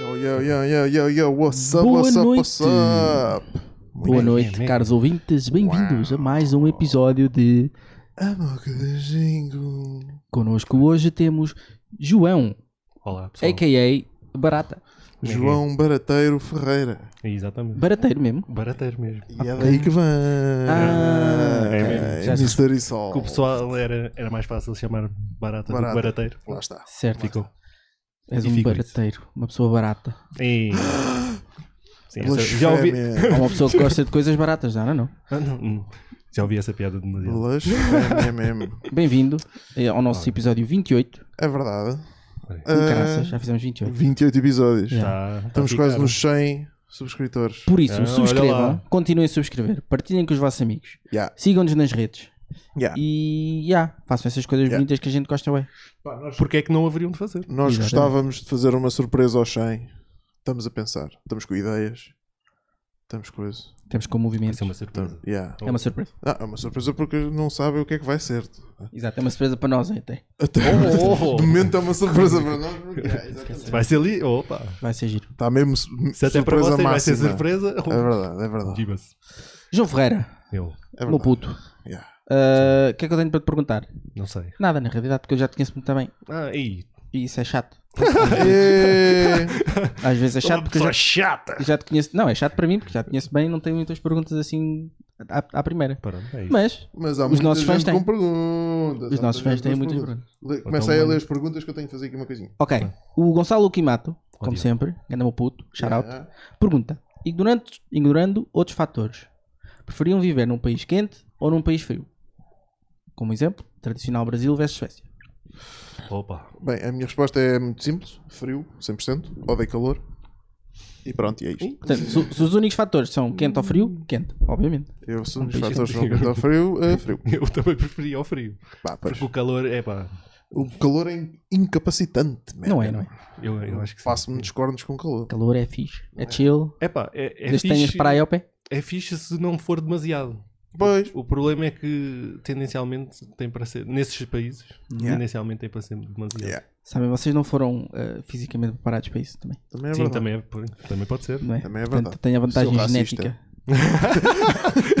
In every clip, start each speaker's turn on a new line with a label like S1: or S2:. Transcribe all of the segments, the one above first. S1: Yo, yo, yo, yo, yo, what's up,
S2: Boa
S1: what's up,
S2: noite.
S1: what's up?
S2: Boa noite,
S3: bem, bem.
S2: caros ouvintes. Bem-vindos a mais um episódio de
S1: Amor que beijinho.
S2: Conosco. Hoje temos João,
S3: Olá, pessoal.
S2: a.k.a. Barata.
S3: é
S1: João Barateiro Ferreira.
S3: Exatamente.
S2: Barateiro mesmo.
S3: Barateiro mesmo.
S1: E é daí que vem.
S2: Ah,
S3: é
S1: é
S3: mesmo. Já
S1: Mystery Sol.
S3: Que o pessoal era, era mais fácil chamar barata, do
S1: Barata.
S3: que barateiro.
S1: Lá está.
S2: Certo.
S3: Ficou.
S2: És
S3: E
S2: um
S3: fico
S2: barateiro. Uma pessoa barata.
S3: E... Sim, essa- já ouvi.
S1: Blasfémia.
S2: É uma pessoa que gosta de coisas baratas, não, não, não.
S3: Ah, não, não. Já ouvi essa piada de demasiado.
S1: Blasfémia mesmo.
S2: Bem-vindo eh, ao nosso episódio 28.
S1: É verdade.
S3: Olha.
S1: Ah,
S2: Graças, já fizemos 28.
S1: 28 episódios.
S2: Yeah.
S3: Tá, tá
S1: Estamos
S3: a
S1: quase
S3: ficar.
S1: nos 100 subscritores.
S2: Por isso,
S3: Ah, olha
S2: subscrevam,
S3: lá.
S2: continuem a subscrever, partilhem com os vossos amigos,
S1: Yeah,
S2: sigam-nos nas redes
S1: yeah.
S2: e já, façam essas coisas
S1: Ah. Yeah.
S2: bonitas que a gente gosta bem.
S3: Porque é que não haveriam de fazer?
S1: Nós
S2: Exatamente.
S1: gostávamos de fazer uma surpresa ao 100. Estamos a pensar. Estamos com ideias. Estamos com isso.
S2: Temos com
S3: Vai
S2: movimento.
S3: ser é uma surpresa.
S1: Yeah.
S2: É uma surpresa.
S1: Não, é uma surpresa porque não sabem o que é que vai ser.
S2: Exato, é uma surpresa para nós até.
S1: Até
S3: Oh, oh.
S1: de momento é uma surpresa para nós. porque- Yeah, exatamente.
S3: Vai ser ali? Opa!
S2: Vai ser giro.
S1: Está Tá mesmo
S3: Se é
S1: surpresa
S3: até para vocês
S1: máxima.
S3: vai ser surpresa,
S1: É verdade, é verdade.
S3: diga-se.
S2: João Ferreira,
S3: Eu
S1: É
S2: meu
S1: verdade.
S2: puto,
S1: Yeah.
S2: ah, o que é que eu tenho para te perguntar?
S3: não sei.
S2: Nada, na realidade, porque eu já te conheço muito bem
S3: Ah, e
S2: e isso é chato.
S1: Eh,
S2: Às vezes é chato porque eu já,
S3: chata!
S2: já te conheço. Não, é chato para mim porque já te conheço bem e não tenho muitas perguntas assim à, à primeira.
S3: Pronto, é isso.
S2: Mas
S1: Mas há
S2: Os
S1: muita
S2: nossos
S1: gente
S2: fãs têm.
S1: com perguntas.
S2: os
S1: Há
S2: nossos
S1: muita
S2: fãs
S1: gente com
S2: têm muitas
S1: perguntas.
S2: perguntas. Então
S1: Le- Começa aí a ler as perguntas que eu tenho que fazer aqui uma coisinha.
S2: Ok, o Gonçalo Quimato, como
S3: dia.
S2: sempre, anda meu puto, shout out,
S1: Yeah.
S2: pergunta: ignorando, ignorando outros fatores, preferiam viver num país quente ou num país frio? Como exemplo, tradicional Brasil versus Suécia.
S3: Opa!
S1: Bem, a minha resposta é muito simples: frio, 100%, odeio calor. E pronto, e é isto.
S2: Portanto, se, se os únicos fatores são quente ou frio, quente, obviamente.
S1: Eu sou um dos
S2: Não tem
S1: fatores que
S3: jeito.
S1: ao frio, é frio.
S3: Eu também preferia ao frio.
S1: Pá, pois.
S3: Porque o calor é pá.
S1: O calor é in- incapacitante, man.
S2: Não é, não é?
S3: Eu, eu acho que sim.
S1: Faço-me descornos com calor.
S2: Calor é fixe, é chill,
S3: Epá, é, é
S2: desde que tenhas
S3: fixe.
S2: praia ao pé.
S3: É fixe se não for demasiado.
S1: Pois.
S3: O problema é que tendencialmente tem para ser. Nesses países,
S2: Yeah.
S3: tendencialmente tem para ser demasiado.
S1: Yeah.
S2: Sabem, vocês não foram eh, fisicamente preparados para isso também,
S1: Também é
S3: Sim,
S1: verdade.
S3: também, é por- também pode ser.
S2: não é?
S1: Também é verdade.
S2: Portanto, tem a vantagem
S1: Sou racista.
S2: genética.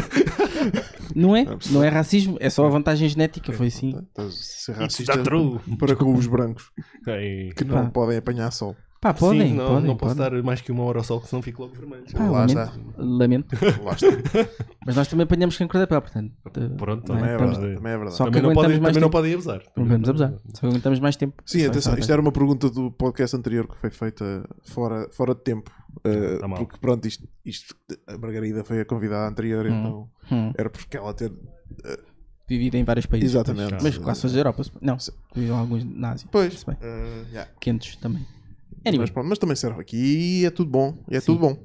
S2: não é?
S1: Absolutamente.
S2: Não é racismo, é só a vantagem genética, foi assim.
S1: né? Estás a ser
S3: Isso
S1: racista
S2: é
S3: está
S2: um
S3: true.
S1: para com os brancos
S3: Ei.
S1: que
S2: Pá.
S1: não podem apanhar sol.
S2: Pá, podem,
S3: Sim, não,
S2: podem,
S3: não posso
S2: podem.
S3: dar mais que uma hora ao sol, que senão fico logo vermelho.
S2: Pá,
S1: Lá
S2: lamento,
S1: está.
S2: lamento.
S1: Lá está.
S2: Mas nós também apanhamos cancro da pele, portanto. eh,
S3: Pronto,
S2: não
S3: também,
S1: Também é
S3: estamos
S1: verdade.
S3: de-
S1: Também é verdade.
S2: Só-
S3: também,
S2: que
S3: não podem,
S2: aguentamos mais
S3: também não
S2: tempo.
S3: podem abusar.
S2: Não vamos abusar. Só aguentamos mais tempo.
S1: Sim,
S2: Só
S1: atenção,
S2: isso,
S1: isto é- era uma pergunta do podcast anterior que foi feita fora, fora de tempo. Uh,
S3: Tá mal.
S1: porque pronto, isto, isto- a Margarida foi a convidada anterior, então
S2: Hum,
S1: era porque ela ter.
S2: vivido em vários países.
S1: Exatamente.
S2: Mas mas quase todos da Europa. se- Não,
S1: Sim.
S2: viviam alguns na Ásia.
S1: Pois.
S2: se bem.
S1: Uh, yeah.
S2: Quentes também.
S1: mas,
S2: Anyway,
S1: pronto, mas também serve aqui e é tudo bom. E é tudo bom.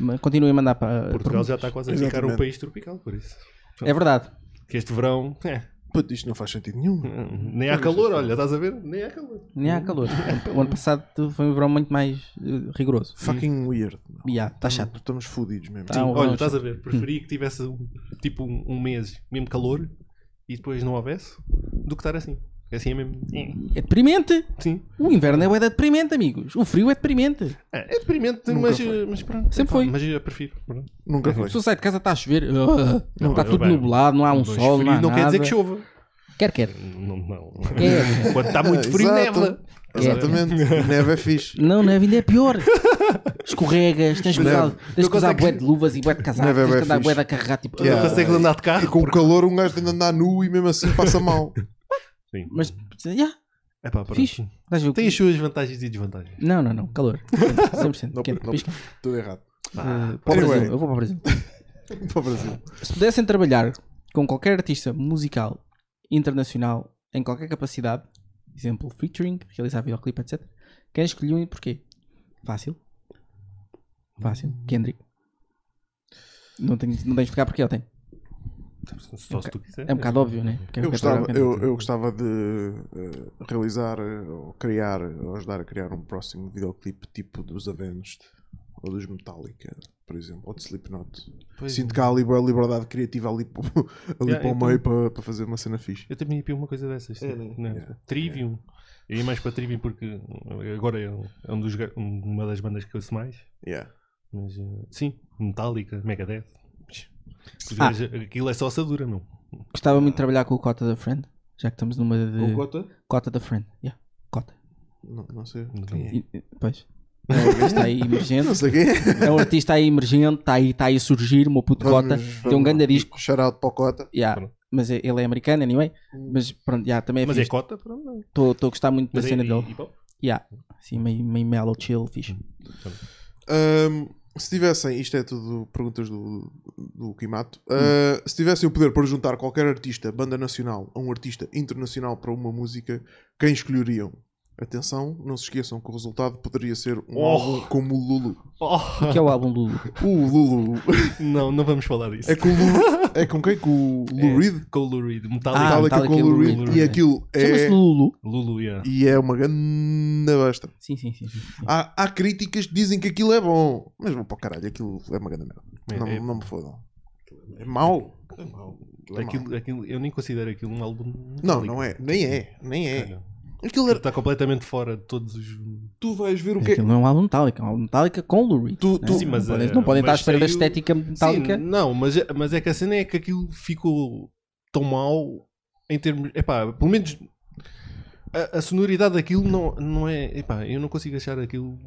S2: mas continuem a mandar para.
S3: Portugal já está quase a ficar
S1: Exatamente.
S3: um país tropical, por isso.
S2: É verdade.
S3: Que este verão, é,
S1: Puto, isto não faz sentido
S2: Hum.
S1: nenhum.
S3: nem há calor, olha, estás a ver? Nem há calor.
S2: Nem há calor. O ano passado foi um verão muito mais eh, rigoroso.
S1: Fucking weird. meu.
S2: Yeah, está Tá chato.
S1: Estamos fodidos mesmo.
S2: Tá. Ah, um verão
S3: Olha, estás a ver?
S2: Hum.
S3: Preferia que tivesse um- tipo um, um mês mesmo calor e depois não houvesse do que estar assim. Assim é mesmo.
S2: É deprimente.
S3: Sim.
S2: O inverno é bué da deprimente, amigos. O frio é deprimente.
S3: É, é deprimente,
S1: Nunca
S3: mas,
S1: foi.
S3: mas pronto.
S2: Sempre
S3: Epá,
S2: foi.
S3: Mas eu prefiro. pronto.
S1: Nunca foi.
S2: Se eu sair de casa está a chover, ah,
S3: Não,
S2: está
S3: eu
S2: tudo
S3: bem.
S2: nublado, não há um
S3: Mas
S2: sol,
S3: frio
S2: não há
S3: não
S2: nada.
S3: quer dizer que chova.
S2: Quer, quer.
S3: Não, não.
S2: É.
S3: Quando está muito frio,
S1: Exato.
S3: neva.
S1: Exatamente. Neve é fixe.
S2: Não, neve ainda é pior. Escorregas, tens que usar,
S1: Neve.
S2: tens que usar
S3: Não
S2: bué de luvas e bué de casaco,
S1: Neve é
S2: tens que
S1: bué
S2: andar
S1: fixe.
S2: bué de a carregar, tipo...
S1: Yeah.
S3: Não consegues andar de
S1: E
S3: carro.
S1: com o calor um gajo tem de andar nu e mesmo assim passa mal.
S3: Sim.
S2: Mas, yeah,
S3: Epá, pronto.
S2: fixe. Estás a ver o
S3: Tem as
S2: que-
S3: suas vantagens e desvantagens.
S2: Não, não, não, calor. 100%,
S1: Não,
S2: 100% quente,
S1: não.
S2: pisca.
S1: Tudo errado.
S3: Ah,
S2: Eh, para o
S1: Anyway.
S2: Brasil, eu vou para o Brasil.
S1: Para o Brasil.
S2: Se pudessem trabalhar com qualquer artista musical, internacional, em qualquer capacidade, exemplo, featuring, realizar videoclipe, etc., quem escolhiam e porquê? Fácil. Fácil. Kendrick. Não tenho, não tenho de explicar porquê, eu tenho.
S3: Só se tu quiser.
S2: É um bocado óbvio, né? Porque
S1: Eu
S2: quero
S1: gostava,
S2: trabalhar com
S1: eu,
S2: Kendrick.
S1: eu gostava de eh, realizar eh, ou criar, eh, ou ajudar a criar um próximo videoclipe tipo dos Avenged. ou dos Metallica, por exemplo, ou de Slipknot.
S3: Pois,
S2: é.
S1: Sinto que há ali boa liberdade criativa ali, p- ali
S3: Yeah,
S1: para o
S3: eu
S1: meio para, para fazer uma cena fixe.
S3: Eu também ia pedir uma coisa dessas.
S1: É,
S3: tipo,
S1: né?
S3: né?
S1: Yeah.
S3: Trivium. Eu ia mais para Trivium porque agora é um- é um dos ga- uma das bandas que eu ouço mais.
S1: Yeah.
S3: Mas, eh, sim, Metallica, Megadeth. Os
S2: Ah.
S3: gajos- Aquilo é só assadura, meu.
S2: Gostava muito de trabalhar com o Cota da Friend, já que estamos numa de.
S1: Com cota?
S2: Cota da Friend, yeah. Cota.
S1: Não, não sei.
S3: Não
S1: Quem é?
S2: E- e- pois. É um artista aí
S1: Não
S2: emergente.
S1: sei quem é.
S2: É um artista aí emergente, está aí, tá aí a surgir, o meu puto Cota.
S1: Vamos-
S2: Tem um
S1: vamos-
S2: grande disco.
S1: Shout out para o Cota.
S2: Yeah.
S3: Pronto.
S2: Mas é- ele é americano, anyway.
S1: Hum.
S2: Mas pronto, yeah, também é
S3: Mas é
S2: fixe.
S3: cota, pronto. não.
S2: Estou a gostar muito
S3: Mas
S2: da
S3: é
S2: cena
S3: hip-
S2: dele.
S3: hip-hop?
S2: Yeah. Assim, meio, meio mellow, chill, fixe.
S1: Ahm, se tivessem, isto é tudo perguntas do, do Kimato. Ah, se tivessem o poder para juntar qualquer artista, banda nacional, a um artista internacional para uma música, quem escolheriam? Atenção, não se esqueçam que o resultado poderia ser um
S3: Oh.
S1: álbum como o Lulu.
S3: Oh,
S2: Que é o álbum do Lulu.
S1: O Lulu.
S3: não, não vamos falar disso.
S1: É com o Lulu. É com quem? Com o Lulu Reed?
S3: Com o Lou Reed,
S2: Ah,
S3: É. Metallica.
S1: Metallica
S2: Metallica
S1: com o
S2: e
S1: Lou
S2: Lou
S1: Reed.
S2: Reed,
S1: E
S2: é.
S1: aquilo
S2: Chama-se
S1: é.
S2: Lulu.
S3: Lulu, yeah.
S1: E é uma grande besta.
S2: Sim, sim, sim. sim, sim.
S1: Há, há críticas que dizem que aquilo é bom. Mas vão para o caralho, aquilo é uma grande merda.
S3: É,
S1: não,
S3: é-
S1: não me fodam. É mau. É mau.
S3: Aquilo, aquilo, eu nem considero aquilo um álbum.
S1: Não, não é. Nem é. Nem é.
S3: Cara,
S1: Aquilo
S3: aquilo
S1: era...
S3: está tá completamente fora de todos os.
S1: Tu vais ver o que é...
S2: Aquilo não é um álbum Metallica, é um álbum Metallica com o Lou Reed.
S1: Tu-
S2: né?
S1: tu-
S3: Sim,
S2: não,
S3: mas,
S2: podem,
S3: eh,
S2: não podem estar à
S3: mas
S2: espera da
S3: saiu-
S2: estética metálica.
S3: Sim, não, mas, é- mas é que a cena é que aquilo ficou tão mal em termos. Epá, pelo menos a, a sonoridade daquilo não, não é. Epá, eu não consigo achar aquilo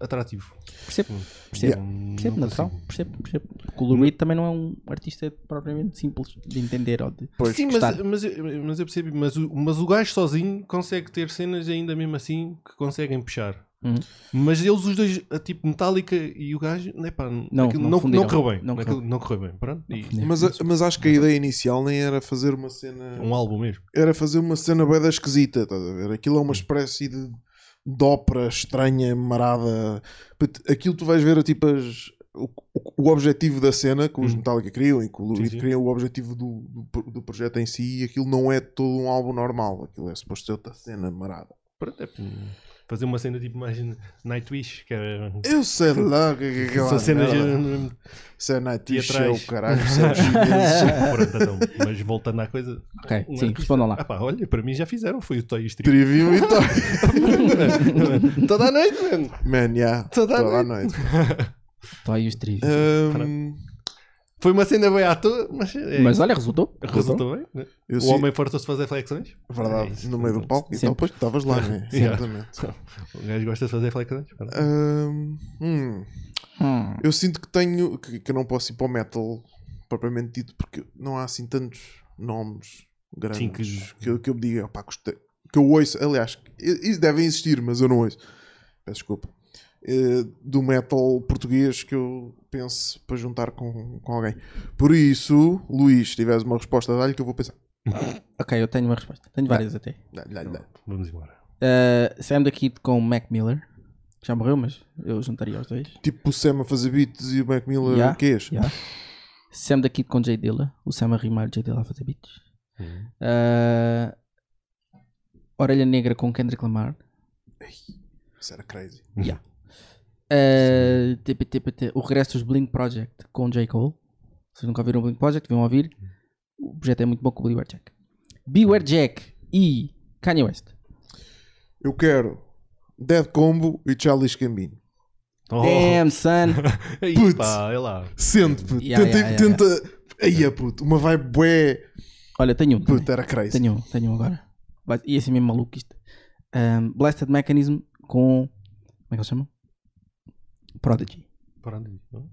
S3: atrativo.
S2: Percebo, percebo.
S1: Yeah.
S3: Hum. Não
S2: Percebo, é natural.
S3: consigo.
S2: Percebo, percebo. Porque o Lou Reed também não é um artista propriamente simples de entender ou de.
S1: Pois,
S3: Sim, mas,
S2: gostar.
S3: mas, eu- mas eu percebi, mas o, mas o gajo sozinho consegue ter cenas ainda mesmo assim que conseguem puxar.
S2: Uhum.
S3: Mas eles os dois, a tipo Metallica e o gajo, epá, aquilo
S2: Não,
S3: não,
S2: não
S3: não
S2: fundiram.
S3: correu bem.
S2: Não
S3: Aquilo não correu bem. Pronto. E-
S2: fundiram.
S1: Mas, a- mas acho que a ideia inicial nem era fazer uma cena...
S3: um álbum mesmo.
S1: Era fazer uma cena bem esquisita, estás a ver? Aquilo é
S3: Hum.
S1: uma espécie de, de ópera estranha, marada. Puto, Aquilo tu vais ver, tipo, as- o, o- o objetivo da cena que os
S3: Uhum.
S1: Metallica criam e que o Lou
S3: Sim,
S1: Reed
S3: sim.
S1: cria, o objetivo do, do pro- do projeto em si, e aquilo não é todo um álbum normal. Aquilo é suposto ser outra cena marada.
S3: Pronto, é, fazer uma cena tipo mais Nightwish, que era.
S1: Eu sei lá o que é que aquela
S3: São cenas.
S1: merda.
S3: eh,
S1: Se é Nightwish, é
S3: teatrais.
S1: o caralho, se é os chineses.
S3: Pronto, então, mas voltando à coisa.
S2: Ok,
S3: um
S2: sim,
S3: artista-
S2: respondam lá.
S3: Ah, pá, olha, para mim já fizeram. Foi o Toy Street.
S1: Trivium e tal.
S3: Toda a noite, mano.
S1: Man, yeah.
S3: Toda a
S1: Toda a noite. Hum,
S2: Só aí os trilhos.
S3: Eh,
S1: Ahm,
S3: Foi uma cena bem à toa, mas. é,
S2: Mas olha, resultou.
S3: Resultou bem, né?
S1: eu
S3: o
S1: sinto-
S3: homem fartou-se de fazer flexões.
S1: Verdade,
S3: É isso.
S1: no meio do palco e
S2: Sempre.
S1: tal, pois que estavas lá, né?
S3: Sim.
S1: Exatamente.
S3: O gajo gosta de fazer flexões. pronto.
S1: Ahm, hum,
S2: Hum.
S1: eu sinto que tenho que, que eu não posso ir para o metal propriamente dito porque não há assim tantos nomes grandes
S3: Sim,
S1: que...
S3: que-
S1: eu, que eu me diga, opá, gostei- que eu ouço, aliás, e- e devem existir, mas eu não ouço. Peço desculpa. Eh, do metal português que eu penso para juntar com, com alguém. Por isso, Luís, se tiveres uma resposta, dá-lhe que eu vou pensar.
S2: Ok, eu tenho uma resposta. Tenho várias até.
S1: Dá-lhe, dá-lhe, dá-lhe.
S3: Vamos embora.
S2: Uh, Sam da Kid com o Mac Miller. que Já morreu, mas eu juntaria os dois.
S1: Tipo o Sam a fazer beats e o Mac Miller
S2: Yeah,
S1: o que és?
S2: yeah. Sam da Kid com Jay Dilla. O Sam a rimar, Jay Dilla a fazer beats.
S3: Hum.
S2: Uh, Orelha Negra com Kendrick Lamar.
S1: Isso era crazy.
S2: Uh, tp, tp, tp, o regresso dos Blink Project com J. Cole. Vocês nunca ouviram o Blink Project, vão ouvir. O projeto é muito bom com o Beware Jack. Beware Jack e Kanye West.
S1: Eu quero Dead Combo e Charlie Gambino.
S3: Oh,
S2: Damn, son.
S3: Ih,
S1: putz.
S3: pá, olha lá.
S1: Sente, puto.
S2: Yeah,
S1: tenta.
S2: yeah, yeah,
S1: tenta... Aí, é, puto. Uma vai bué.
S2: Olha, tenho um. também.
S1: Puto, era crazy.
S2: Tenho um, tenho um agora. Vai- Ia ser mesmo maluco isto. Um, Blasted Mechanism com. Como é que eles chamam? Prodigy.
S3: Pronto.
S2: Aquela,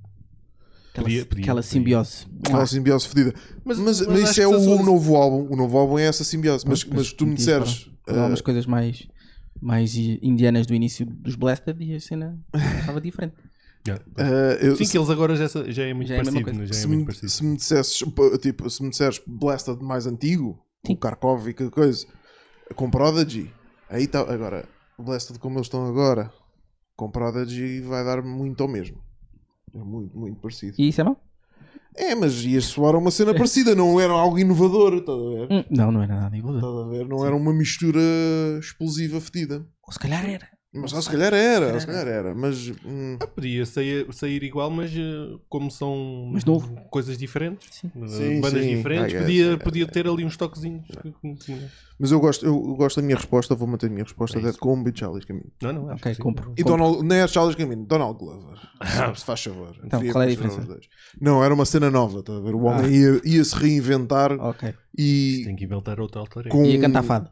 S3: Podia- podia-
S2: aquela
S3: podia.
S2: simbiose. Ah,
S1: Aquela simbiose fodida. Mas,
S3: Mas-
S1: mas,
S3: mas acho
S1: isso é
S3: que se
S1: o
S3: as-
S1: novo álbum. O novo álbum é essa simbiose. Mas,
S2: Pois,
S1: mas tu me
S2: meti
S1: disseres.
S2: para- para
S1: ah,
S2: umas coisas mais, mais i- indianas do início dos Blasted e a cena estava diferente.
S3: Yeah.
S1: ah, eu-
S3: Sim,
S1: se-
S3: que eles agora já, sa- já é muito
S2: Já é a mesma
S3: parecido.
S2: coisa.
S3: né? já é
S1: se,
S3: muito
S1: me,
S3: parecido.
S1: se me dissesses, pô, tipo, se me disseres Blasted mais antigo,
S2: Sim.
S1: com Karkov e que coisa, com Prodigy, aí tá. Agora, Blasted como eles estão agora, com Prodigy vai dar muito ao mesmo. É muito, muito parecido.
S2: E isso é mau?
S1: É, mas ia soar a uma cena parecida, não era algo inovador, estás a ver?
S2: Hum, Não, não era nada igual.
S1: Estás a ver? Não era uma mistura explosiva fedida.
S2: Ou se calhar era.
S1: Mas
S2: Não
S1: ah, se
S2: sei.
S1: calhar era,
S2: Se
S1: se
S2: calhar
S1: calhar era. Mas hum,
S3: Ah, podia sair, sair igual, mas eh, como são
S2: Mas novo.
S3: coisas diferentes,
S2: Sim.
S3: eh,
S1: Sim,
S3: bandas
S1: sim.
S3: diferentes,
S1: Ah, é,
S3: podia,
S1: é,
S3: podia ter ali uns toquezinhos. que- que- que-
S1: mas eu gosto, eu gosto da minha resposta, vou manter a minha resposta
S3: É
S1: da
S3: isso.
S1: Combo e Charles Camino.
S3: Não, não, acho
S2: Ok,
S3: que sim.
S2: compro.
S1: E
S2: compro.
S1: Donald, nem é Charles Camino, Donald Glover. Se faz favor.
S2: Então,
S1: Queria
S2: qual é
S1: comparar
S2: a diferença? Ah.
S1: os dois. Não, era uma cena nova, tá a ver? O homem ia, se reinventar
S2: Ok.
S1: e
S3: Tem que inventar outro alter ego.
S1: com.
S2: Ia cantar fado.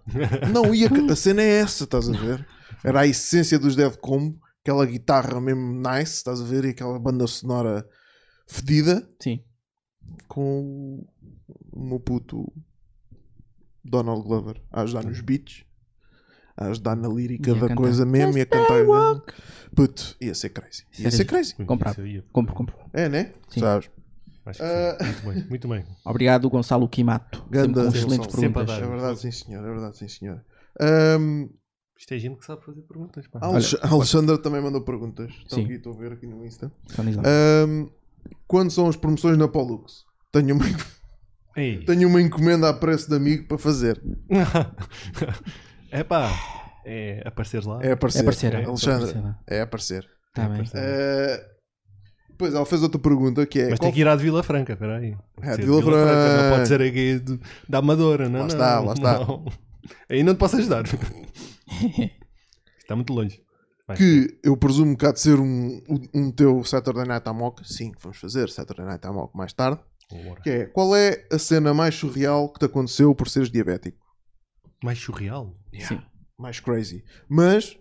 S1: Não, ia, a cena é essa, estás a ver? Era a essência dos Dead Combo, aquela guitarra mesmo nice, estás a ver? E aquela banda sonora fedida
S2: Sim.
S1: com o meu puto Donald Glover a ajudar nos beats, a ajudar na lírica
S2: Tá. E a
S1: da
S2: cantar.
S1: coisa mesmo e a cantar. Puto, ia ser crazy. Ia
S2: Sério?
S1: ser crazy.
S3: Muito
S2: Comprado.
S3: isso aí,
S2: Compro, compro.
S1: É, né?
S2: Sim.
S1: Sabes?
S3: acho que
S1: Ah.
S3: sim. Muito bem, muito bem.
S2: Obrigado, Gonçalo Quimato. Sempre
S1: Ganda-
S2: com excelentes
S1: Gonçalo.
S3: Sempre a
S2: perguntas.
S3: dar.
S1: É verdade, sim senhor. É verdade, sim senhor. Ahm,
S3: Isto é gente que sabe fazer perguntas. Pá.
S1: Alex- Alexandra também mandou perguntas. Estão
S2: Sim.
S1: aqui, estou a ver aqui no Insta.
S2: Só diz lá.
S1: Ahm, quando são as promoções na Pollux? Tenho uma,
S3: Ei.
S1: tenho uma encomenda a preço de amigo para fazer.
S3: é pá, é apareceres lá.
S1: É aparecer.
S2: É parceira.
S1: Alexandra,
S2: Está
S1: é aparecer.
S2: bem.
S3: parceira.
S1: Ah, Pois, ela fez outra pergunta que é.
S3: Mas
S1: qual
S3: tem que ir à de Vila Franca, peraí.
S1: É,
S3: Ser
S1: de Vila Franca.
S3: Não pode ser aqui de- da Amadora, não é?
S1: Lá
S3: não,
S1: está, lá está.
S3: não. Aí não te posso ajudar. está muito longe. Vai.
S1: Que eu presumo que há de ser um, um- um teu Saturday Night Amok. Sim, que vamos fazer Saturday Night Amok mais tarde.
S3: Oh, Bora.
S1: Que é, qual é a cena mais surreal que te aconteceu por seres diabético?
S3: Mais surreal.
S2: Sim.
S1: Mais crazy. Mas,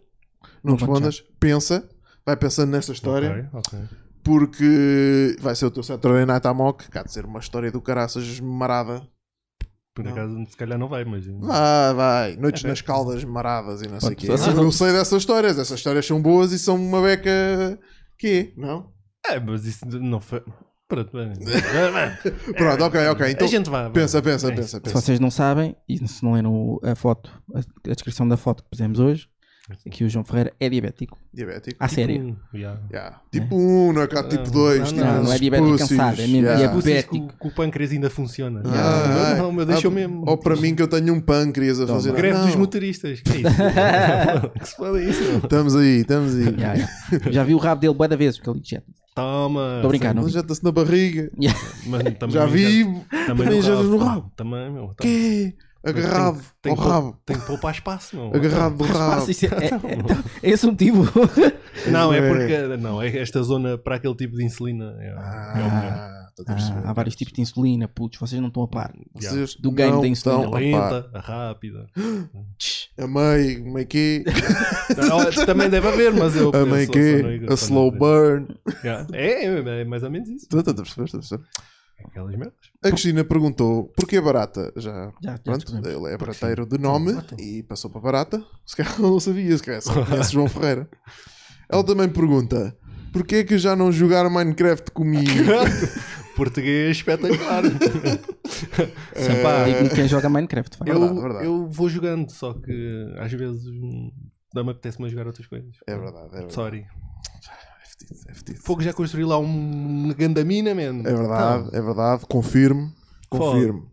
S1: não,
S2: Não
S1: respondas, pensa, vai pensando nessa história,
S3: Ok, ok.
S1: porque vai ser o teu Saturday Night Amok, que há de ser uma história do caraças marada.
S3: Por
S1: Não.
S3: acaso, se calhar não vai, mas.
S1: Vai, vai, noites nas caldas maradas e não sei o
S2: Pronto,
S1: quê.
S2: só-
S1: Eu sei dessas histórias, essas histórias são boas e são uma beca... Quê? Não?
S3: É, mas isso não foi. Pronto, bem. Vai, vai.
S1: Pronto, ok, ok. Então,
S3: a gente vai. vai.
S1: pensa, pensa,
S3: É isso.
S1: pensa,
S2: Se
S1: pensa.
S2: vocês não sabem, e se não leram o- a foto, a, a descrição da foto que pusemos hoje, é que o João Ferreira é diabético.
S1: Diabético.
S2: À sério.
S3: Hum, yeah.
S1: Yeah. Tipo 1, um, não é cá tipo
S3: Não,
S1: 2.
S3: não,
S2: não, não é diabético cansado, é mesmo
S3: É
S2: diabético.
S3: possível que, o- que o pâncreas ainda funciona.
S1: Ah,
S3: Yeah.
S1: ai.
S3: Não, mas deixa eu
S1: Ah,
S3: mesmo.
S1: Ou para mim que eu tenho um pâncreas a
S2: Toma.
S1: fazer.
S3: Greve
S1: Não,
S3: dos motoristas. Que é isso? que se fala isso?
S1: Estamos aí, estamos
S3: um-
S1: aí.
S2: Ya, ya. Já vi o rabo dele boa da vez, porque ele já.
S3: Toma.
S2: Estou a brincar, não
S1: Ele
S2: vi.
S1: já está-se na barriga.
S2: Ya.
S3: Mano, também
S1: já vi. também já no
S3: pá.
S1: rabo.
S3: Também, meu. tá-
S1: Quê? Agarrado
S3: Tem
S1: ao
S3: que pou-
S1: rabo.
S3: Tem que poupar espaço, meu.
S1: Agarrado do
S2: Ah,
S1: rabo.
S2: sim, sim, é, é- é esse o motivo.
S3: Não, é
S1: É.
S3: porque. Não, é esta zona para aquele tipo de insulina. é- é o melhor.
S1: Ah, estou a perceber.
S2: Ah, há vários tipos de insulina, putos, vocês não estão a par.
S1: Vocês
S2: Ah. Do ganho
S1: não
S2: da insulina.
S1: estão
S3: A
S1: a par.
S3: é lenta, a rápida.
S2: Tch,
S1: Amei, amei quê?
S3: Não, ela- também deve haver, mas eu. eu
S1: Amei
S3: sou-
S1: quê?
S3: sou noigo,
S1: A
S3: sou
S1: slow
S3: noigo.
S1: burn.
S3: Yeah. É, é, é mais ou menos isso.
S1: Estou estou a perceber, estou a perceber.
S3: Aquelas merdas.
S1: A Cristina perguntou porquê barata? Já,
S2: Já- já
S1: pronto,
S2: descobrimos.
S1: ele é barateiro de nome e passou para barata. Se calhar não sabia, se calhar só conhece João Ferreira. Ela também pergunta porquê é que já não jogar Minecraft comigo?
S3: Português espetacular.
S2: Sempre há aí quem joga Minecraft. vai.
S3: Eh, eu,
S1: É, Verdade, verdade.
S3: eu vou jogando, só que às vezes hum, não me apetece-me jogar outras coisas.
S1: É verdade, é verdade.
S3: Sorry.
S1: É fedido, é fedido.
S3: Fogo já construí lá um- uma gandamina, man. Então,
S1: É
S3: Tá.
S1: verdade, é verdade. Confirmo, confirmo.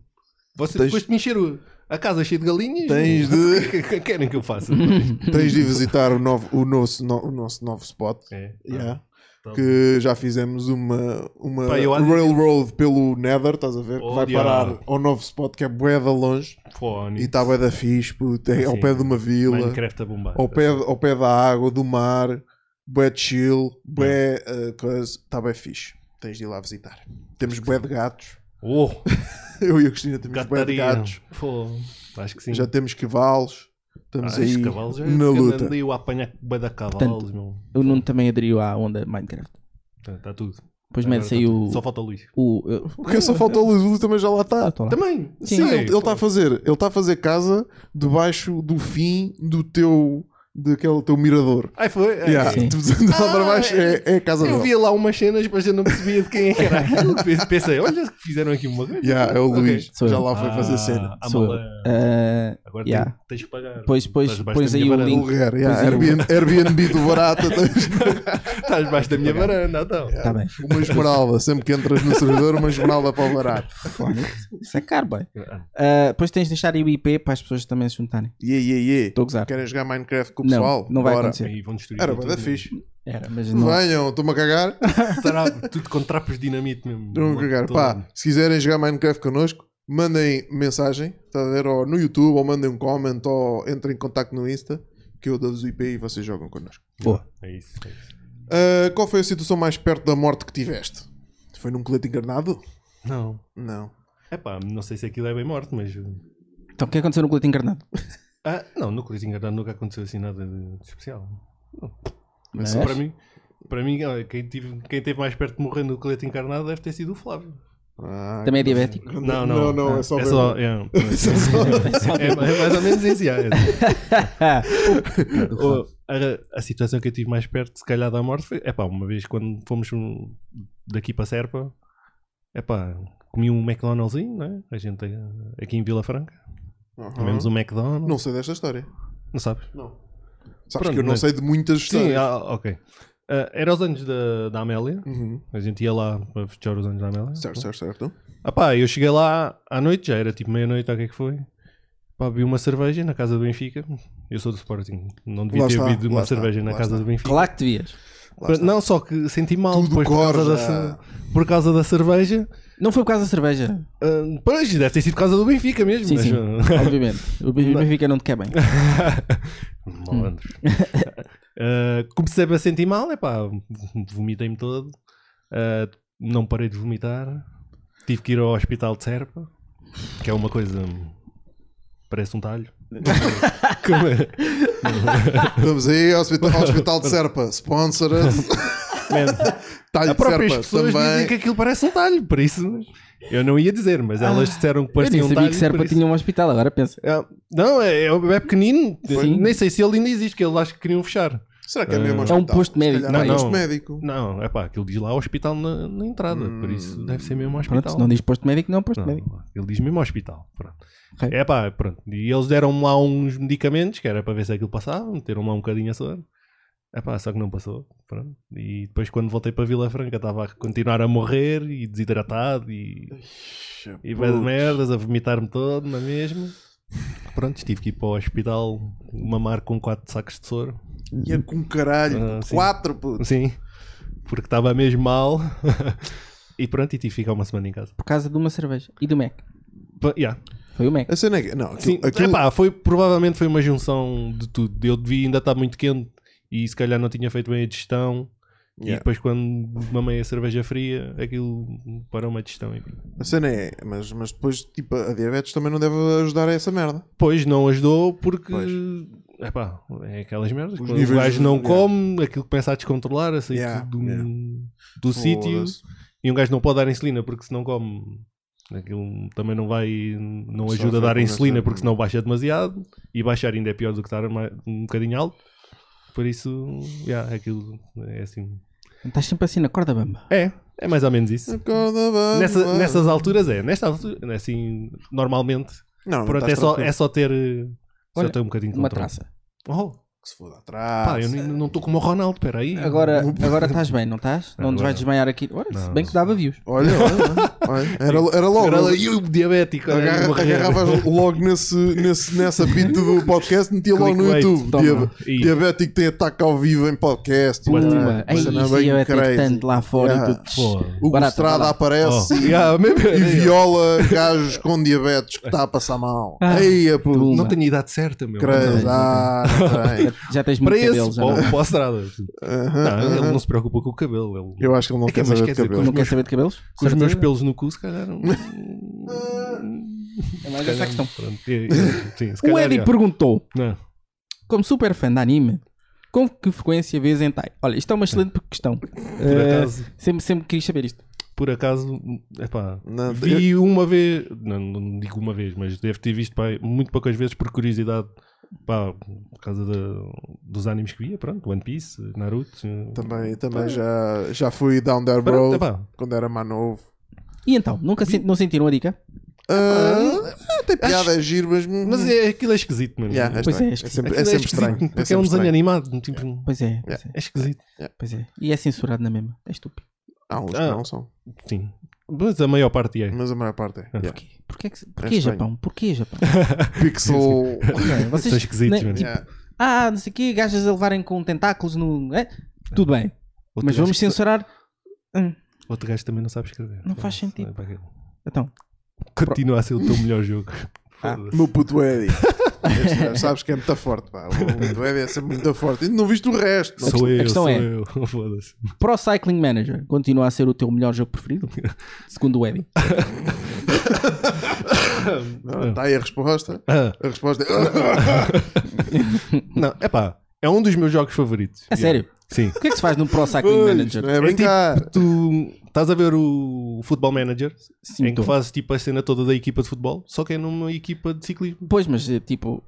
S3: Você
S1: Tens-
S3: depois de me encher o- a casa cheia de galinhas.
S1: Tens
S3: O que é que querem que eu faça?
S1: Tens de visitar o, novo, o, nosso, no- o nosso novo spot.
S3: é.
S1: Yeah.
S3: Tá
S1: Que já fizemos uma, uma
S3: Pá, eu há de-
S1: railroad pelo Nether, estás a ver? que
S3: Oh,
S1: vai
S3: diabo.
S1: parar ao novo spot que é bué da longe.
S3: Fone.
S1: E tá está bué da fixe, puto, é ao
S3: Sim.
S1: pé de uma vila,
S3: Minecraft a bombar.
S1: ao pé, ao pé da água, do mar, bué de chill, bué uh, coisa, está bué fixe. Tens de ir lá visitar. Temos bué de gatos.
S3: Oh,
S1: Eu e a Cristina temos bué de
S3: gataria.
S1: gatos.
S3: Pô, acho que sim.
S1: Já temos cavalos.
S3: Ah,
S1: Estamos
S3: esses
S1: aí
S3: cavalos já
S1: na luta.
S3: Andei eu a apanhar bué da cavalos,
S2: Portanto,
S3: meu.
S2: O Nuno também aderiu à onda Minecraft.
S3: Está tá tudo.
S2: Depois
S3: Agora
S2: mete
S3: tá
S2: saiu
S3: tudo.
S2: o.
S3: Só falta o Luís.
S2: o- eu-
S1: Porque só falta o Luís, o Luís também já lá
S2: Ah,
S1: está.
S2: tô lá.
S3: Também.
S1: Sim, ele- ele está a fazer. Ele está a fazer casa debaixo do fim do teu daquele teu mirador.
S3: Ai, foi. Ai,
S1: Yeah.
S2: sim.
S1: Tu- lá para
S3: Ah,
S1: baixo é, é a casa
S3: Eu
S1: dele.
S3: via lá umas cenas, mas eu não percebia de quem era aquilo. Pe- Pensei, olha, fizeram aqui uma coisa.
S1: Yeah, é o
S3: Ok.
S1: Luís.
S2: Sou
S1: Já
S2: eu.
S1: lá foi fazer cena.
S3: Ah,
S2: Sou
S3: mala-
S2: Ah,
S3: Agora
S2: Yeah.
S3: tens- tens que pagar.
S2: Pois- pois-
S3: Estás
S2: pois
S3: da
S2: aí
S3: minha
S2: o
S3: varanda.
S2: link.
S1: Lugar, yeah,
S2: Pois é,
S1: Airbnb, Airbnb do barato, tens
S3: Estás debaixo da minha varanda, então.
S2: Está tá bem.
S1: uma esmeralda. Sempre que entras no servidor, uma esmeralda para o barato.
S2: Fone. Isso é caro, Eh, bem. Ah, depois tens de deixar aí o IP para as pessoas também se juntarem.
S1: Yeah, yeah, yeah.
S2: Estou a gozar.
S1: Querem jogar Minecraft pessoal.
S2: Não, não vai
S1: bora.
S2: acontecer.
S3: Ah, Aí vão destruir
S1: Era
S3: tudo,
S1: bada
S3: né?
S1: fixe.
S2: Era, mas não.
S1: Venham, estou-me a cagar.
S3: Estará Tá tudo com trapos de dinamite mesmo.
S1: Estou-me a cagar. Pá, se quiserem jogar Minecraft connosco, mandem mensagem, tá a ver? Ou no YouTube, ou mandem um comment, ou entrem em contato no Insta, que eu dou-vos o IP e vocês jogam connosco.
S2: Boa.
S3: É isso, é isso.
S1: Ah, qual foi a situação mais perto da morte que tiveste? Foi num colete encarnado?
S3: Não.
S1: Não.
S3: É pá, não sei se aquilo é bem morto, mas.
S2: Então, o que aconteceu no colete encarnado?
S3: Ah, não, no Coliseu Encarnado nunca aconteceu assim nada de de especial.
S2: Mas,
S3: Para mim, para mim olha, quem, tive, quem teve mais perto de morrer no colete encarnado deve ter sido o Flávio.
S1: Ah,
S2: também é diabético.
S3: Não, não.
S1: Não, não, é só
S3: É
S1: ver-
S3: só. É, é- é mais ou menos isso, já, é.
S2: Ah,
S3: O- a, a situação que eu tive mais perto, se calhar, da morte foi. É pá, uma vez quando fomos um- daqui para Serpa, é pá, comi um McDonald'zinho, né? A gente eh, aqui em Vila Franca,
S1: Aham.
S3: comemos um McDonald's. Não,
S1: Uhum. Não sei desta história.
S3: sabes?
S1: Sabes
S3: Pronto,
S1: que eu não
S3: mas-
S1: sei de muitas
S3: Sim,
S1: histórias.
S3: ah, ok. Ah, era os anos da, da Amélia,
S1: Uhum.
S3: a gente ia lá para festejar os anos da Amélia.
S1: Certo, certo, certo.
S3: Ah pá, eu cheguei lá à noite, já era tipo meia-noite, ou o que é que foi? Pá, vi uma cerveja na casa do Benfica. Eu sou do Sporting, não devia
S1: Lá
S3: ter
S1: está,
S3: bebido uma
S1: lá está,
S3: cerveja na
S1: lá
S3: casa
S1: está.
S3: do Benfica.
S2: Claro que devias.
S1: Lá está.
S3: não, só que senti mal
S1: Tudo
S3: depois por causa,
S1: corja.
S3: da, cer- por causa da cerveja.
S2: Não foi por causa da cerveja.
S3: Ah, pois, deve ter sido por causa do Benfica mesmo.
S2: Sim,
S3: mas,
S2: sim.
S3: ah,
S2: Obviamente. O Benfica não te quer bem.
S3: Malandros. Ah, comecei a sentir mal, é pá, vomitei-me todo. Ah, não parei de vomitar. Tive que ir ao hospital de Serpa, que é uma coisa. Parece um talho. Como é? Ah.
S1: Vamos aí ao hospital, ao hospital de Serpa. Sponsor
S3: Man,
S1: Talho
S3: a
S1: de
S3: próprias
S1: Serpa
S3: pessoas dizem
S1: também.
S3: que aquilo parece um talho, por isso eu não ia dizer, mas elas disseram que
S2: Ah, Eu
S3: parecia
S2: nem
S3: um
S2: sabia
S3: talho.
S2: que
S3: por
S2: Serpa
S3: isso-
S2: tinha um hospital, agora pensa.
S3: É, não, é, é é pequenino,
S2: Sim.
S3: nem sei se ele ainda existe, que eles acho que queriam fechar.
S1: Será que é mesmo
S3: É um
S1: hospital?
S2: posto
S1: Se calhar
S2: médico,
S1: é
S3: não é?
S1: um posto
S3: Não.
S1: médico.
S3: Não, é pá, aquilo diz lá hospital na, na entrada, por isso deve ser mesmo hospital.
S2: Hum. Pronto, se não diz posto médico, não é um posto
S3: Não,
S2: médico.
S3: ele diz mesmo hospital. Pronto.
S2: Ok.
S3: É pá, pronto. E eles deram-me lá uns medicamentos, que era para ver se aquilo passava, meteram-me lá um bocadinho a soro. É pá, só que não passou. Pronto. E depois, quando voltei para Vila Franca, estava a continuar a morrer e desidratado e, e vai de merdas, a vomitar-me todo, é na mesma. Pronto, tive que ir para o hospital mamar com quatro sacos de soro.
S1: E é com caralho.
S3: Ah,
S1: puto.
S3: sim.
S1: Quatro, puto.
S3: Sim, porque estava mesmo mal. e pronto, e tive que ficar uma semana em casa.
S2: Por causa de uma cerveja. E do Mac.
S3: Pa- yeah.
S2: Foi o Mac.
S1: A cena é que. Não, aquilo.
S3: Sim,
S1: aquilo-
S3: epá, foi, provavelmente foi uma junção de tudo. Eu devia ainda estar muito quente e se calhar não tinha feito bem a digestão. E
S1: Yeah.
S3: depois, quando mamei a cerveja fria, aquilo parou uma digestão.
S1: A cena é. Mas, mas depois, tipo, a diabetes também não deve ajudar a essa merda.
S3: Pois não ajudou porque
S1: Pois.
S3: epá, é aquelas merdas.
S1: Os
S3: Quando o
S1: níveis-
S3: gajo não
S1: yeah.
S3: come, aquilo começa a descontrolar, a sair
S1: Yeah,
S3: tudo do,
S1: yeah.
S3: do sítio.
S1: Foda-se.
S3: E um gajo não pode dar insulina porque se não come, aquilo também não vai, não
S1: Só
S3: ajuda a
S1: vai
S3: dar insulina
S1: começar-
S3: porque senão baixa demasiado e baixar ainda é pior do que estar ma- um bocadinho alto. Por isso, yeah, aquilo é assim.
S2: Estás sempre assim na corda bamba.
S3: É, é mais ou menos isso.
S1: Acorda, vai,
S3: Nessa-
S1: vai.
S3: nessas alturas é, nesta altura, assim, normalmente,
S1: Não, não
S3: pronto, é
S1: estás
S3: só,
S1: tranquilo.
S3: é só ter, eh,
S2: Olha,
S3: só ter um bocadinho de
S2: Uma
S3: controle.
S2: traça.
S3: Oh,
S1: Que se foda atrás.
S3: pá, eu nem- não estou como o Ronaldo, peraí.
S2: Agora, agora estás bem, não estás? Não
S3: Agora
S2: nos vais
S3: não.
S2: desmaiar aqui. Olha, se
S3: Não,
S2: bem que dava views.
S1: Olha, olha, olha. Era, era logo.
S3: Agora, e o diabético, olha,
S1: Agarra,
S3: morrer.
S1: agarravas logo nesse, nesse, nessa beat do podcast, metia logo no
S3: Clickbait,
S1: YouTube.
S2: toma.
S1: Diab-
S3: E-
S1: diabético tem ataque ao vivo em podcast.
S3: Pumba.
S1: Uma
S2: Ei,
S1: cena
S2: isso
S1: bem
S2: ia ter
S1: crazy.
S2: é tanto lá fora
S3: Ah,
S1: Yeah.
S2: e tudo.
S3: Pô.
S1: Hugo
S2: Barata,
S1: Estrada
S2: barata.
S1: aparece
S3: Oh, yeah, mesmo-
S1: assim, e viola gajos com diabetes que está a passar mal.
S2: Ah,
S1: Aí, a puto.
S2: pumba.
S3: Não tenho idade certa, meu.
S1: Crazy.
S2: não.
S1: Ah, não tem.
S2: Já- Já tens muito
S3: Para
S2: cabelo,
S3: esse,
S2: já não.
S3: para, para a estrada.
S1: Aham,
S3: Não, ele
S1: aham.
S3: não se preocupa com o cabelo. Ele,
S1: Eu acho que ele não
S3: É que-
S1: quer
S3: mas
S1: saber
S3: quer
S1: de
S3: dizer,
S1: cabelo.
S2: Não
S3: os
S2: quer
S3: meus-
S2: saber de cabelos?
S3: com os meus
S2: Certeza?
S3: pelos no cu, se calhar. não-
S2: É mais essa a questão.
S3: Pronto, e- e- sim, se
S2: O
S3: calhar,
S2: Eric
S3: já.
S2: perguntou,
S3: Não.
S2: como super fã de anime, com que frequência vês hentai? Olha, isto é uma excelente questão.
S3: Por
S2: Eh,
S3: acaso,
S2: sempre, sempre quis saber isto.
S3: por acaso, epá,
S1: Não,
S3: vi uma vez, não, não digo uma vez, mas devo ter visto pá, muito poucas vezes por curiosidade, pá, por causa da- dos animes que via, pronto, One Piece, Naruto. eh,
S1: Também,
S3: Ah.
S1: também já, já fui down there,
S3: Pronto,
S1: bro,
S3: epá,
S1: quando era mais novo.
S2: E então, nunca sen- não sentiram a dica?
S1: Ah, tem piada, é giro, mas.
S3: mas é, aquilo é esquisito, mano.
S1: Yeah, é
S2: Pois
S1: estranho.
S2: é,
S1: é,
S2: esquisito.
S1: sempre, é
S3: Aquilo
S1: sempre
S3: esquisito,
S1: estranho.
S3: Porque é,
S1: sempre
S3: um desenho
S1: estranho.
S3: animado. tipo,
S2: Pois é, pois é,
S3: é esquisito.
S2: pois é. E é censurado na mesma. É estúpido.
S1: Há uns que
S3: Ah.
S1: não são,
S3: Sim. Mas a maior parte é.
S1: mas a maior parte é. Yeah.
S2: Porquê? Porquê, que se- porquê
S1: estranho.
S2: Japão? Porquê Japão?
S1: Pixel.
S2: Ok,
S3: São esquisitos,
S2: né,
S3: mano.
S2: tipo,
S1: Yeah.
S2: Ah, não sei o quê, gajas a levarem com tentáculos no. é? Tudo bem. mas
S3: Outro gajo
S2: vamos
S3: que-
S2: censurar.
S3: Outro gajo também não sabe escrever.
S2: Não faz
S3: Foda-se,
S2: sentido.
S3: é para aquele.
S2: Então,
S3: Continua a ser o teu melhor jogo.
S2: Ah.
S3: Foda-se.
S1: Meu puto Eddie. Este gajo, sabes que é muito forte, pá. O puto Eddie é sempre muito forte. E não viste o resto. não.
S3: Sou
S2: a
S3: eu,
S2: questão
S3: sou
S2: é-
S3: eu. Foda-se.
S2: Pro Cycling Manager continua a ser o teu melhor jogo preferido? Segundo o Eddie.
S1: Não, Está aí a resposta.
S3: Ah,
S1: A resposta é.
S3: não, é pá, é um dos meus jogos favoritos.
S2: É sério?
S3: Sim.
S2: O que é que se faz num Pro Cycling
S1: Pois,
S2: Manager?
S3: né?
S1: não é brincar.
S3: tipo, Tu estás a ver o Futebol Manager,
S2: Sim,
S3: em que
S2: tô.
S3: fazes tipo a cena toda da equipa de futebol, só que é numa equipa de ciclismo.
S2: Pois, mas eh, tipo,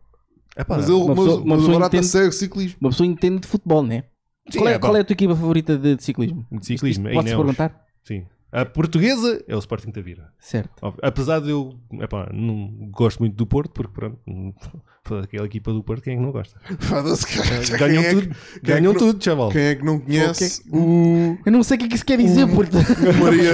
S3: É pá,
S1: Mas ele,
S2: Uma
S1: mas,
S2: pessoa- uma
S1: mas o
S2: pessoa
S1: Barata
S2: entende-
S1: segue ciclismo.
S2: uma pessoa entende de futebol, né?
S3: Sim,
S2: qual, é,
S3: é,
S2: qual é a tua equipa favorita de, de ciclismo?
S3: de ciclismo, é
S2: Posso
S3: Ineos.
S2: perguntar?
S3: Sim. A portuguesa é o Sporting da Vira.
S2: Certo.
S3: Óbvio. Apesar de eu, epá, não gosto muito do Porto, porque pronto, hum, foda, aquela equipa do Porto, quem é que não gosta?
S1: Foda-se, cara.
S3: Ganham
S1: Quem é que-
S3: tudo,
S1: quem é
S3: ganham
S1: que-
S3: tudo, chaval.
S1: Quem é que não conhece
S2: Eu não sei o que é que isso quer dizer,
S3: Um.
S2: porque.
S1: o Maria,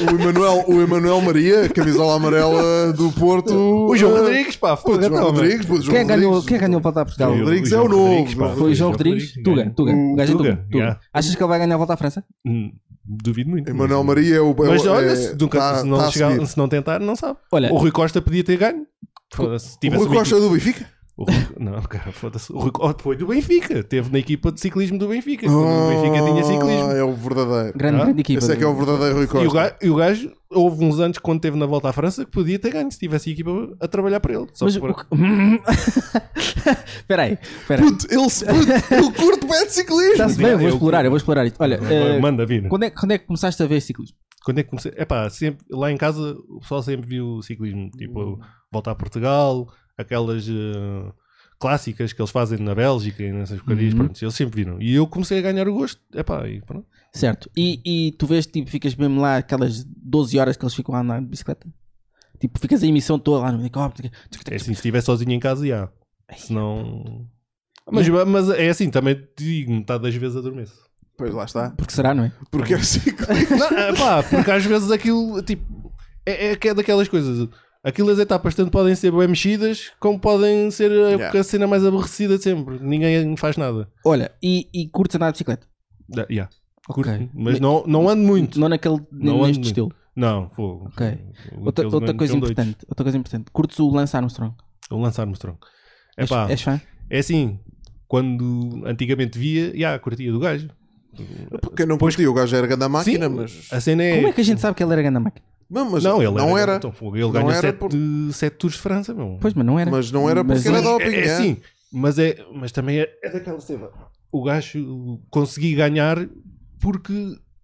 S1: o Emanuel, o Emanuel Maria, camisola amarela do Porto?
S3: O João
S1: eh,
S3: Rodrigues, pá,
S1: Pô,
S3: foda-se,
S1: João
S3: não,
S1: Rodrigues, pô, João
S2: Quem é ganhou,
S1: Rodrigues.
S2: quem ganhou a volta a Portugal?
S1: João
S3: Eu-
S1: Rodrigues
S3: o
S1: é o
S3: João
S1: novo,
S3: Rodrigues,
S1: João
S3: pá,
S2: Foi o João Rodrigues? Tuga,
S3: ganhou.
S2: Tuga. O gajo é
S3: Tuga,
S2: Tuga. Tuga.
S3: yeah.
S2: Achas que ele vai ganhar a volta à França?
S3: Hum, Duvido muito.
S1: Emanuel Maria é o. é o-
S3: Mas olha,
S1: é-
S3: se, nunca-
S1: tá-
S3: se, não
S1: tá a
S3: chegar-
S1: seguir.
S3: se não tentar, não sabe.
S2: Olha,
S3: O Rui Costa podia ter ganho. Foda-se, se
S1: O
S3: tivesse
S1: Rui
S3: uma
S1: Costa é do Benfica?
S3: O Rui- Não, cara, foda-se. O Rui Costa foi do Benfica. Teve na equipa de ciclismo do Benfica. quando O Benfica tinha
S1: Ah,
S3: ciclismo.
S1: É o verdadeiro.
S2: grande,
S3: Ah,
S2: grande equipa.
S1: Esse é que é o verdadeiro Rui
S3: E o,
S1: Costa.
S3: gajo, e o gajo, houve uns anos, quando teve na volta à França, que podia ter ganho se tivesse a equipa a trabalhar para ele. Só
S2: Mas
S3: que por-
S2: o que- Espera aí, espera aí.
S1: Puto, ele, se- puto, ele curte bem de ciclismo.
S2: Está-se bem, eu vou
S3: Eu-
S2: explorar, eu vou explorar isto. Olha, eh,
S3: Manda vir. Quando...
S2: quando, é, quando é que começaste a ver ciclismo?
S3: é que comecei? Epá, sempre, lá em casa o pessoal sempre viu o ciclismo. Tipo, volta a Portugal, aquelas eh, clássicas que eles fazem na Bélgica e nessas porcarias.
S2: Uhum.
S3: Pronto, eles sempre viram. E eu comecei a ganhar o gosto. Epá, e pronto.
S2: Certo. E, e tu vês, tipo, ficas mesmo lá aquelas 12 horas que eles ficam a andar de bicicleta? Tipo, ficas a emissão toda lá no helicóptero.
S3: É assim, se estiver sozinho em casa, já. Se não. Mas, mas é assim, também te digo, metade das vezes adormeço.
S1: Pois lá está.
S2: Porque será, não é?
S1: Porque é ciclismo.
S3: Não, é pá, porque às vezes aquilo, tipo, é, é que é daquelas coisas. Aquilo as etapas tanto podem ser bem mexidas, como podem ser a,
S1: Yeah.
S3: a cena mais aborrecida de sempre. Ninguém faz nada.
S2: Olha, e, e curtes andar de bicicleta?
S3: Da- yeah.
S2: Ok.
S3: Curto, Mas não, não ando muito.
S2: Não naquele,
S3: Não ando
S2: neste
S3: muito.
S2: estilo.
S3: Não, fogo.
S2: Ok.
S3: Aqueles
S2: Outra, outra
S3: grandes
S2: coisa
S3: são doidos.
S2: importante, outra coisa importante. Curtes o Lance Armstrong?
S3: O Lance Armstrong. É
S2: És,
S3: pá,
S2: és fã?
S3: é assim, quando antigamente via, já curtia do gajo.
S1: Porque não curtia, o gajo era grande a máquina,
S3: Sim,
S1: mas.
S3: A cena é.
S2: Como é que a gente sabe que ele era grande máquina?
S1: Não, mas
S3: não, ele
S1: não
S3: era.
S1: era.
S3: então, fogo, ele
S1: Não
S3: ganhou
S1: era
S3: 7
S1: por-
S3: Tours de França, meu.
S2: Pois, mas não era.
S1: Mas não era
S2: Mas
S1: porque era
S2: ele-
S1: doping.
S3: é, é
S1: é.
S3: assim, mas, é, mas também é, é daquela cena. O gajo consegui ganhar porque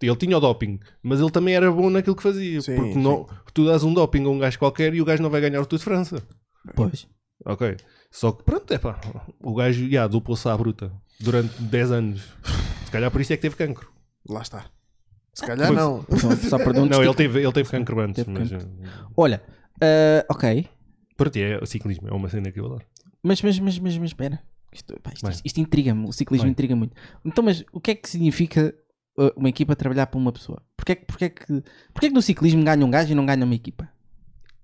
S3: ele tinha o doping, mas ele também era bom naquilo que fazia.
S1: Sim,
S3: porque
S1: sim.
S3: não, tu dás um doping a um gajo qualquer e o gajo não vai ganhar o Tour de França.
S2: Pois.
S3: Ok. Só que pronto, é pá. O gajo, já, dupou-se à bruta durante 10 anos. Se calhar por isso é que teve cancro.
S1: Lá está. Se calhar
S3: Pois.
S1: não.
S2: Só, só perdão.
S3: não, ele teve, ele teve cancro antes.
S2: É um Teve
S3: mas, eh,
S2: Olha, ah, ok.
S3: Pronto, é o ciclismo, é uma cena que eu adoro.
S2: Mas, mas, mas, mas, mas, espera. Isto, pá, isto-
S3: Vai.
S2: isto intriga-me, o ciclismo
S3: Vai.
S2: intriga muito. Então, mas o que é que significa uh, uma equipa trabalhar para uma pessoa? Porquê, é que- porquê, é que, porquê é que no ciclismo ganha um gajo e não ganha uma equipa?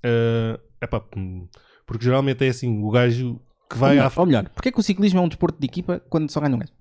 S3: Uh, epá, hum, porque geralmente é assim, o gajo que vai
S2: ou,
S3: à
S2: melhor, ou melhor, porquê é que o ciclismo é um desporto de equipa quando só ganha um gajo?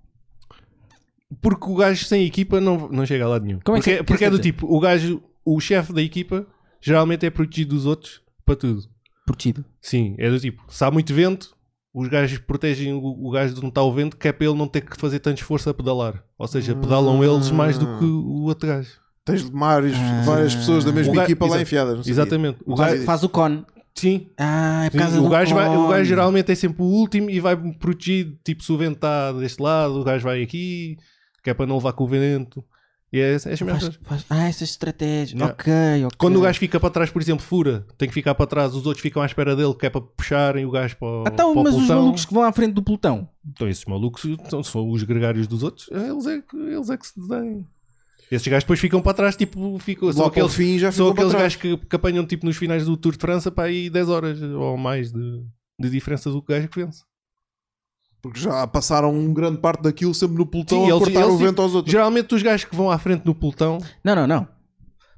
S3: porque o gajo sem equipa não, não chega a lado nenhum.
S2: Como é que-
S3: porque
S2: que é que
S3: porque é
S2: quer
S3: do
S2: dizer?
S3: tipo, o gajo, o chefe da equipa, geralmente é protegido dos outros para tudo.
S2: Protegido.
S3: Sim, é do tipo, se há muito vento, os gajos protegem o, o gajo de onde está o vento, que é para ele não ter que fazer tanto esforço a pedalar. Ou seja,
S2: Hum.
S3: pedalam eles mais do que o outro gajo.
S1: Tens várias,
S2: Ah.
S1: várias pessoas da mesma
S3: O ga-
S1: equipa lá
S3: exato.
S1: enfiadas. não sei
S3: Exatamente. O
S1: Faz-
S3: gajo,
S2: Faz o cone.
S3: sim,
S2: Ah, é por causa
S3: Sim,
S2: do
S3: o, gajo vai, o
S2: cone.
S3: gajo geralmente é sempre o último e vai protegido. Tipo, se o vento está deste lado, o gajo vai aqui, que é para não levar com o vento. E é, é as merdas.
S2: Faz- faz- Ah, essas estratégias.
S3: Yeah.
S2: Ok, ok.
S3: Quando o gajo fica para trás, por exemplo, fura, tem que ficar para trás, os outros ficam à espera dele, que é para puxarem o gajo para, o-
S2: Então,
S3: para
S2: mas
S3: o
S2: os
S3: pelotão.
S2: malucos que vão à frente do pelotão.
S3: Então, esses malucos são, são os gregários dos outros, eles é, que- eles é que se dão. Esses gajos depois ficam para trás, tipo, ficam,
S1: Logo
S3: são
S1: ao
S3: aqueles,
S1: fim já
S3: são
S1: ficou para
S3: aqueles
S1: trás.
S3: gajos que, que apanham tipo nos finais do Tour de França para aí 10 horas ou mais de, de diferença do gajo que vence.
S1: Porque já passaram um grande parte daquilo sempre no pelotão
S3: Sim,
S1: a
S3: eles-
S1: cortar
S3: eles
S1: o vento aos outros.
S3: Geralmente os gajos que vão à frente no pelotão
S2: Não, não, não.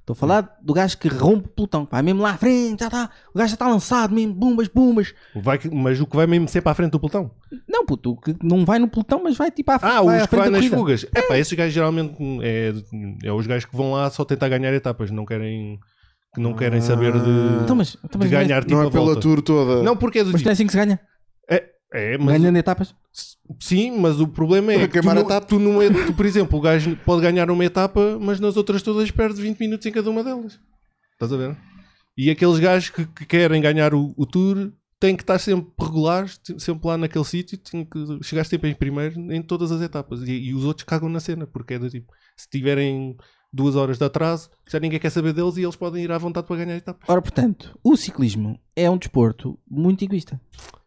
S2: Estou a falar do gajo que rompe o pelotão, que vai mesmo lá à frente, já está, o gajo já está lançado, mesmo, bombas, bombas.
S3: Vai que- mas o que vai mesmo ser para a frente do pelotão?
S2: Não, puto, o que não vai no pelotão, mas vai tipo à
S3: Ah,
S2: vai à
S3: os que
S2: frente
S3: vai
S2: da
S3: nas
S2: corrida.
S3: fugas. É pá, esses gajos geralmente é, é os gajos que vão lá só tentar ganhar etapas, não querem, que não querem saber de,
S2: Então, mas, então, mas
S3: de ganhar tipo
S1: Não
S3: a
S1: é pela
S3: volta.
S1: tour toda.
S3: Não, porque é do
S2: Mas não é
S3: tipo.
S2: assim que se ganha?
S3: É, mas,
S2: Ganhando etapas?
S3: sim, mas o problema é
S1: Para
S3: que tu,
S1: queimar a
S3: não,
S1: etapa.
S3: tu não é, tu, por exemplo, o gajo pode ganhar uma etapa, mas nas outras todas perde 20 minutos em cada uma delas. Estás a ver? E aqueles gajos que, que querem ganhar o, o tour têm que estar sempre regulares, te- sempre lá naquele sítio, têm que chegar sempre em primeiro em todas as etapas. E, e os outros cagam na cena, porque é do tipo, se tiverem duas horas de atraso, já ninguém quer saber deles e eles podem ir à vontade para ganhar a etapa.
S2: Ora, portanto, o ciclismo é um desporto muito egoísta.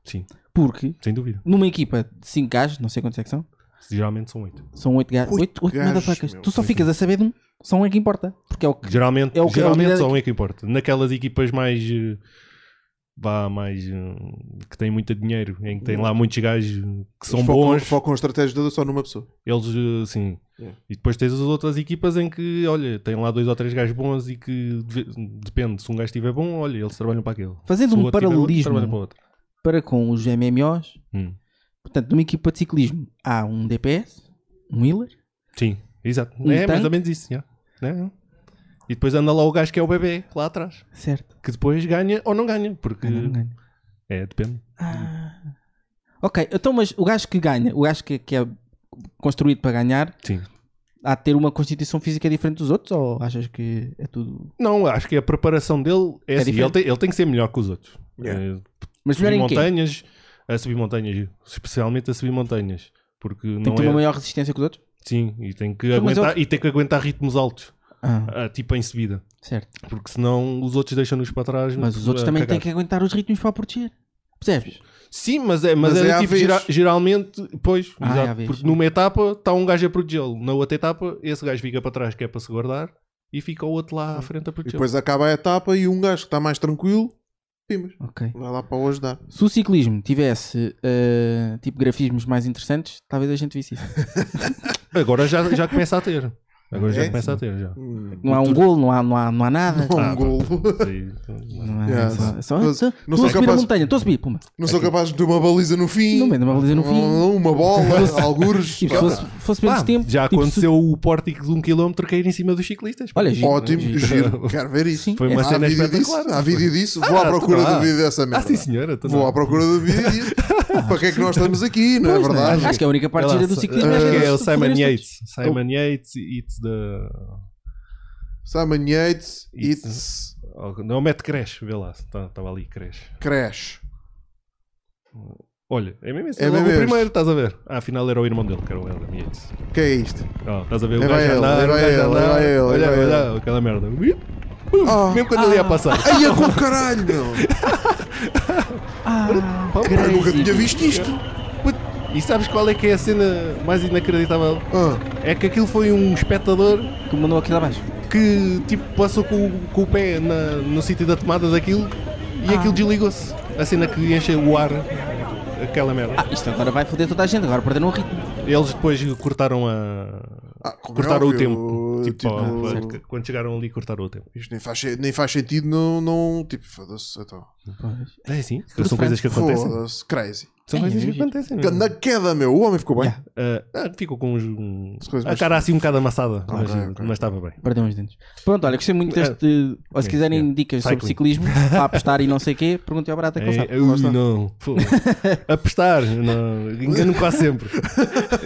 S3: Sim,
S2: Porque
S3: sem dúvida.
S2: numa equipa de 5 gajos, não sei quantos é que são,
S3: Geralmente são oito.
S2: são 8 gajos,
S1: Oito
S2: 8
S1: gajos,
S2: motherfuckers.
S1: meu,
S2: Tu só
S1: oito.
S2: ficas a saber de um, só um é que importa. Porque é o que.
S3: Geralmente,
S2: É o que- é o
S3: geralmente
S2: líder
S3: só um é que importa. Naquelas equipas mais. eh, Vá, mais. eh, que têm muito dinheiro, em que tem lá muitos gajos que são
S1: Eles focam-
S3: bons,
S1: Focam a estratégia toda só numa pessoa.
S3: eles. eh, sim.
S1: Yeah.
S3: E depois tens as outras equipas em que, olha, tem lá dois ou três gajos bons e que deve- depende, se um gajo estiver bom, olha, eles trabalham para aquele.
S2: Fazendo
S3: Se o
S2: um
S3: outro tiver bom,
S2: paralelismo
S3: trabalham para o outro.
S2: para com os MMOs,
S3: Hum.
S2: portanto, numa equipa de ciclismo há um DPS, um healer,
S3: Sim, exato.
S2: Um
S3: é mais
S2: tanque?
S3: ou menos isso, yeah. Né? E depois anda lá o gajo que é o bebê, lá atrás,
S2: certo?
S3: que depois ganha ou não ganha, porque.
S2: Ganha, não ganha.
S3: É, depende.
S2: Ah. Ok, então, mas o gajo que ganha, o gajo que, que é construído para ganhar,
S3: Sim.
S2: há de ter uma constituição física diferente dos outros? Ou achas que é tudo.
S3: Não, acho que a preparação dele é, assim, ele
S2: diferente?
S3: tem, ele tem que ser melhor que os outros.
S1: Yeah.
S3: Eh,
S2: Mas melhor
S3: subir
S2: em quê?
S3: montanhas, a subir montanhas, especialmente a subir montanhas, porque
S2: Tem
S3: não
S2: que ter
S3: é
S2: uma maior resistência que os outros?
S3: sim, e tem que
S2: Então, mas
S3: aguentar e tem que aguentar ritmos altos,
S2: Ah,
S3: ah, tipo em subida,
S2: certo.
S3: porque senão os outros deixam-nos para trás.
S2: Mas os outros
S3: a
S2: também têm
S3: cagar.
S2: que aguentar os ritmos para proteger. Percebes?
S3: Sim, mas é, mas
S1: Mas
S3: é,
S1: é à
S3: tipo,
S1: vez.
S3: gera- geralmente, pois,
S2: Ah, é
S3: exato,
S2: à vez,
S3: porque
S2: sim.
S3: numa etapa está um gajo a protegê-lo, na outra etapa esse gajo fica para trás que é para se guardar e fica o outro lá à frente a
S1: Hum. E
S3: protegê-lo.
S1: depois acaba a etapa e um gajo que está mais tranquilo, pimas,
S2: Ok.
S1: vai lá para o ajudar.
S2: Se o ciclismo tivesse ah, tipo grafismos mais interessantes, talvez a gente visse isso.
S3: Agora já, já começa a ter. Agora já
S1: É?
S3: começa a ter, já.
S1: Hum,
S2: Não há um gol, não há, não há, não há nada.
S1: um
S3: Ah, pá.
S1: golo.
S3: Sim.
S2: Não há,
S1: Yeah,
S2: é só, é só,
S1: não-
S2: só-
S1: não
S2: estou
S1: sou
S2: a subir
S1: capaz-
S2: a montanha, estou a subir, puma.
S1: Não sou capaz de meter uma baliza no fim.
S2: Não mesmo, vamos dizer no fim.
S1: Uma, uma bola, algures.
S2: Tipo, se fosse, fosse menos
S3: Pá,
S2: tempo.
S3: já
S2: tipo, se-
S3: aconteceu o pórtico de um quilómetro cair em cima dos ciclistas.
S2: Olha, giro,
S1: Ótimo,
S2: giro.
S1: giro. Quero ver isso.
S2: Sim.
S3: Foi uma
S2: é.
S1: Há
S3: cena
S1: vídeo disso?
S3: espetacular.
S1: Há vídeo disso? Vou à
S3: Ah,
S1: procura
S3: tá.
S1: do vídeo dessa
S3: Ah, sim,
S1: merda.
S3: senhora. tá
S1: Vou à
S3: bem.
S1: procura do vídeo disso. Para que é que nós estamos aqui, não é
S2: Pois, não,
S1: verdade?
S2: Acho que a única parte
S3: Olha lá,
S2: gira do
S3: se-
S2: ciclismo
S3: acho que
S2: é
S3: é o
S2: esses
S3: Simon
S2: foderes
S3: Yates. Simon Yates, it's the.
S1: Simon Yates,
S3: It's-
S1: it's
S3: oh, Não, mete Crash, vê lá. Estava ali, Crash.
S1: Crash.
S3: Olha, é mesmo esse.
S1: É
S3: É logo
S1: mesmo
S3: o
S1: este.
S3: primeiro, estás a ver. Ah, afinal era o irmão dele, que era o Adam Yates.
S1: O que é isto?
S3: Oh, estás a ver o
S1: Era
S3: gajo a
S1: ele,
S3: andar, o
S1: era
S3: gajo
S1: ele,
S3: a andar.
S1: era ele,
S3: Olha,
S1: era
S3: olha, aquela merda.
S1: Ah.
S3: Mesmo quando ele ia passar.
S1: Ai, é com o caralho, meu!
S2: Ah,
S1: Eu nunca
S2: crazy.
S1: tinha visto isto!
S3: Puto, E sabes qual é que é a cena mais inacreditável?
S1: Ah,
S3: É que aquilo foi um espectador
S2: Que mandou aquilo abaixo.
S3: que tipo passou com, o- com o pé na- no sítio da tomada daquilo e aquilo desligou-se. A cena que enche o ar, aquela merda.
S2: Ah, isto agora vai foder toda a gente, agora perderam o ritmo.
S3: Eles depois cortaram a.
S1: ah, como é
S3: cortaram o
S1: óbvio,
S3: tempo. Tipo,
S1: tipo,
S3: ó, quando chegaram ali cortaram o tempo.
S1: Isto nem faz, sen- nem faz sentido, não. não tipo, foda-se, então.
S3: É assim,
S2: Tudo
S3: são coisas que acontecem.
S1: Foda-se, crazy.
S3: São
S2: É,
S3: coisas
S2: é
S3: que
S2: giro.
S3: acontecem. não é?
S1: Na queda, meu, o homem ficou bem.
S2: Yeah.
S3: Ah, ah, ficou com uns, um-
S1: As coisas
S3: a
S1: mais-
S3: cara assim um bocado amassada, mas,
S1: Ok, ok.
S3: mas estava bem.
S2: Perdeu uns dentes. Pronto, olha, gostei muito deste. Ou se
S3: é,
S2: quiserem
S3: é.
S2: dicas sobre
S3: Cycling.
S2: ciclismo, para apostar e não sei o quê, perguntem ao Barata que ele sabe.
S3: É, ui, não, Pô. apostar, não, engano-me quase sempre.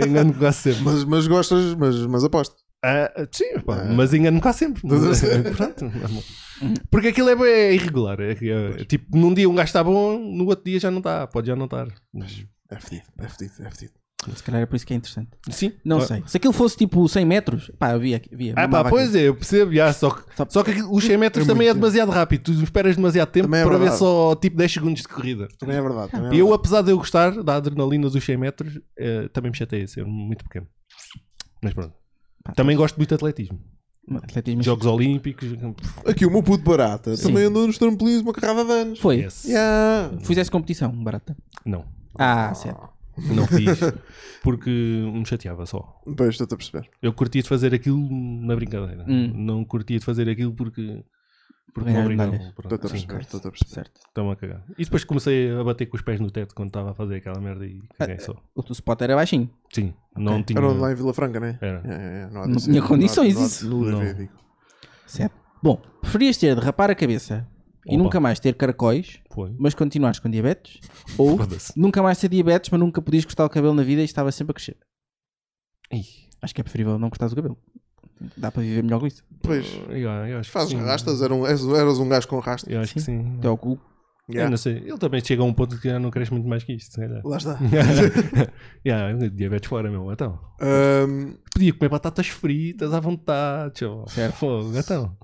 S3: Engano-me quase sempre.
S1: Mas, mas gostas, mas, mas aposto.
S3: Ah, ah, sim, pá, mas engano-me cá sempre. Pronto. é Porque aquilo é, bué irregular. É, que, é, tipo, num dia um gajo está bom, no outro dia já não está. Pode já não tá. estar.
S1: É fedido, é fedido, é fedido.
S2: Se calhar é por isso que é interessante.
S3: Sim,
S2: Não
S3: Ah,
S2: sei. Se aquilo fosse tipo 100 metros, pá, eu via. via
S3: Ah, pá,
S2: mamava
S3: pois é, eu percebo. já, só, que,
S2: Só-
S3: só que aquilo- os 100 metros
S1: É
S3: também
S1: muito
S3: é demasiado rápido. Tu esperas demasiado tempo
S1: Também é
S3: para ver
S1: verdade.
S3: só tipo 10 segundos de corrida.
S1: Também é verdade. Também é
S3: E eu,
S1: verdade.
S3: apesar de eu gostar da adrenalina dos 100 metros, eh, também me chateia ser muito pequeno. Mas pronto.
S2: Pá,
S3: Também gosto muito de atletismo.
S2: aquilo. Atletismo.
S3: Jogos Olímpicos.
S1: Aqui o meu puto barata
S2: Sim.
S1: também andou nos trampolins uma carrada de anos.
S2: Foi.
S3: Yes.
S1: Yeah.
S2: Fizeste competição, Barata.
S3: Não.
S2: Ah, certo.
S3: Não fiz. Porque me chateava só.
S1: Pois, estou-te a perceber.
S3: Eu curtia de fazer aquilo na brincadeira.
S2: Hum.
S3: Não curtia de fazer aquilo porque. Porque
S2: Ganhar
S3: não obrigavam.
S2: medalhas.
S3: Pronto,
S1: Estou-te a
S3: sim,
S1: perceber, estou-te a perceber.
S2: Certo.
S3: estão a cagar. E depois comecei a bater com os pés no teto quando estava a fazer aquela merda e caguei só.
S2: O teu spot era baixinho.
S3: Sim, não tinha.
S1: É. Era lá em Vila Franca, né?
S3: Era.
S1: É, é, é, não há de
S2: Não
S1: ser-
S2: tinha
S1: há-
S2: condições,
S1: não há-
S2: isso.
S1: não é
S3: Não.
S1: verídico.
S2: Certo. Bom, preferias ter de rapar a cabeça e
S3: Opa.
S2: nunca mais ter caracóis,
S1: É.
S3: Foi.
S2: mas continuares com diabetes? Ou
S3: Foda-se.
S2: nunca mais ter diabetes, mas nunca podias cortar o cabelo na vida e estava sempre a crescer?
S3: Ih,
S2: Acho que é preferível não cortares o cabelo. Dá para viver melhor com isso.
S1: Pois,
S3: eu, eu acho que
S1: fazes
S3: sim.
S1: rastas, era um- és- eras um gajo com rastas.
S3: Eu acho que sim.
S2: Até ao cu.
S3: Eu
S1: Yeah.
S3: não sei. Ele também chega a um ponto que já não cresce muito mais que isto, se calhar.
S1: Lá está.
S3: yeah, diabetes fora, meu. Então.
S1: Ahm,
S3: Podia comer batatas fritas à vontade, chaval. Certo. Fogo, então.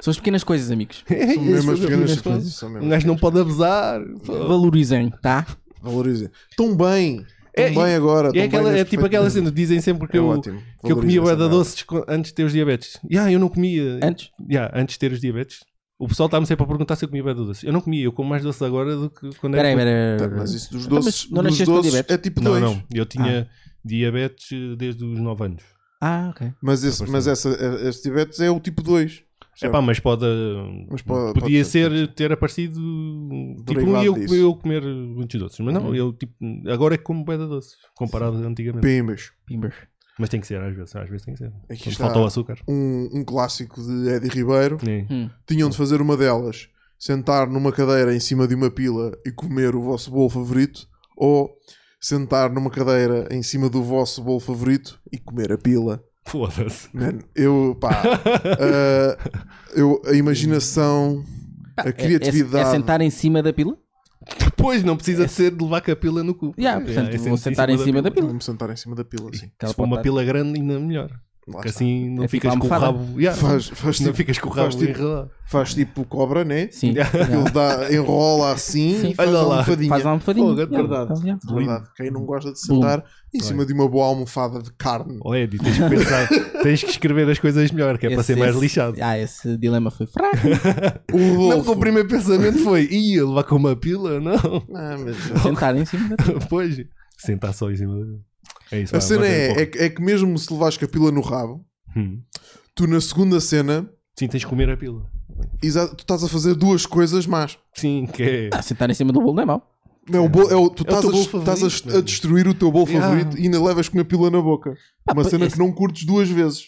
S2: São as pequenas coisas, amigos.
S1: são mesmo as
S3: Isso,
S1: pequenas
S3: isso,
S1: surpresas,
S3: isso.
S1: são mesmo
S3: Um gajo não
S1: as pequenas
S3: pode abusar. É fogo.
S2: Valorizem, tá?
S1: coisas. Valorizem. Tão bem. Tão
S3: É,
S1: bem agora.
S3: É,
S1: tão
S3: aquela,
S1: bem
S3: é
S1: neste
S3: tipo aquela
S1: feito.
S3: cena, dizem sempre que
S1: É
S3: eu,
S1: ótimo.
S3: que eu
S1: Valoriza
S3: comia bué
S1: essa
S3: da
S1: merda.
S3: doces co- antes de ter os diabetes. Yeah, eu não comia.
S2: Antes.
S3: Yeah, antes de ter os diabetes. O pessoal está-me sempre a perguntar se eu comia bué de doces. Eu não comia, eu como mais doces agora do é que quando era
S2: Peraí,
S3: puto.
S2: peraí.
S1: Tá,
S2: peraí,
S1: Mas
S2: peraí.
S1: isso dos
S2: Então, mas
S1: doces,
S2: não
S1: dos
S2: nasceste com
S1: doces
S2: diabetes?
S1: é tipo
S3: Não,
S1: 2.
S3: não. Eu tinha diabetes eh, desde os 9 anos.
S2: Ah, ok.
S1: Mas, esse,
S3: Tá
S1: mas essa, esse diabetes é o tipo 2.
S3: É pá, mas pode.
S1: Mas pode-
S3: podia
S1: pode
S3: ser,
S1: ser,
S3: ter aparecido. Tipo, um
S1: Derivado
S3: e eu,
S1: disso.
S3: eu comer muitos doces. Mas não, eu tipo. Agora é que como bué de doces, comparado a antigamente.
S1: Pimbas.
S2: Pimbers.
S3: Mas tem que ser, às vezes. Às vezes tem que ser.
S1: Aqui
S3: Quando
S1: está.
S3: falta o açúcar.
S1: Um, um clássico de Eddie Ribeiro.
S3: É.
S2: Hum.
S1: Tinham de fazer uma delas, sentar numa cadeira em cima de uma pila e comer o vosso bolo favorito, ou sentar numa cadeira em cima do vosso bolo favorito e comer a pila.
S3: Foda-se.
S1: Mano, eu, pá, ah, eu, a imaginação, a
S2: É, é, é
S1: criatividade.
S2: sentar em cima da pila?
S3: Pois, não precisa de ser de levar com a pila no cu.
S2: Yeah, portanto,
S3: é
S2: vou sentar em cima da pila.
S1: Vamos sentar em cima da pila, assim.
S2: Aquela
S3: Se for uma
S2: pode
S3: pila grande, ainda melhor.
S1: Lá
S3: Porque
S1: está.
S3: assim não
S2: É tipo
S3: ficas com o
S2: almofada.
S3: rabo. Yeah,
S1: Faz, faz,
S3: não
S1: tipo,
S3: ficas com o
S1: faz
S3: rabo
S1: tipo-
S3: enrolado.
S1: faz tipo cobra, né?
S2: estar- Sim.
S1: Ele dá, enrola assim
S2: Sim.
S1: e faz
S3: Olha
S1: uma
S3: lá,
S1: almofadinha.
S2: Faz uma almofadinha.
S3: Fogo, é de
S2: Yeah,
S1: verdade.
S2: então, yeah.
S1: De verdade, quem não gosta de sentar em cima de uma boa almofada de carne.
S3: Oh, Eddie, tens que pensar, tens que escrever as coisas melhor, que é para
S2: Esse-
S3: ser mais
S2: esse-
S3: lixado.
S2: Ah, esse dilema foi fraco.
S1: O
S3: Não, porque
S1: Rodolfo.
S3: o primeiro pensamento foi, ia levar com uma pila, não.
S1: Ah, mas-
S2: sentar em cima da pila.
S3: Pois, sentar só em cima dele. É isso.
S1: A
S3: vai,
S1: cena
S3: vai ter
S1: é,
S3: pouco.
S1: é, que- é que mesmo se levares com a pila no rabo,
S3: Hum.
S1: tu na segunda cena,
S3: Sim, tens que comer a pila.
S1: exa- tu estás a fazer duas coisas más.
S3: Sim, que é.
S2: Ah, sentar em cima do bolo não é mau.
S1: Não, o bolo- é o- tu
S3: É o
S1: estás,
S3: teu
S1: a,
S3: bolo
S1: des- estás a des-
S3: favorito,
S1: a,
S3: mano.
S1: destruir o teu bolo
S3: Yeah.
S1: favorito e ainda levas com a pila na boca. Uma
S2: pois,
S1: cena
S2: esse-
S1: que não curtes duas vezes.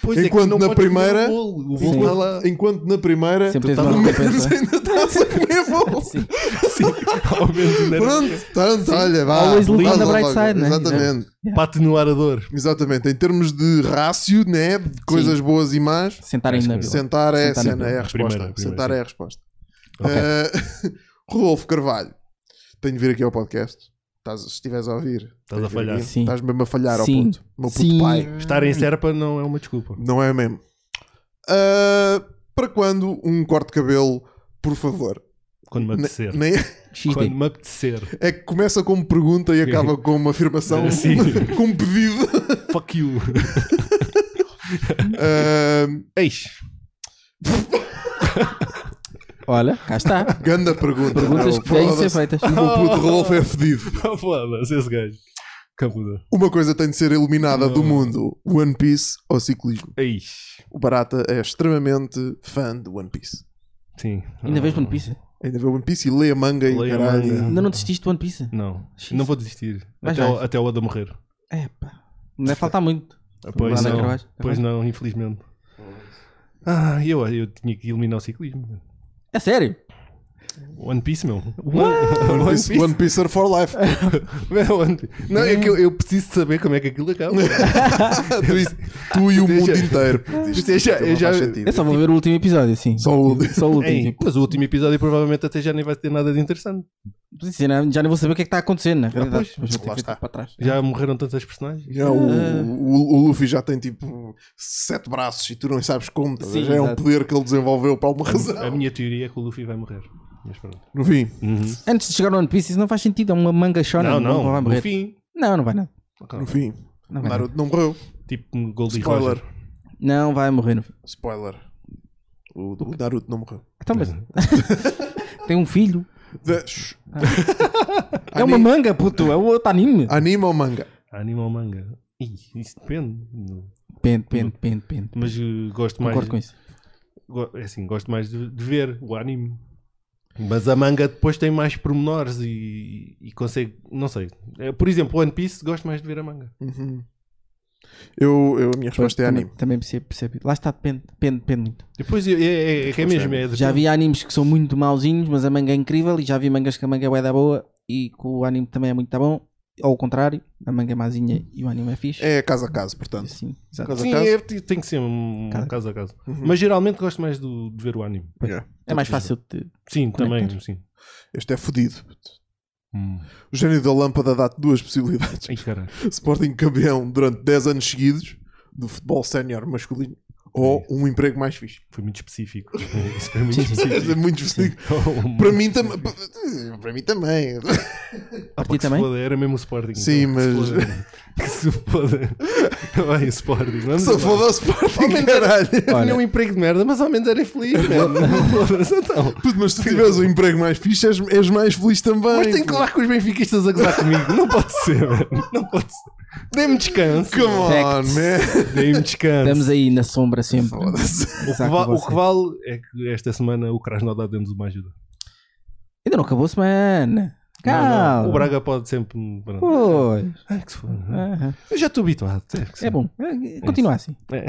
S3: Pois
S1: Enquanto
S3: não
S1: na
S3: podes comer
S1: primeira-
S3: O bolo, o bolo
S2: Sim. Tá
S3: está lá.
S1: Enquanto na primeira,
S2: Sempre tens
S1: tu
S2: uma
S1: pelo menos
S2: recompensa.
S1: ainda estás a comer bolo.
S2: Sim.
S3: Sim, ao menos ainda era-
S1: Pronto, tanto, olha, vá.
S2: Always look on the
S1: Vá,
S2: bright
S1: vá,
S2: side, né?
S1: Exatamente.
S3: Para atenuar a dor.
S1: Exatamente, em termos de rácio, né? de coisas boas e más,
S2: Sentar em
S3: Acho
S2: na
S3: que
S2: pila.
S1: sentar é, a
S2: Sentar na
S1: cena,
S2: pila.
S1: é a resposta.
S3: Primeira, primeira,
S1: sentar
S3: sim.
S1: é a resposta.
S3: Ok.
S1: Eh, Rodolfo Carvalho, tenho de vir aqui ao podcast. Estás, se estiveres a ouvir,
S3: Estás a
S1: tenho de vir
S3: falhar.
S1: aqui.
S2: Sim.
S1: Estás mesmo a falhar
S2: Sim.
S1: ao puto. Meu puto
S2: Sim.
S1: pai.
S3: Estar em Serpa não é uma desculpa.
S1: Não é mesmo? Eh, para quando um corte de cabelo, por favor?
S3: Quando me
S1: Ne-
S3: apetecer.
S1: nem-
S3: Quando
S2: XD.
S3: me apetecer.
S1: é que começa como pergunta e acaba com uma afirmação,
S3: Sim.
S1: com um pedido.
S3: Fuck you.
S1: Eh,
S3: Eis.
S2: Olha, cá está.
S1: ganda pergunta.
S2: Perguntas
S1: não,
S2: que têm de ser
S1: foda-se.
S2: feitas.
S1: O meu puto Rodolfo é fedido.
S3: Foda-se esse gajo. Cabuda.
S1: Uma coisa tem de ser eliminada do mundo: One Piece ou ciclismo.
S3: Eis.
S1: O Barata é extremamente fã de One Piece.
S3: Sim.
S2: Ainda
S3: Ah.
S2: vês One Piece?
S1: Ainda vê One Piece e lê a manga e
S3: Lê a
S1: caralho.
S3: manga.
S2: Ainda não desististe de One Piece?
S3: Não.
S2: X.
S3: Não vou desistir.
S2: Mas
S3: Até, o,
S2: vais.
S3: até o Oda morrer.
S2: Epá. É, Não deve faltar muito.
S3: Pois
S2: Lá na
S3: não,
S2: Carvalho.
S3: pois não, infelizmente. Ah, eu, eu tinha que eliminar o ciclismo.
S2: É sério?
S3: One Piece, meu.
S1: One,
S3: One
S1: Piece, One Piece for life.
S3: Meu, One Piece. Não, é que eu, eu preciso de saber como é que aquilo acaba.
S1: tu, e- tu e o mundo
S3: Deixa-
S1: inteiro. puto. Isto- é
S3: Deixa-
S1: isto não
S3: eu já-
S1: faz sentido.
S2: Eu É só vou ver o último episódio, sim.
S1: Só o último.
S2: Só o último.
S3: Ei,
S2: tipo.
S3: mas o último episódio provavelmente até já nem vai ter nada de interessante.
S2: Pois é, Já já nem vou saber o que é que está acontecendo, na realidade.
S3: pois.
S2: Mas vou ter
S1: Lá
S2: que
S1: está.
S2: ficar para trás.
S3: Já morreram tantas personagens.
S1: Já o,
S2: Ah.
S1: o- o Luffy já tem tipo sete braços e tu não sabes como. tá a ver?
S2: Sim,
S1: já é um
S2: exato.
S1: poder que ele desenvolveu para alguma razão.
S3: A minha teoria é que o Luffy vai morrer. Mas pronto.
S1: No fim,
S2: Antes de chegar ao One Piece, isso não faz sentido. É uma manga chona.
S3: Não, não,
S2: vai
S3: no
S2: morrer.
S3: fim.
S2: Não, não vai nada.
S1: no fim.
S2: Não vai, nada.
S1: Naruto não morreu.
S3: Tipo um Goldie
S1: Spoiler.
S3: Roger.
S2: não vai morrer no fim.
S1: Spoiler. O, o Naruto não morreu.
S2: Então, mas tem um filho.
S1: The- Shh.
S2: É
S1: Ani-
S2: uma
S1: Ah.
S2: manga, puto. É outro anime.
S1: Anime ou manga?
S3: Anime ou manga? Ih, isso depende.
S2: Depende, depende, depende, depende.
S3: Mas uh, gosto mais.
S2: Concordo com isso.
S3: go- é assim, gosto mais de, de ver o anime. Mas a manga depois tem mais pormenores e, e consegue. Não sei. É, Por exemplo, One Piece, gosto mais de ver a manga.
S1: Uhum. Eu, eu, a minha
S2: Pois,
S1: resposta é
S2: também-
S1: anime.
S2: Também percebo, percebo. Lá está, depende, depende, depende muito.
S3: Depois é, é- é- é que é mesmo. É,
S2: Já vi animes que são muito mauzinhos, mas a manga é incrível. E já vi mangas que a manga é bué da boa e que o anime também é muito da bom. Ou o contrário, a manga é mazinha e o anime é fixe.
S1: É caso a caso, portanto.
S2: Assim, exato.
S1: Caso a
S3: Sim,
S1: caso.
S3: é, t- tem que ser um
S2: Caso.
S3: caso a caso.
S1: Uhum.
S3: Mas geralmente gosto mais do- de ver o anime.
S1: Yeah.
S2: É mais fácil de.
S3: Sim,
S2: Conectar.
S3: também. Sim.
S1: Este é fodido. O gênio da lâmpada dá-te duas possibilidades.
S3: Ai, caralho.
S1: Sporting campeão durante 10 anos seguidos do futebol sénior masculino ou um emprego mais fixe.
S3: Foi muito específico. Isso foi muito
S2: Sim, sim.
S1: É
S3: específico.
S1: muito específico. Para mim, tam para mim também.
S2: Para ti
S3: Porque se
S2: também?
S3: foda, era mesmo o Sporting.
S1: Sim,
S3: então, que se
S1: mas-
S3: foda. Que se foda. Vai, o Sporting. Vamos
S1: Só
S3: embora.
S1: foda o Sporting, caralho.
S2: Olha.
S3: Tinha um emprego de merda, mas ao menos era infeliz, mano. Foda-se, então.
S1: Puto, Mas se tiveres um emprego mais fixe, és, és mais feliz também.
S3: Mas tem que
S1: puto.
S3: lá com os benfiquistas a gozar comigo. Não pode ser, mano. Não pode ser. Dê-me descanso.
S1: Come on,
S2: Facts.
S1: man.
S3: Dê-me descanso.
S2: Estamos aí na sombra sempre.
S1: Foda-se.
S3: O que,
S2: Exato,
S3: va- o
S2: você.
S3: que vale é que esta semana o Krasnodar deu-nos uma ajuda.
S2: Ainda não acabou a semana.
S3: Não, não,
S2: Calma.
S3: O Braga pode sempre. pronto.
S2: Pois.
S3: Ai, que se foda.
S2: Aham.
S3: Eu já estou habituado. É, que se
S2: É bom. É, Continua assim.
S3: É.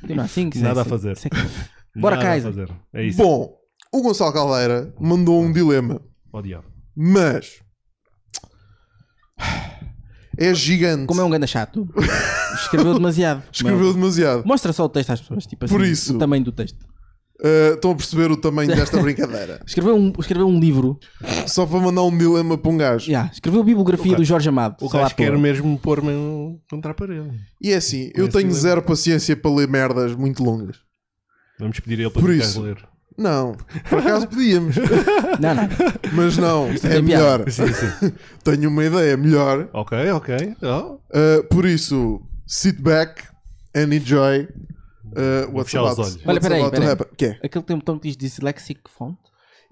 S2: Continua assim. que
S3: Nada
S2: sei-
S3: a fazer.
S2: sei- sei-
S3: foda.
S2: Bora,
S3: Nada a
S2: Kaiser.
S3: fazer. É isso.
S1: Bom, o Gonçalo Caldeira mandou um dilema,
S3: Ó diabo.
S1: mas é gigante.
S2: Como é um ganda chato, escreveu demasiado.
S1: Escreveu demasiado.
S2: Mostra só o texto às pessoas, tipo assim,
S1: Por isso.
S2: o tamanho do texto.
S1: Uh, estão a perceber o tamanho desta brincadeira?
S2: Escreveu um, escreveu um livro,
S1: Só para mandar um dilema para um gajo.
S2: já, escreveu a bibliografia
S3: O
S2: do Jorge Amado.
S3: O
S2: sei lá
S3: gajo quer
S2: toda.
S3: mesmo pôr-me contra a parede.
S1: E é assim,
S3: Com
S1: eu
S3: esse
S1: tenho
S3: dilema.
S1: zero paciência para ler merdas muito longas.
S3: Vamos pedir ele para
S1: Por
S3: ficar
S1: isso.
S3: a ler.
S1: Não, por acaso podíamos,
S2: Não, não.
S1: mas não, é
S2: tem piada.
S1: melhor.
S3: Sim, sim.
S1: Tenho uma ideia melhor.
S3: ok, ok. Oh,
S1: Uh, por isso, sit back and enjoy uh, what's
S3: fechar os
S1: about,
S3: olhos.
S1: what's
S2: Olha, peraí,
S1: about to
S2: peraí.
S1: happen. Que é?
S2: Aquele tem um botão que diz dyslexic font.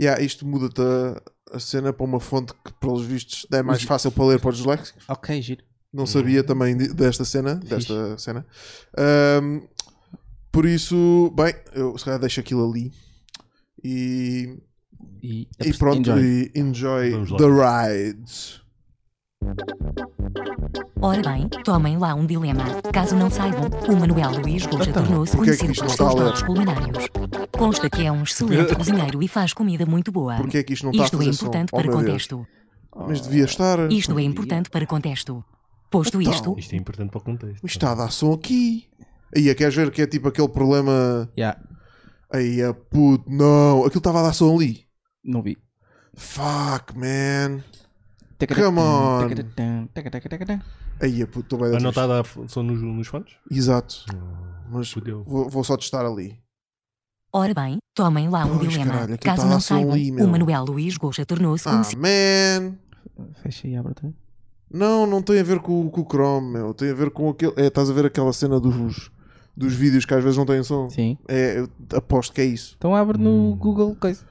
S1: Yeah, isto muda-te a, a cena para uma fonte que, pelos vistos, é mais fácil para ler para os léxicos.
S2: Ok, giro.
S3: Uhum.
S1: Não sabia também de- desta cena. Desta cena. Ahm, por isso, bem, eu se calhar deixo aquilo ali. E,
S2: E,
S1: e pronto,
S2: É enjoy.
S1: e enjoy
S3: Vamos lá.
S1: the ride.
S4: Ora bem, tomem lá um dilema. Caso não saibam, o Manuel Luís Goja tornou-se
S1: Porquê é que
S4: conhecido
S1: isto
S4: pelos
S1: está
S4: seus
S1: lá?
S4: dotes culinários. Consta que é um excelente cozinheiro e faz comida muito boa.
S1: Porquê é que isto não está a
S4: Isto é
S1: fazer som?
S4: importante
S1: Oh,
S4: para
S1: meu Deus.
S4: contexto.
S1: Mas devia estar. Isto
S4: Isto é importante para contexto. Posto
S1: Então.
S4: isto,
S3: Isto é importante para o contexto.
S1: está a dar som aqui. Aí, é, queres ver que é tipo aquele problema.
S2: Já,
S1: Aí, é puto, não. Aquilo estava a dar som ali.
S2: não vi.
S1: Fuck, man. Come on. Aí, é puto, estou bem
S3: Ah,
S1: da
S3: não
S1: triste.
S3: está a dar som nos, nos fones?
S1: Exato. Mas
S3: Fudeu.
S1: vou, vou só testar ali.
S4: ora bem, tomem lá um
S1: Pois,
S4: dilema.
S1: caralho, aquilo
S4: Caso
S1: está
S4: não
S1: só
S4: saibam,
S1: ali, meu.
S4: o Manuel Luís Goja tornou-se
S1: Ah,
S4: conhecido.
S1: man.
S2: Fecha e abre também.
S1: Não, não tem a ver com, com o Chrome, meu. Tem a ver com aquele. É, estás a ver aquela cena dos, dos vídeos que às vezes não têm som?
S2: Sim.
S1: É, eu aposto que é isso.
S2: Então abre no Google coisa.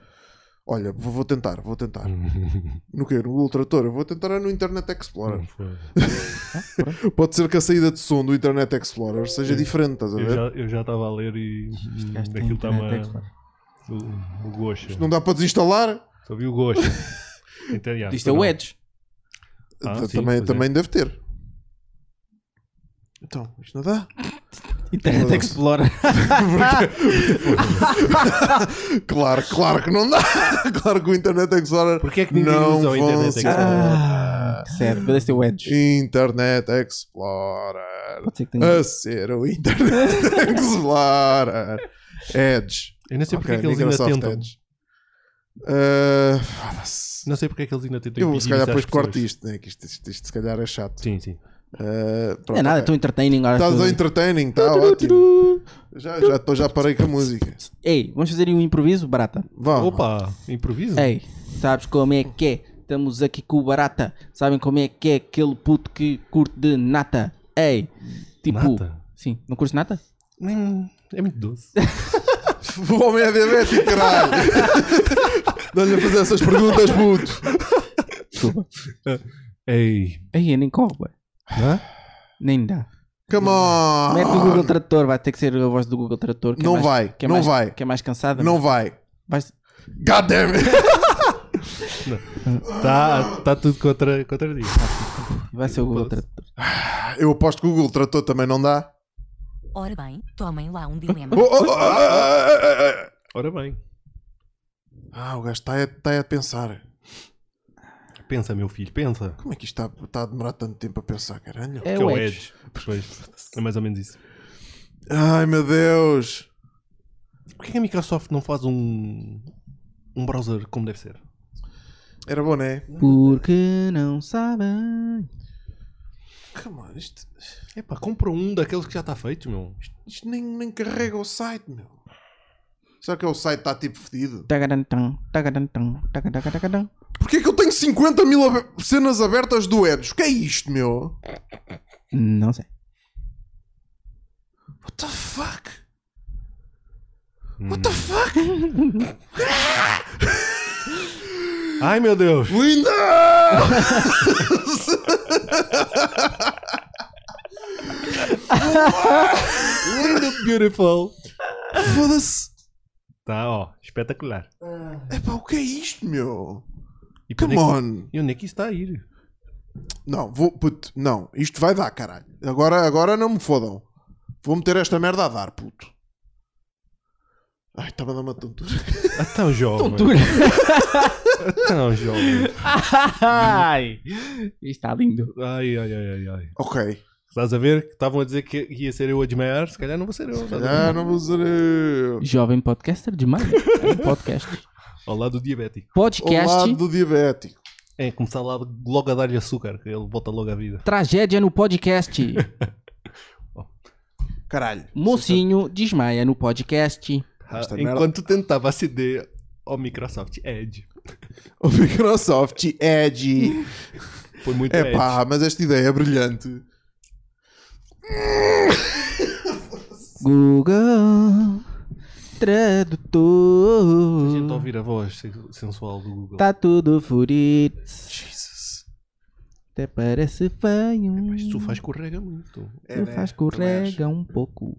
S1: Olha, vou, vou tentar, vou tentar. No quê? No Google Trator? Eu Vou tentar é no Internet Explorer.
S3: Hum.
S2: Ah,
S1: Pode ser que a saída de som do Internet Explorer seja diferente, estás a
S3: Hum. Eu
S1: ver?
S3: já, eu já estava a ler e hum,
S2: Gajo tem
S3: aquilo estava
S2: internet é expert.
S3: o, o gosto.
S1: Não dá para desinstalar?
S3: Só vi o gosto. Então, já,
S2: Isto é o
S3: não.
S2: Edge.
S3: Ah,
S1: T-
S3: sim,
S1: também
S3: pois é.
S1: também deve ter. Então, isto não dá?
S2: Internet Explorer.
S1: Claro, claro que não dá! Claro que o Internet Explorer.
S3: Porquê é que ninguém
S1: não
S3: usa o Internet
S1: funciona.
S3: Explorer?
S2: Ah, que sério. Deve ser o Edge.
S1: Internet Explorer.
S2: Pode ser que tenha.
S1: A ser o Internet Explorer. Edge.
S3: Eu não sei porque
S1: Ok,
S3: é que eles ainda
S1: Microsoft
S3: tentam.
S1: Edge. Ah, foda-se.
S3: Não sei porque é que eles ainda tentam.
S1: Eu se
S3: impedir
S1: calhar
S3: isso às
S1: depois corto
S3: pessoas.
S1: isto, né? que isto, isto, isto se calhar é chato.
S3: Sim, sim.
S1: Ah,
S2: Não
S1: pronto,
S2: é um nada,
S1: ok.
S2: estou entertaining. agora
S1: Estás
S2: estou-
S1: a entertaining, tá
S2: assim.
S1: ótimo. Já, já, tô- já parei com a música.
S2: Ei, vamos fazer aí um improviso, barata.
S1: Vá.
S3: Opa,
S1: Hum.
S3: improviso.
S2: Ei, sabes como é que é? Estamos aqui com o Barata. Sabem como é que é aquele puto que curte de nata? Ei, tipo.
S3: Nata?
S2: Sim, não curte nata?
S3: Nem- É muito doce.
S1: O homem é diabético, caralho. Não-lhe a fazer essas perguntas, puto.
S3: Ei.
S2: Aí é nem corre, bué.
S3: Hã?
S2: nem dá.
S1: Come on.
S2: Mete o Google Tradutor, vai ter que ser a voz do Google Tradutor. que é
S1: Ah. Não
S2: mais-
S1: vai,
S2: que é
S1: não
S2: mais-
S1: vai.
S2: Que é mais cansada.
S1: Não vai.
S2: Vais-
S1: God damn it.
S3: Tá, tá tudo contra, contra ti.
S2: Vai ser o Google Tradutor.
S1: Eu aposto que o Google tratou também não dá.
S4: Ora bem, tomem lá um dilema.
S1: Oh, oh, oh, oh, oh, oh, oh, oh.
S3: Ora bem.
S1: Ah, o gajo está a, tá a pensar.
S3: Pensa, meu filho, pensa.
S1: Como é que isto está, está a demorar tanto tempo a pensar, caralho?
S2: É
S3: que
S2: o Edge.
S3: Pois, é mais ou menos isso.
S1: Ai meu Deus.
S3: Porquê que a Microsoft não faz um, um browser como deve ser?
S1: Era bom, né?
S2: Porque não sabem.
S1: Come on, isto,
S3: Epá, compra um daqueles que já está feito, meu.
S1: isto nem, nem carrega o site, meu. Será que é o site está tipo fedido?
S2: Tagarantão, tagarantão, tagarantão.
S1: Porquê que eu tenho 50 mil abe- cenas abertas do Edge? O que é isto, meu?
S2: Não sei.
S1: What the fuck? What the fuck?
S3: Ai, meu Deus.
S1: Linda!
S3: Linda, beautiful.
S1: Foda-se!
S3: Tá, ó, espetacular.
S1: Epá, o que é isto, meu?
S3: E para
S1: Come
S3: onde é que-
S1: on!
S3: E onde é que isso está a ir?
S1: Não, vou, puto, não, isto vai dar, caralho. Agora, agora não me fodam. Vou meter esta merda a dar, puto. Ai, estava a dar uma tontura.
S3: Ah, tão jovem.
S2: Tontura.
S3: Ah, tão jovem.
S2: Ai! Está lindo.
S3: Ai, ai, ai, ai, ai.
S1: Ok.
S3: Estás a ver que estavam a dizer que ia ser eu a desmaiar? Se calhar não vou ser eu. estás a ver?
S1: Ah, não vou eh, dizer.
S2: Jovem podcaster demais. É podcast.
S3: Ao lado do diabético.
S1: Ao lado
S2: Podcast.
S1: do diabético.
S3: É, começar lá, logo a dar-lhe açúcar, que ele volta logo à vida.
S2: Tragédia no podcast.
S1: Caralho.
S2: Mocinho desmaia no podcast.
S3: Ah,
S1: Esta merda-
S3: enquanto tentava aceder ao Microsoft Edge.
S1: O Microsoft Edge.
S3: Foi muito
S1: É
S3: Edge.
S1: pá, mas esta ideia é brilhante.
S2: Google
S3: A gente
S2: Tradutor.
S3: ouvir a voz sen- sensual do Google.
S2: Tá tudo furido.
S1: Jesus.
S2: Até parece feio.
S3: É, Mas tu faz correga muito.
S1: É,
S2: Tu
S1: né?
S2: faz correga um pouco.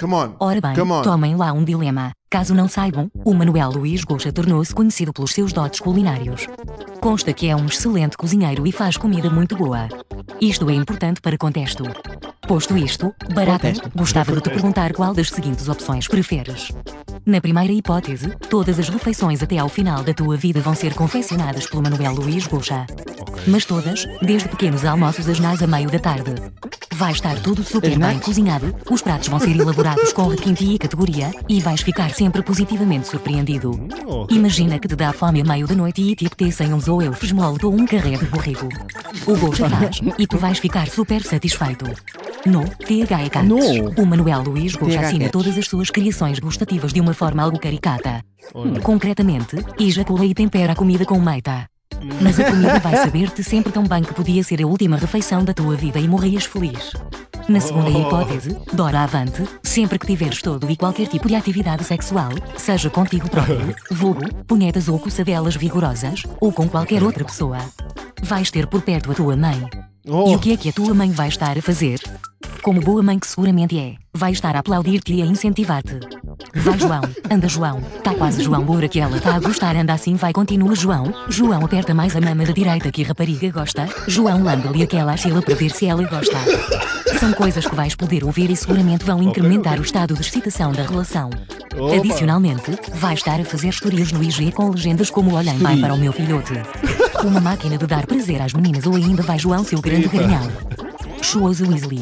S1: Come on.
S2: Oh,
S4: Ora bem,
S1: Come on.
S4: tomem lá um dilema. Caso não saibam, o Manuel Luís Goja tornou-se conhecido pelos seus dotes culinários. Consta que é um excelente cozinheiro e faz comida muito boa. Isto é importante para contexto. Posto isto, Barata,
S2: Contexto.
S4: gostava de te perguntar qual das seguintes opções preferes. Na primeira hipótese, todas as refeições até ao final da tua vida vão ser confeccionadas pelo Manuel Luís Goja. Mas todas, desde pequenos almoços às nais a meio da tarde. Vai estar tudo super bem
S2: Asnais?
S4: cozinhado, os pratos vão ser elaborados com requinte e categoria, e vais ficar sempre positivamente surpreendido.
S3: Oh,
S4: Imagina que te dá fome à meia da noite e te apetecem uns oeufes mole ou um carré de borrego. O gosto faz e tu vais ficar super satisfeito. No TH Cats.
S2: No.
S4: O Manuel Luís Gosta
S2: TH
S4: assina
S2: Cats.
S4: todas as suas criações gustativas de uma forma algo caricata.
S3: Olha.
S4: Concretamente, ejacula e tempera a comida com meita. Mas a comida vai saber-te sempre tão bem que podia ser a última refeição da tua vida e morrias feliz. Na segunda
S3: Oh.
S4: hipótese, Dora Avante, sempre que tiveres todo e qualquer tipo de atividade sexual, seja contigo próprio, vulgo, punhetas ou coçadelas vigorosas, ou com qualquer outra pessoa. Vais ter por perto a tua mãe. E
S3: oh,
S4: o que é que a tua mãe vai estar a fazer? Como boa mãe que seguramente é, vai estar a aplaudir-te e a incentivar-te. Vai João, anda João, tá quase João Moura que ela tá a gostar, anda assim vai, continua João, João aperta mais a mama da direita que a rapariga gosta, João lamba-lhe aquela axila para ver se ela gosta. São coisas que vais poder ouvir e seguramente vão incrementar o estado de excitação da relação.
S3: Opa.
S4: Adicionalmente, vai estar a fazer stories no IG com legendas como Olhem bem para o meu filhote. Uma máquina de dar prazer às meninas ou ainda vai João seu grande
S3: Epa.
S4: garanhão. Shows Weasley.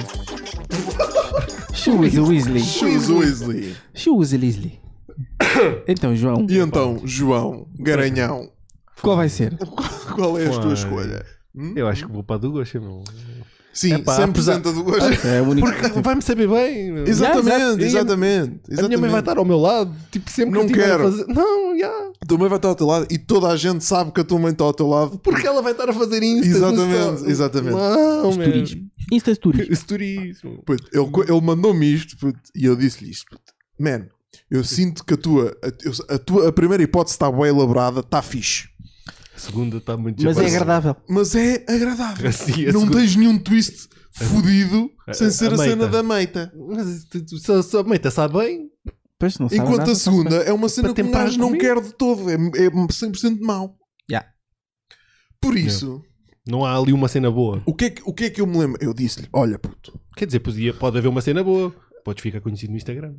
S2: Shoes Weasley.
S1: Shoes Weasley.
S2: Shoes Weasley. Então, João,
S1: E então, João Garanhão,
S2: qual vai ser?
S1: qual é a tua
S3: Uai.
S1: escolha?
S3: eu acho que vou para a do Gosha, meu.
S1: Sim,
S3: Epá, Ah,
S1: 100% do gosto.
S2: É a única.
S3: Porque vai-me saber bem. meu.
S1: Exatamente,
S3: exato.
S1: exatamente.
S3: A minha mãe vai
S1: exatamente.
S3: estar ao meu lado, tipo, sempre
S1: Não
S3: que eu tiver
S1: quero.
S3: a fazer. Não, já.
S1: A tua mãe vai estar ao teu lado e toda a gente sabe que a tua mãe está ao teu lado.
S3: Porque ela vai estar a fazer isso.
S1: Exatamente, exatamente.
S3: Não, meu.
S2: é Turismo. Insta Turismo.
S3: Isso, turismo.
S1: Puto, ele, co- ele mandou-me isto puto, e eu disse-lhe isto. Puto. Man, Eu sinto que a tua, a, eu- a tua a primeira hipótese está bem elaborada, está fixe.
S3: A segunda está muito
S2: Mas é
S3: japonesa.
S2: agradável.
S1: Mas é agradável.
S3: Assim, a
S1: não
S3: segunda-
S1: tens nenhum twist fodido
S3: A-
S1: sem ser
S3: a
S1: a, cena
S3: meita.
S1: da meita.
S3: Mas tu- tu- se a- se a mãe está bem,
S2: Pois não sabe
S1: Enquanto
S2: nada,
S1: a
S2: não sabe
S1: segunda é uma cena
S3: Para
S1: que um
S3: temperar
S1: gajo não
S3: comigo.
S1: quer de todo. É, é 100% mau.
S2: Yeah.
S1: Por isso,
S3: não há ali uma cena boa.
S1: o, que é que, o que é que eu me lembro? Eu disse-lhe: Olha, puto,
S3: Quer dizer, podia- pode haver uma cena boa. Podes ficar conhecido no Instagram.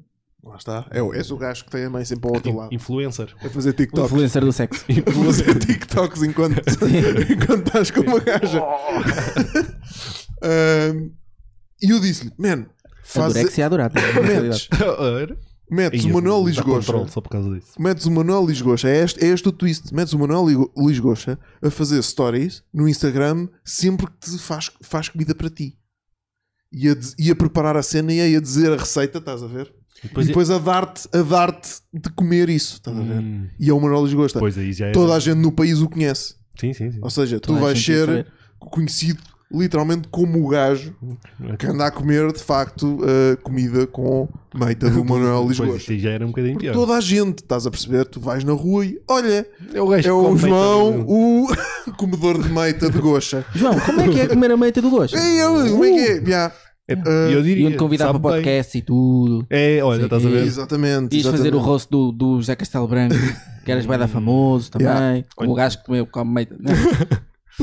S1: lá está. É, o- és o gajo que tem a mãe sempre ao outro lado.
S3: Influencer.
S1: A fazer
S2: O
S1: TikToks.
S2: influencer do sexo.
S1: A fazer TikToks enquanto, enquanto estás com uma gaja.
S3: Oh.
S1: Ahm, E eu disse-lhe:
S3: É
S1: Man, faz.
S2: Adorexia adorada. na realidade.
S1: Metes,
S3: Ora.
S1: metes
S3: Ih,
S1: o
S3: eu
S1: Manuel
S3: vou dar
S1: Lisgocha
S3: controle Só por causa disso.
S1: metes o Manuel Lisgocha, é este, é este o twist, metes o Manuel Ligo- Lisgocha a fazer stories no Instagram sempre que te faz, faz comida para ti. E a, diz- e a preparar a cena e a dizer a receita, estás a ver?
S3: Depois
S1: e depois a dar-te a dar-te de comer isso, estás a ver?
S3: é. Hum,
S1: E é o Manuel Lisgosta.
S3: pois aí já é.
S1: Toda a gente no país o conhece.
S3: Sim, sim, sim.
S1: Ou seja,
S2: Toda
S1: tu
S2: a
S1: vais
S2: gente quer
S1: ser
S2: saber.
S3: é.
S1: conhecido literalmente como o gajo que anda a comer de facto a comida com meita do Manuel
S3: Pois
S1: Lisgocha.
S3: isso aí já era um bocadinho
S1: Porque
S3: pior.
S1: toda a gente, estás a perceber? Tu vais na rua e olha,
S3: É o gajo
S1: é
S3: que
S1: o
S3: come
S1: João,
S3: feito de-
S1: o comedor de meita de gocha.
S2: João, como é que é comer a meita do gosto?
S1: Ei, eu, como é que é? Ah, Yeah.
S3: Uh! É, e eu diria,
S2: Iam-te convidar para
S3: sabe bem.
S2: podcast e tudo.
S3: É, olha,
S2: Sim.
S3: estás a ver?
S1: Exatamente.
S2: Ias fazer
S1: exatamente.
S2: o rosto do, do José Castelo Branco, que eras bem famoso também.
S1: Yeah.
S2: Como o gajo que comeu come meita. Não.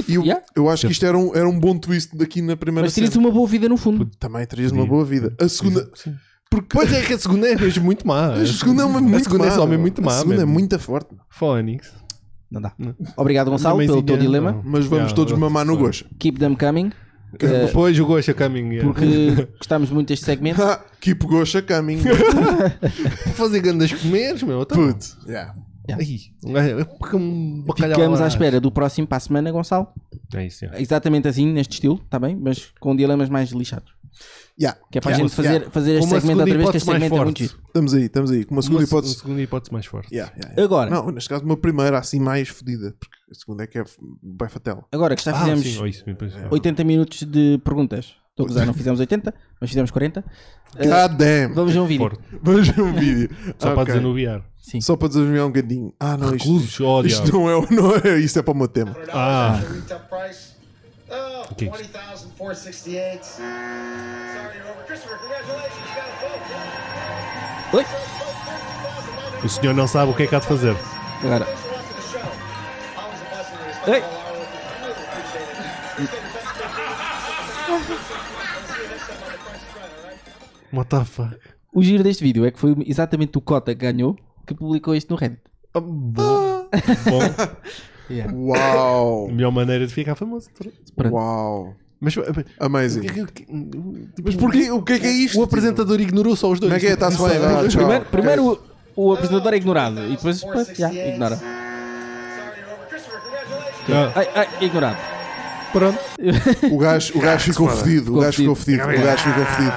S1: E eu,
S2: Yeah.
S1: eu acho que isto era um, era um bom twist daqui na primeira
S2: Mas
S1: cena.
S2: tira-te uma boa vida no fundo.
S1: Também terias uma boa vida. A segunda.
S3: Sim.
S1: Porque
S3: Pois é que a segunda é mesmo muito má.
S1: a segunda é uma muito
S3: A segunda
S1: má,
S3: é só mesmo
S1: meu.
S3: muito
S1: A
S3: má.
S1: segunda
S3: mesmo.
S1: é muito forte.
S3: Fónix.
S2: Não dá.
S3: Não.
S2: Obrigado, Gonçalo,
S3: Também
S2: pelo
S3: sim,
S2: teu
S3: é,
S2: dilema.
S3: não.
S1: Mas vamos
S3: Yeah,
S1: todos mamar no
S3: fora.
S1: gosto.
S2: Keep them coming.
S3: Que Depois o gosto a caminho. yeah.
S2: É. Porque gostamos muito deste segmento.
S1: Ha, Keep gocha caminho.
S3: fazer grandes comeres, meu. Tá bom.
S1: Puto. Yeah.
S3: Aí, um gajo- é porque um bacalhau
S2: Ficamos
S3: lá.
S2: à espera do próximo para a semana, Gonçalo.
S3: É isso, yeah.
S2: Exatamente assim, neste estilo, está bem? Mas com dilemas mais lixados.
S1: Yeah.
S2: Que é para a
S1: Yeah.
S2: gente fazer,
S1: Yeah.
S2: fazer este
S3: Com uma
S2: segmento
S3: segunda
S2: outra vez, que
S3: hipótese
S2: este
S3: mais
S2: segmento é muito
S3: forte.
S2: giro.
S1: Estamos aí, estamos aí. Com uma segunda
S3: Uma se-
S1: hipótese.
S3: uma segunda hipótese mais forte.
S1: Yeah, yeah, yeah.
S2: Agora,
S1: Não, neste caso, uma primeira assim mais fodida. Porque a segunda é que é f- bem fatela.
S2: agora que já
S3: Ah,
S2: fizemos
S3: sim, ou isso, depois-
S2: 80 minutos de perguntas. Estou a gozar, não fizemos 80, mas fizemos 40. Eh,
S1: God damn!
S2: vamos a um vídeo.
S3: Forte.
S1: Vamos ver um vídeo.
S3: Só
S1: Ah,
S3: para
S1: ok.
S3: desanuviar.
S2: Sim.
S1: Só para desanuviar um bocadinho. Ah, não, isto,
S3: Reclusos, ó,
S1: isto
S3: diabo.
S1: não é, o- não é. Isto é para o meu tema.
S3: Ah.
S5: The retail price? Oh,
S3: Okay.
S5: 20,468. Sorry, you're over. Christopher, congratulations. You got a vote.
S2: Oi?
S3: O senhor não sabe o que é que há de fazer.
S2: Agora. Oi?
S3: What the fuck?
S2: O giro deste vídeo é que foi exatamente o Cota que ganhou que publicou isto no Reddit.
S3: Ah, Bom. Bom.
S1: Uau!
S3: Melhor maneira de ficar famoso.
S2: Pronto.
S1: Uau!
S3: Mas,
S1: Amazing. Mas porquê? O que é que é isto?
S3: é O apresentador ignorou só os dois.
S1: Como é que é? Está-se bem agora? Tchau.
S2: Primeiro, primeiro o, o apresentador é ignorado e depois pá, já, ignora.
S3: Ah,
S2: Ai, ai, ignorado.
S3: pronto.
S1: O gajo, o gajo ficou fedido. O gajo ficou
S2: Ficou
S1: fedido. O gajo ficou fedido.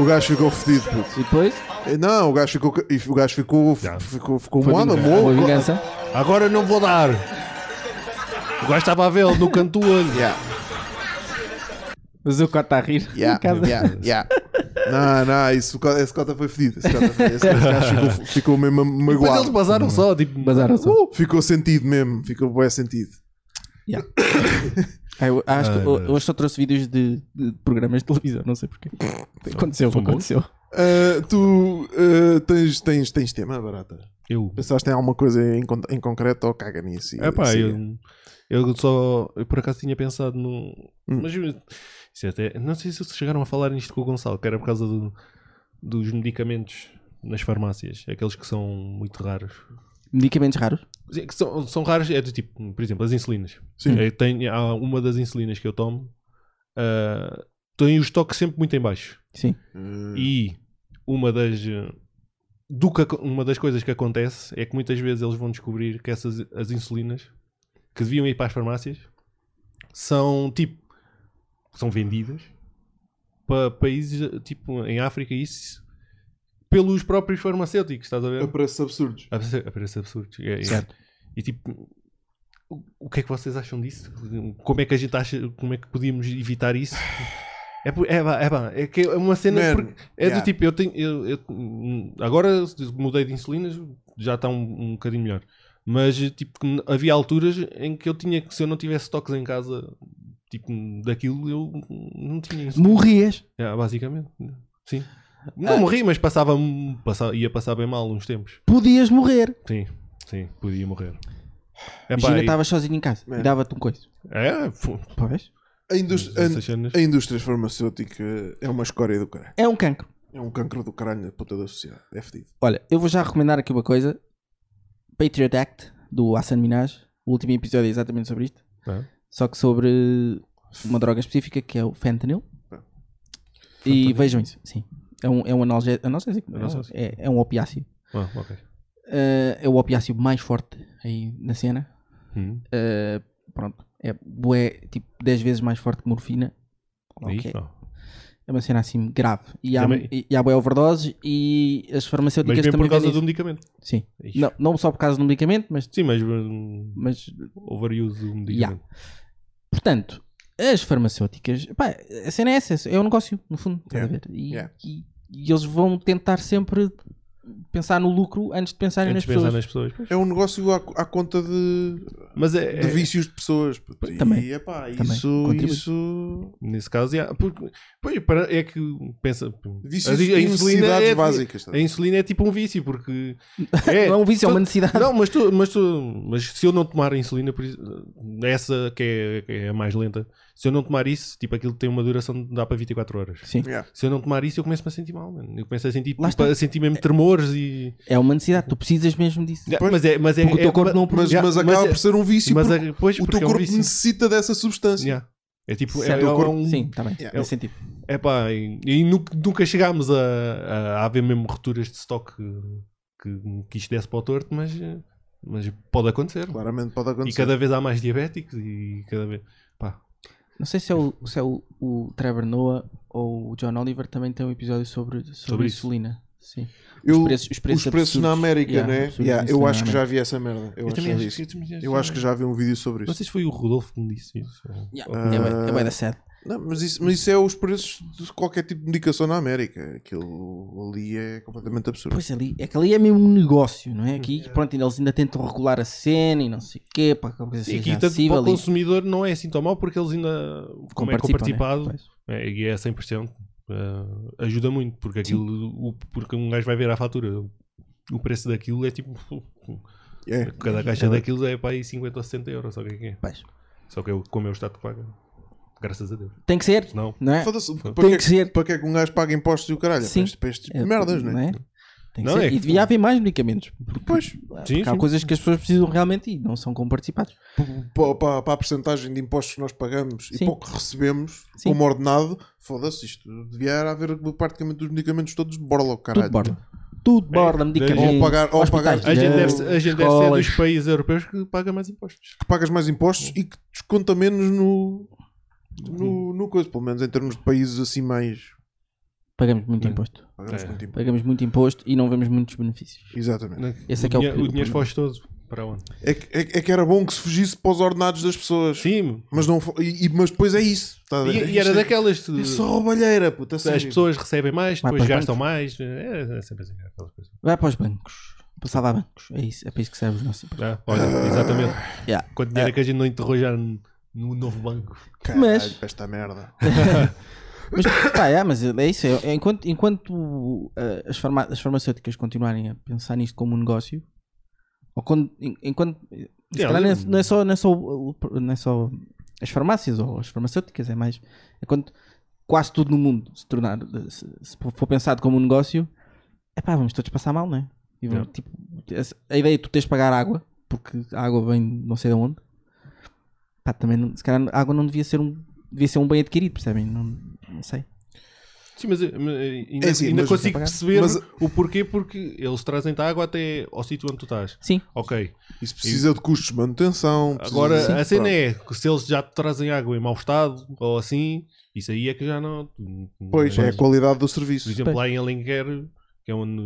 S1: O gajo ficou fedido, puto. Eh,
S2: E depois
S1: Não, o gajo ficou. O gajo ficou. Ficou, ficou
S2: foi
S3: né?
S1: moado,
S2: vingança. Foi
S1: amor.
S2: vingança.
S3: Agora eu não vou dar. O gajo estava a vê-lo no canto do olho.
S1: Yeah,
S2: Mas o Cota está a rir.
S1: yeah,
S2: em casa.
S1: yeah, yeah. Não, não, isso, esse cota foi fedido. Esse, cota foi- esse gajo ficou, ficou mesmo
S3: Depois Tipo, eles
S1: magoado.
S3: basaram só. Tipo,
S2: Bazaram só.
S1: Uh, ficou sentido mesmo, ficou bem sentido.
S2: Yeah. Ah, eu acho que
S3: Ai,
S2: ho-
S3: meu
S2: hoje só trouxe vídeos de, de programas de televisão, não sei porquê. Aconteceu,
S3: Foi bom.
S2: aconteceu.
S1: Ah, tu ah, tens, tens, tens tema, Barata?
S3: Eu.
S1: Pensaste em alguma coisa em, con- em concreto ou caga nisso? e-
S3: É pá,
S1: siga?
S3: eu, eu só. Eu por acaso tinha pensado no. Mas eu- isso é até. Não sei se chegaram a falar nisto com o Gonçalo, que era por causa do- dos medicamentos nas farmácias, aqueles que são muito raros.
S2: Medicamentos raros.
S3: Sim, que são, são raros, é do tipo, por exemplo, as insulinas. Eu tenho- há uma das insulinas que eu tomo, ah, tem o estoque sempre muito em baixo.
S2: Sim.
S3: E uma das, eh, do que, aco- uma das coisas que acontece é que muitas vezes eles vão descobrir que essas as insulinas que deviam ir para as farmácias são tipo são vendidas para países eh, tipo em África isso pelos próprios farmacêuticos, estás a ver?
S1: A preços É absurdos.
S3: Absu- a preço absurdo. É, é.
S2: Certo.
S3: E tipo, o, o que é que vocês acham disso? Como é que a gente acha, como é que podíamos evitar isso? É, por- é, pá, é, pá, é que é uma cena.
S1: Man,
S3: porque é
S1: yeah.
S3: do tipo, eu tenho. Eu, eu- hum, agora mudei de insulinas, já está um, um bocadinho melhor. Mas tipo, que havia alturas em que eu tinha que, se eu não tivesse toques em casa, tipo, daquilo, eu não tinha insulina.
S2: Morrias.
S3: É, basicamente. Sim.
S2: Ah.
S3: Não morri, mas passava, passava- ia passar bem mal uns tempos.
S2: Podias morrer.
S3: Sim, sim, podia morrer. É, pá,
S2: Imagina,
S3: e-
S2: estavas sozinho em casa
S1: Man.
S2: e dava-te um coiso.
S3: é, fu-
S2: Pá, vês?
S1: A, indústria-
S3: essas cenas.
S1: a- a indústria farmacêutica é uma escória do caralho.
S2: É um cancro.
S1: É um cancro do caralho na puta da sociedade. É fedido.
S2: Olha, eu vou já recomendar aqui uma coisa. Patriot Act, do Hassan Minaj. O último episódio é exatamente sobre isto.
S3: É.
S2: Só que sobre uma droga específica que é o fentanyl.
S3: Ah.
S2: E vejam isso, sim. É um, é um analgé- analgésico. não é?
S3: Analgésico.
S2: É, é um opiáceo.
S3: Ah, ok.
S2: Eh, é o opiáceo mais forte aí na cena.
S3: Hum.
S2: Eh, pronto. É bué, tipo 10 vezes mais forte que morfina.
S3: Aí,
S2: Ok.
S3: ó.
S2: É uma cena assim grave. E há,
S3: Também-
S2: e, e há bué overdoses e as
S3: Mas
S2: farmacêuticas
S3: mesmo
S2: também
S3: por causa do
S2: vendem
S3: medicamento.
S2: isso. Sim.
S3: Ixi.
S2: Não, não só por causa do medicamento, mas,
S3: Sim, mas hum,
S2: mas
S3: overuse do medicamento.
S2: Yeah. Portanto, as farmacêuticas, pá, a cena é essa, é um negócio, no fundo, estás
S1: Yeah.
S2: a ver? E,
S1: Yeah.
S2: e- e eles vão tentar sempre pensar no lucro antes de pensarem
S3: Antes de
S2: nas
S3: pensar
S2: pessoas.
S3: nas pessoas.
S1: É um negócio à, à conta de,
S3: Mas é,
S1: de
S3: é-
S1: vícios de pessoas. puto.
S2: Também.
S1: E, epá,
S2: Também.
S1: isso,
S2: Contribui.
S1: isso...
S3: nesse caso, yeah, porque, pois, para- é que pensa.
S1: Vícios de necessidades básicas. tá?
S3: é tipo, A insulina é tipo um vício, porque. É,
S2: Não é um vício, é uma
S3: tu-
S2: necessidade.
S3: Não, mas, tu, mas, tu, mas se eu não tomar a insulina, por isso- essa que é, que é a mais lenta, se eu não tomar isso, tipo aquilo tem uma duração de dá para 24 horas.
S2: Sim,
S1: Yeah.
S3: Se eu não tomar isso, eu começo-me a sentir mal, mano. Eu começo a sentir,
S2: Lá
S3: tipo,
S2: está.
S3: a sentir mesmo tremores e.
S2: é uma necessidade, tu precisas mesmo disso.
S3: Yeah, mas é, mas é,
S2: Porque o teu
S3: é-
S2: corpo não
S1: Mas,
S3: Yeah,
S1: mas acaba
S3: é-
S1: por ser um vício
S3: mas
S1: porque
S3: é- pois,
S1: o
S3: porque
S1: teu
S3: é um
S1: corpo
S3: vício.
S1: necessita dessa substância.
S3: Yeah. É tipo, é,
S2: Certo,
S3: é
S2: o corpo-
S3: um-
S2: Sim, está bem,
S1: Yeah.
S2: nesse sentido.
S3: É pá, e, e nu- nunca chegámos a, a- a haver mesmo rupturas de stock que, que isto desse para o torto, mas, mas pode acontecer.
S1: Claramente pode
S3: E
S1: acontecer.
S3: cada vez há mais diabéticos e cada vez. Pá,
S2: Não sei se é, o, se é o, o Trevor Noah ou o John Oliver também tem um episódio sobre, sobre,
S3: Sobre isso.
S2: insulina. Sim.
S1: Eu-
S2: os preços, os preços
S1: Os preços na
S2: absurdos.
S1: América,
S2: Yeah,
S1: né?
S2: absurdos
S1: Yeah,
S2: de
S1: eu
S2: insulina
S1: acho
S2: na
S1: que
S2: América.
S1: já vi essa merda. Eu,
S3: eu
S1: acho,
S3: também
S1: que
S3: acho
S1: já vi isso.
S3: também
S1: Eu acho que já vi um vídeo sobre
S3: Não
S1: isso.
S3: sei se foi o Rodolfo que me disse isso.
S2: Yeah, É bué- é
S1: Ah.
S2: bué da sad.
S1: Não, mas, isso mas isso é os preços de qualquer tipo de medicação na América. Aquilo ali é completamente absurdo.
S2: Pois ali, é que ali é mesmo um negócio, não é? Aqui, pronto, ainda eles ainda tentam regular a cena e não sei o quê, para que a coisa
S3: Sim,
S2: seja
S3: aqui, tanto para
S2: acessível
S3: o
S2: e
S3: consumidor não é assim tão mau porque eles ainda, como é
S2: comparticipam, né?
S3: comparticipado,
S2: Pois.
S3: é, e é 100%, eh, ajuda muito porque, aquilo, o- porque um gajo vai ver a fatura. O preço daquilo é tipo.
S1: É.
S3: Cada caixa daquilo é para aí 50 ou 60 euros, só que é que é.
S2: Pois.
S3: Só que eu, como é o Estado que paga. Graças a Deus.
S2: Tem que ser,
S3: Não.
S2: não é?
S1: Foda-se, para
S2: Tem
S1: é
S2: que ser.
S1: Para que é que um gajo paga impostos e o caralho?
S2: Sim.
S1: Para este- para este tipo
S2: É,
S1: de merdas, não é?
S2: Tem que
S3: Não,
S2: ser.
S3: é que-
S2: E devia haver mais medicamentos.
S1: Pois,
S2: Porque
S3: Sim,
S2: há
S3: sim.
S2: coisas que as pessoas precisam realmente e não são comparticipados.
S1: para, para, para a porcentagem de impostos que nós pagamos e
S2: Sim.
S1: pouco recebemos
S2: Sim.
S1: como ordenado, foda-se, isto devia haver praticamente os medicamentos todos de borla, o caralho.
S2: Tudo borda. Tudo borda, medicamentos.
S1: Ou pagar- ou
S2: hospitais
S1: pagar-
S3: A gente,
S1: Não.
S3: deve,
S2: grandes,
S3: ser- a gente deve ser
S2: escolas.
S3: dos países europeus que paga mais impostos.
S1: Que pagas mais impostos e que desconta menos no, no, no coisa, pelo menos em termos de países assim mais.
S2: Pagamos muito imposto.
S1: Pagamos
S3: É.
S1: muito imposto.
S2: Pagamos muito imposto e não vemos muitos benefícios.
S1: Exatamente.
S2: Esse é que é o
S3: o, dinhe- o
S2: problema.
S3: dinheiro foge todo para onde?
S1: É que, é- é que era bom que se fugisse para os ordenados das pessoas.
S3: Sim.
S1: Mas, não, fo- e, e- mas depois é isso. tá a ver?
S3: E, e era
S1: Isto é-
S3: daquelas. de-
S1: É só roubalheira, puta. a
S3: as
S1: sério.
S3: pessoas recebem mais,
S2: Vai
S3: depois
S2: para os
S3: gastam mais. É, é sempre assim, aquelas coisas.
S2: Vai para os bancos. Passado a bancos. É isso. É para isso que serve os nossos impostos.
S3: Ah, olha, exatamente.
S2: Yeah.
S3: Quanto dinheiro é que a gente não enterrou já no, no novo banco?
S1: Caralho,
S2: Mas-
S1: para esta merda.
S2: Mas, pá, é, mas é isso. é- é enquanto enquanto eh, as, farma- as farmacêuticas continuarem a pensar nisto como um negócio, ou quando, en- enquanto. eh, se
S3: Sim,
S2: calhar não, é,
S3: mas-
S2: não é só, não, é só, o- o- não é só as farmácias ou as farmacêuticas, é mais. É quando quase tudo no mundo se tornar. eh, Se, se for pensado como um negócio, é pá, vamos todos passar mal, não é? E vamos,
S3: Yeah.
S2: tipo, essa- a ideia de tu teres de pagar água, porque a água vem de não sei de onde, pá, também não- se calhar a água não devia ser um. Devia ser um bem adquirido, percebem? Não, não sei.
S3: Sim, mas, eh, mas, eh, ainda,
S1: É assim,
S3: ainda
S1: mas-
S3: consigo perceber
S1: mas-
S3: o porquê, porque eles trazem-te a água até ao sítio onde tu estás.
S2: Sim,
S3: Ok.
S1: Isso precisa de custos de manutenção. precisa
S3: Agora,
S1: de-
S3: a cena
S1: Pronto.
S3: é que se eles já te trazem água em mau estado ou assim, isso aí é que já não. tu-
S1: Pois, é a qualidade do serviço.
S3: Por exemplo, lá em Alenquer, que é onde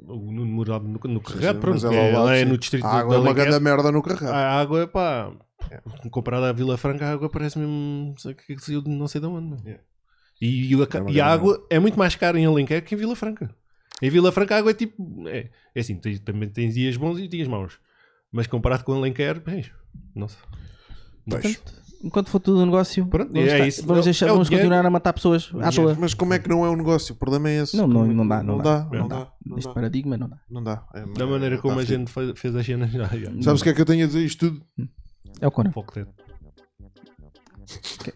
S3: o Nuno morava no, no Carré,
S1: Mas
S3: pronto,
S1: ao
S3: é,
S1: lado,
S3: lá é
S1: sim.
S3: no distrito
S1: A
S3: de
S1: água é uma
S3: Alenquer.
S1: grande merda no carrado.
S3: A água, é pá, comparada à Vila Franca, a água parece mesmo não sei o que é que saiu de não sei de onde. meu.
S1: Yeah.
S3: E, e
S1: É
S3: a,
S1: uma
S3: e a
S1: grande
S3: água é muito mais cara em Alenquer que em Vila Franca. Em Vila Franca a água é tipo. É, é assim, tens- também tens dias bons e dias maus. Mas comparado com Alenquer, bem, nossa.
S1: Pois.
S2: Enquanto for tudo um negócio,
S3: Pronto,
S2: vamos,
S3: é
S2: estar-
S3: isso.
S2: vamos
S3: É-
S2: deixar,
S3: é o
S2: vamos
S3: dinheiro.
S2: continuar a matar pessoas à
S3: dinheiro.
S2: toa.
S1: Mas como é que não é um negócio? O problema é esse.
S2: Não, não,
S1: Como é que-
S2: não dá, não, dá.
S1: Não dá, não dá.
S2: Para digma não dá.
S1: Não dá. É,
S3: Da maneira
S1: não
S3: como
S1: dá
S3: a
S1: fit.
S3: gente fe- fez as cenas. Ah, já. um
S1: Sabes o que é que eu tenho a dizer isto tudo?
S2: É o Conan.
S3: Pouco tempo.
S2: Que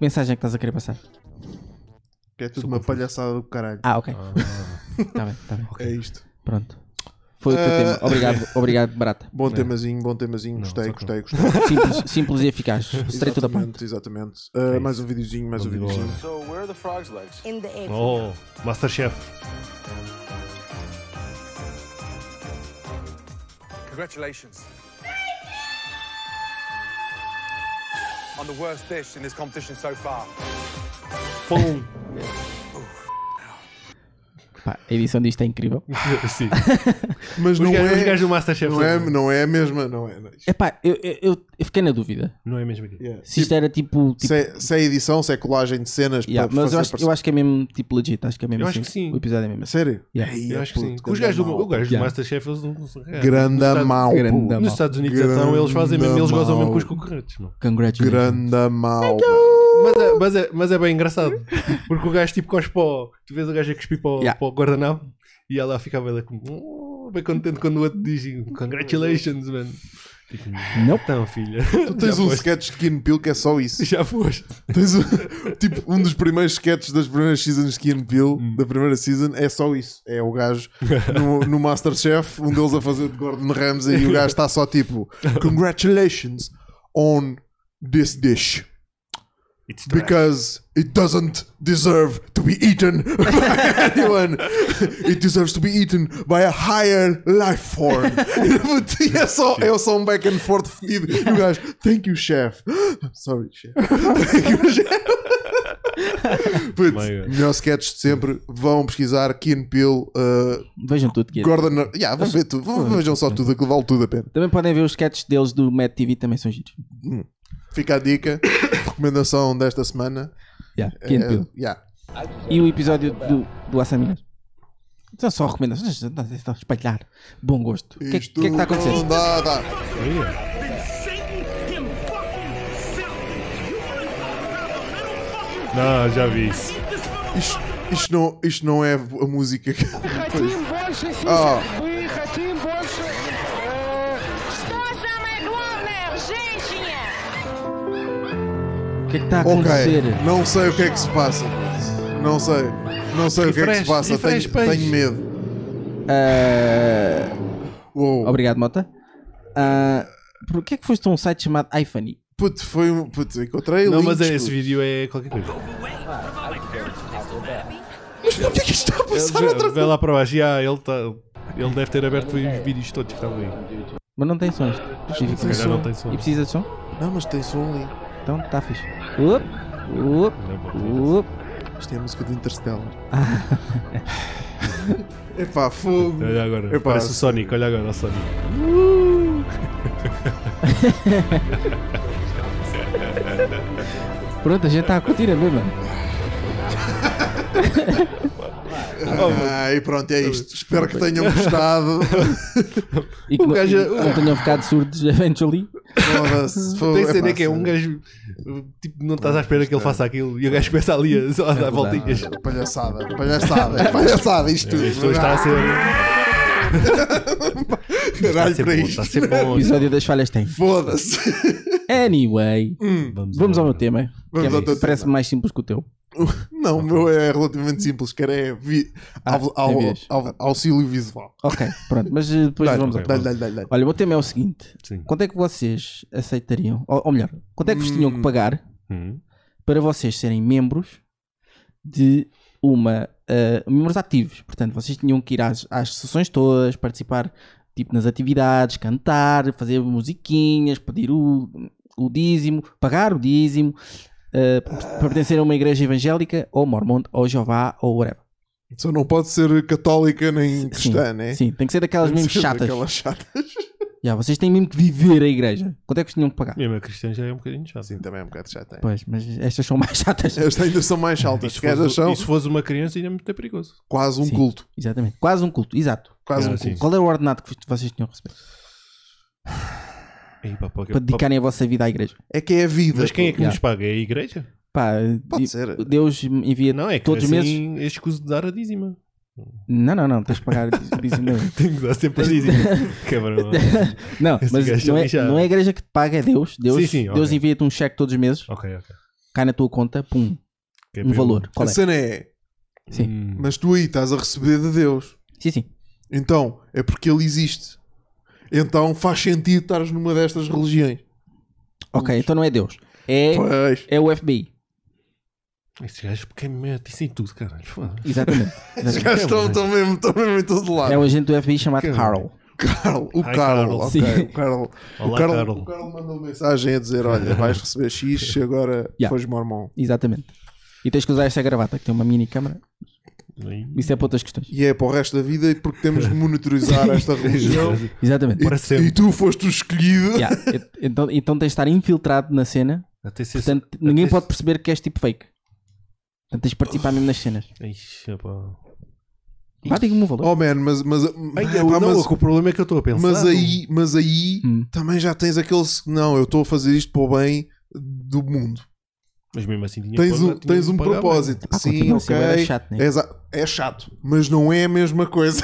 S2: Mensagem que estás a querer passar.
S1: Que é tudo uma palhaçada do caralho.
S2: Ah, ok.
S3: Ah,
S2: Está bem, está bem.
S1: É isto.
S2: Pronto. Foi o teu
S1: Eh,
S2: tema. Obrigado, obrigado, Barata.
S1: Bom temazinho, bom temazinho.
S3: Não,
S1: Gostei,
S3: só que
S1: gostei, gostei.
S2: Simples, simples e eficaz. Straight to the point.
S1: Exatamente, exatamente. Uh, mais um videozinho, mais um
S3: Vamos
S1: videozinho.
S3: embora.
S5: So where are the frog's legs?
S6: in the
S2: É,
S6: egg.
S3: oh, Masterchef.
S7: Congratulations. On the worst dish in this competition so far.
S3: Pão.
S2: Pá, a edição disto é incrível.
S3: Sim.
S1: Mas
S3: Os
S1: não
S3: gajos- os gajos do
S1: é,
S3: Masterchef.
S1: não é.
S3: são-
S1: Não é a mesma, não é.
S2: Epá, eu, eu- eu, eu fiquei na dúvida.
S3: Não é mesmo aqui.
S1: Yeah.
S2: Se isto era tipo. tipo
S1: Se, é, se é edição, se é colagem de cenas.
S2: yeah,
S1: para
S2: mas
S1: fazer
S2: eu acho, eu
S1: parecer-
S2: acho que é mesmo tipo legit. Acho que é mesmo
S3: Eu
S2: assim.
S3: acho que sim.
S2: O episódio é mesmo assim.
S1: Sério?
S2: Yeah.
S1: Ei,
S3: Eu acho que
S1: puto,
S3: sim. Os
S1: grande
S3: gajos do,
S1: mal.
S3: o gajo do
S2: Yeah.
S3: Masterchef, eles não. não- é, nos
S1: Grande
S3: Estados-
S1: mal.
S2: Grande
S1: puto.
S2: mal.
S3: Nos Estados Unidos então, eles fazem mesmo, eles gozam mesmo com os concorrentes, não?
S2: Congratulations.
S1: Grande mal.
S3: Mas é, mas, é, mas é bem engraçado. Porque o gajo tipo cospe para o. Tu vês o gajo a cuspir para o,
S2: Yeah.
S3: para o guardanapo e ela fica bem, como, "Oh", bem contente quando o outro diz Congratulations, man. Tipo,
S2: Nope.
S3: Então, filha.
S1: Tu tens
S3: já
S1: um
S3: foste.
S1: sketch de Keen Peele que é só isso.
S3: Já foste.
S1: Tens um- tipo, um dos primeiros sketches das primeiras seasons de Keen Peele,
S3: Hum.
S1: da primeira season, é só isso. É o gajo no, no Masterchef, um deles a fazer de Gordon Ramsay e o gajo está só tipo: Congratulations on this dish.
S3: It's
S1: Because it doesn't deserve to be eaten by anyone. It deserves to be eaten by a higher life form. E é só, é só um back and forth fedido. E o gajo, thank you, chef. Sorry, chef. Thank you, chef. Putz,
S3: My God.
S1: melhor sketch de sempre. Vão pesquisar Keen Peele, uh,
S2: Vejam tudo que é.
S1: Gordon. Yeah, vão ver tudo. Vão- Vejam só tudo, aquilo vale tudo a pena.
S2: Também podem ver os sketches deles do Mad TV, também são giros.
S1: Fica a dica. Recomendação desta semana.
S2: Yeah, Keen
S1: É,
S2: Peele.
S1: yeah.
S2: E o episódio do, do Assam Minas. Então só recomendações. Não, não, não, espalhar. Bom gosto. O que, é que- o que é que está a acontecer?
S1: não dá, dá.
S3: Não, já vi isso.
S1: Isto, isto não, isto não é a música que. Ah,
S8: Что самое главное в женщине?
S2: O que é que está a
S1: ok.
S2: acontecer?
S1: Não sei o que é que se passa. Não sei. Não sei o que é que se
S3: Refresh,
S1: passa.
S3: refresh,
S1: Tenho,
S3: peixe.
S1: tenho medo.
S2: Ah,
S1: Uou.
S2: Obrigado, Mota. Ah, por que é que foste a um site chamado iFunny?
S1: Puto, foi um. Puto, encontrei
S3: Não,
S1: links,
S3: mas é,
S1: puto.
S3: esse vídeo é qualquer coisa.
S1: Mas porquê que isto
S3: É
S1: está a passar
S3: Ele,
S1: outra
S3: vê lá para baixo. Já, ele, tá, ele deve ter aberto
S2: É.
S3: os vídeos todos tá que estavam aí.
S2: Mas não tem sons. específicos.
S1: Se calhar
S3: não tem som.
S2: E precisa de som?
S1: Não, mas tem som ali.
S2: Então está fixe. Up, up, up.
S1: Isto é a música do Interstellar. Epá, fogo.
S3: Olha agora.
S1: Epá,
S3: parece o
S1: sim.
S3: Sonic. Olha agora o Sonic.
S2: Pronto, a gente está a curtir a mesma.
S1: Ah, e pronto, é isto. Espero que tenham gostado.
S2: E que
S3: O
S2: não,
S3: gajo-
S1: é-
S2: e que não tenham ficado surdos eventually.
S1: Foda-se. fogo.
S3: Tem cena
S1: Epá, Ah,
S3: que é um
S1: sério.
S3: gajo. Tipo, não estás à espera que ele faça aquilo e o gajo começa ali
S1: É
S3: a só a dar voltinhas.
S1: Palhaçada, palhaçada, palhaçada, isto tudo.
S3: Isto está a ser. Está a
S1: Caralho
S3: ser
S1: para
S3: bom.
S1: isto.
S3: Está a ser bom.
S2: Episódio das falhas tem.
S1: Foda-se.
S2: Anyway,
S1: é-
S2: vamos ao meu tema. que
S1: Hum. Vamos
S2: é-
S1: ao teu tema.
S2: Parece mais simples que o teu.
S1: Não, o meu é relativamente simples, cara. É vi...
S2: Ah,
S1: ao, ao,
S2: é vez.
S1: ao- auxílio visual.
S2: Ok, pronto, mas eh, depois
S3: Tá,
S1: Dá-lhe,
S2: vamos ao
S1: dá-lhe, dá-lhe, dá-lhe.
S2: Olha, o meu tema é o seguinte:
S3: Sim.
S2: quanto é que vocês aceitariam, ou, ou melhor, quanto é que vos tinham que pagar
S3: Hum.
S2: para vocês serem membros de uma. ah, membros ativos. Portanto, vocês tinham que ir às, às sessões todas, participar tipo nas atividades, cantar, fazer musiquinhas, pedir o, o dízimo, pagar o dízimo, ah, para pertencer a uma igreja evangélica, ou mormon, ou Jeová, ou whatever.
S1: Só não pode ser católica nem
S2: Sim,
S1: cristã, né?
S2: Sim, tem que ser daquelas
S1: Tem
S2: mesmo
S1: que ser
S2: chatas.
S1: Aquelas chatas.
S2: Já, vocês têm mesmo que viver a igreja. Quanto é que vos tinham que pagar?
S3: Mesmo a cristã já é um bocadinho chato.
S1: Sim, também é um bocado chato. é.
S2: Pois, mas estas são mais chatas.
S1: Esta ainda são mais
S3: E
S1: altas.
S3: se
S1: que estas
S3: fosse-
S1: são
S3: e se fosse uma criança, ainda é muito perigoso.
S1: quase um
S2: Sim.
S1: culto.
S2: Exatamente. Quase um culto, exato.
S1: Quase
S3: Ah,
S1: um
S3: sim.
S1: culto.
S2: Qual era o ordenado que vocês tinham que receber?
S3: Aí, pá, pá,
S2: Para
S3: pá,
S2: dedicarem a vossa vida à igreja.
S1: É que é a vida.
S3: Mas quem é que
S2: Yeah.
S3: nos paga? É a igreja?
S2: Pá,
S1: Pode
S2: di-
S1: ser.
S2: Deus me envia
S3: Não, é que
S2: todos os meses.
S3: assim, é escuso de dar a dízima.
S2: Não, não, não. Tens de pagar diz- dízimo da igreja.
S3: Tenho que dar sempre a dízima. Cabrão.
S2: Não,
S3: Esse
S2: mas
S3: gajo
S2: não
S3: é
S2: é,
S3: lixado.
S2: não é a igreja que te paga, é Deus. Deus,
S3: Sim, sim,
S2: Deus
S3: ok.
S2: envia-te um cheque todos os meses,
S3: ok, ok.
S2: cai na tua conta, pum,
S3: Que é
S2: um
S3: para
S2: valor.
S1: A
S2: Qual é?
S1: cena é,
S3: eu-
S2: Sim.
S3: Hum.
S1: mas tu aí estás a receber de Deus.
S2: Sim, sim.
S1: Então, é porque ele existe. Então faz sentido estares numa destas religiões.
S2: Ok, então não é Deus. É,
S1: Pois.
S2: é o FBI.
S3: Estes gajos porque mete isso em tudo, caralho. Foda-se.
S2: Exatamente.
S1: Os
S2: Exatamente.
S1: gajos estão estão mesmo, estão mesmo em todo lado.
S2: É um agente do FBI chamado
S3: Que-
S2: Carl.
S1: Carl, o
S3: Ai,
S1: Carl,
S3: Carl,
S1: ok,
S2: sim.
S1: o Carl.
S3: Olá,
S1: o Carl,
S3: Carl.
S1: o Carl mandou mensagem a dizer: Olha, vais receber X e agora
S2: Yeah.
S1: fores mormon.
S2: Exatamente. E tens que usar esta gravata que tem uma mini câmara.
S3: Aí-
S2: Isso é para outras questões.
S1: E é para o resto da vida e porque temos de monitorizar esta religião.
S2: Exatamente.
S3: Para
S1: E,
S3: sempre.
S1: e tu foste o escolhido.
S2: Yeah. E- Então, então tens de estar infiltrado na cena.
S3: Até ser.
S2: Portanto, ninguém
S3: até
S2: pode perceber que és tipo fake. Portanto, tens de participar mesmo nas cenas.
S3: Ixi, pá.
S2: Vá, diga-me o valor.
S1: Oh man, mas, mas,
S3: Ai,
S1: pá,
S3: não,
S1: mas,
S3: o problema é que eu estou a pensar.
S1: mas aí, mas aí
S2: Hum.
S1: também já tens aquele. se- Não, eu estou a fazer isto para o bem do mundo.
S3: Mas mesmo assim tinha
S1: Tens
S3: que
S1: um,
S3: pagar- tinha
S1: tens
S3: que
S1: um
S3: pagar, mano.
S1: propósito.
S2: Pá,
S1: Sim,
S2: Ah, continua a ser
S1: ok.
S2: bué chato, né?
S1: É exa- é chato, mas não é a mesma coisa.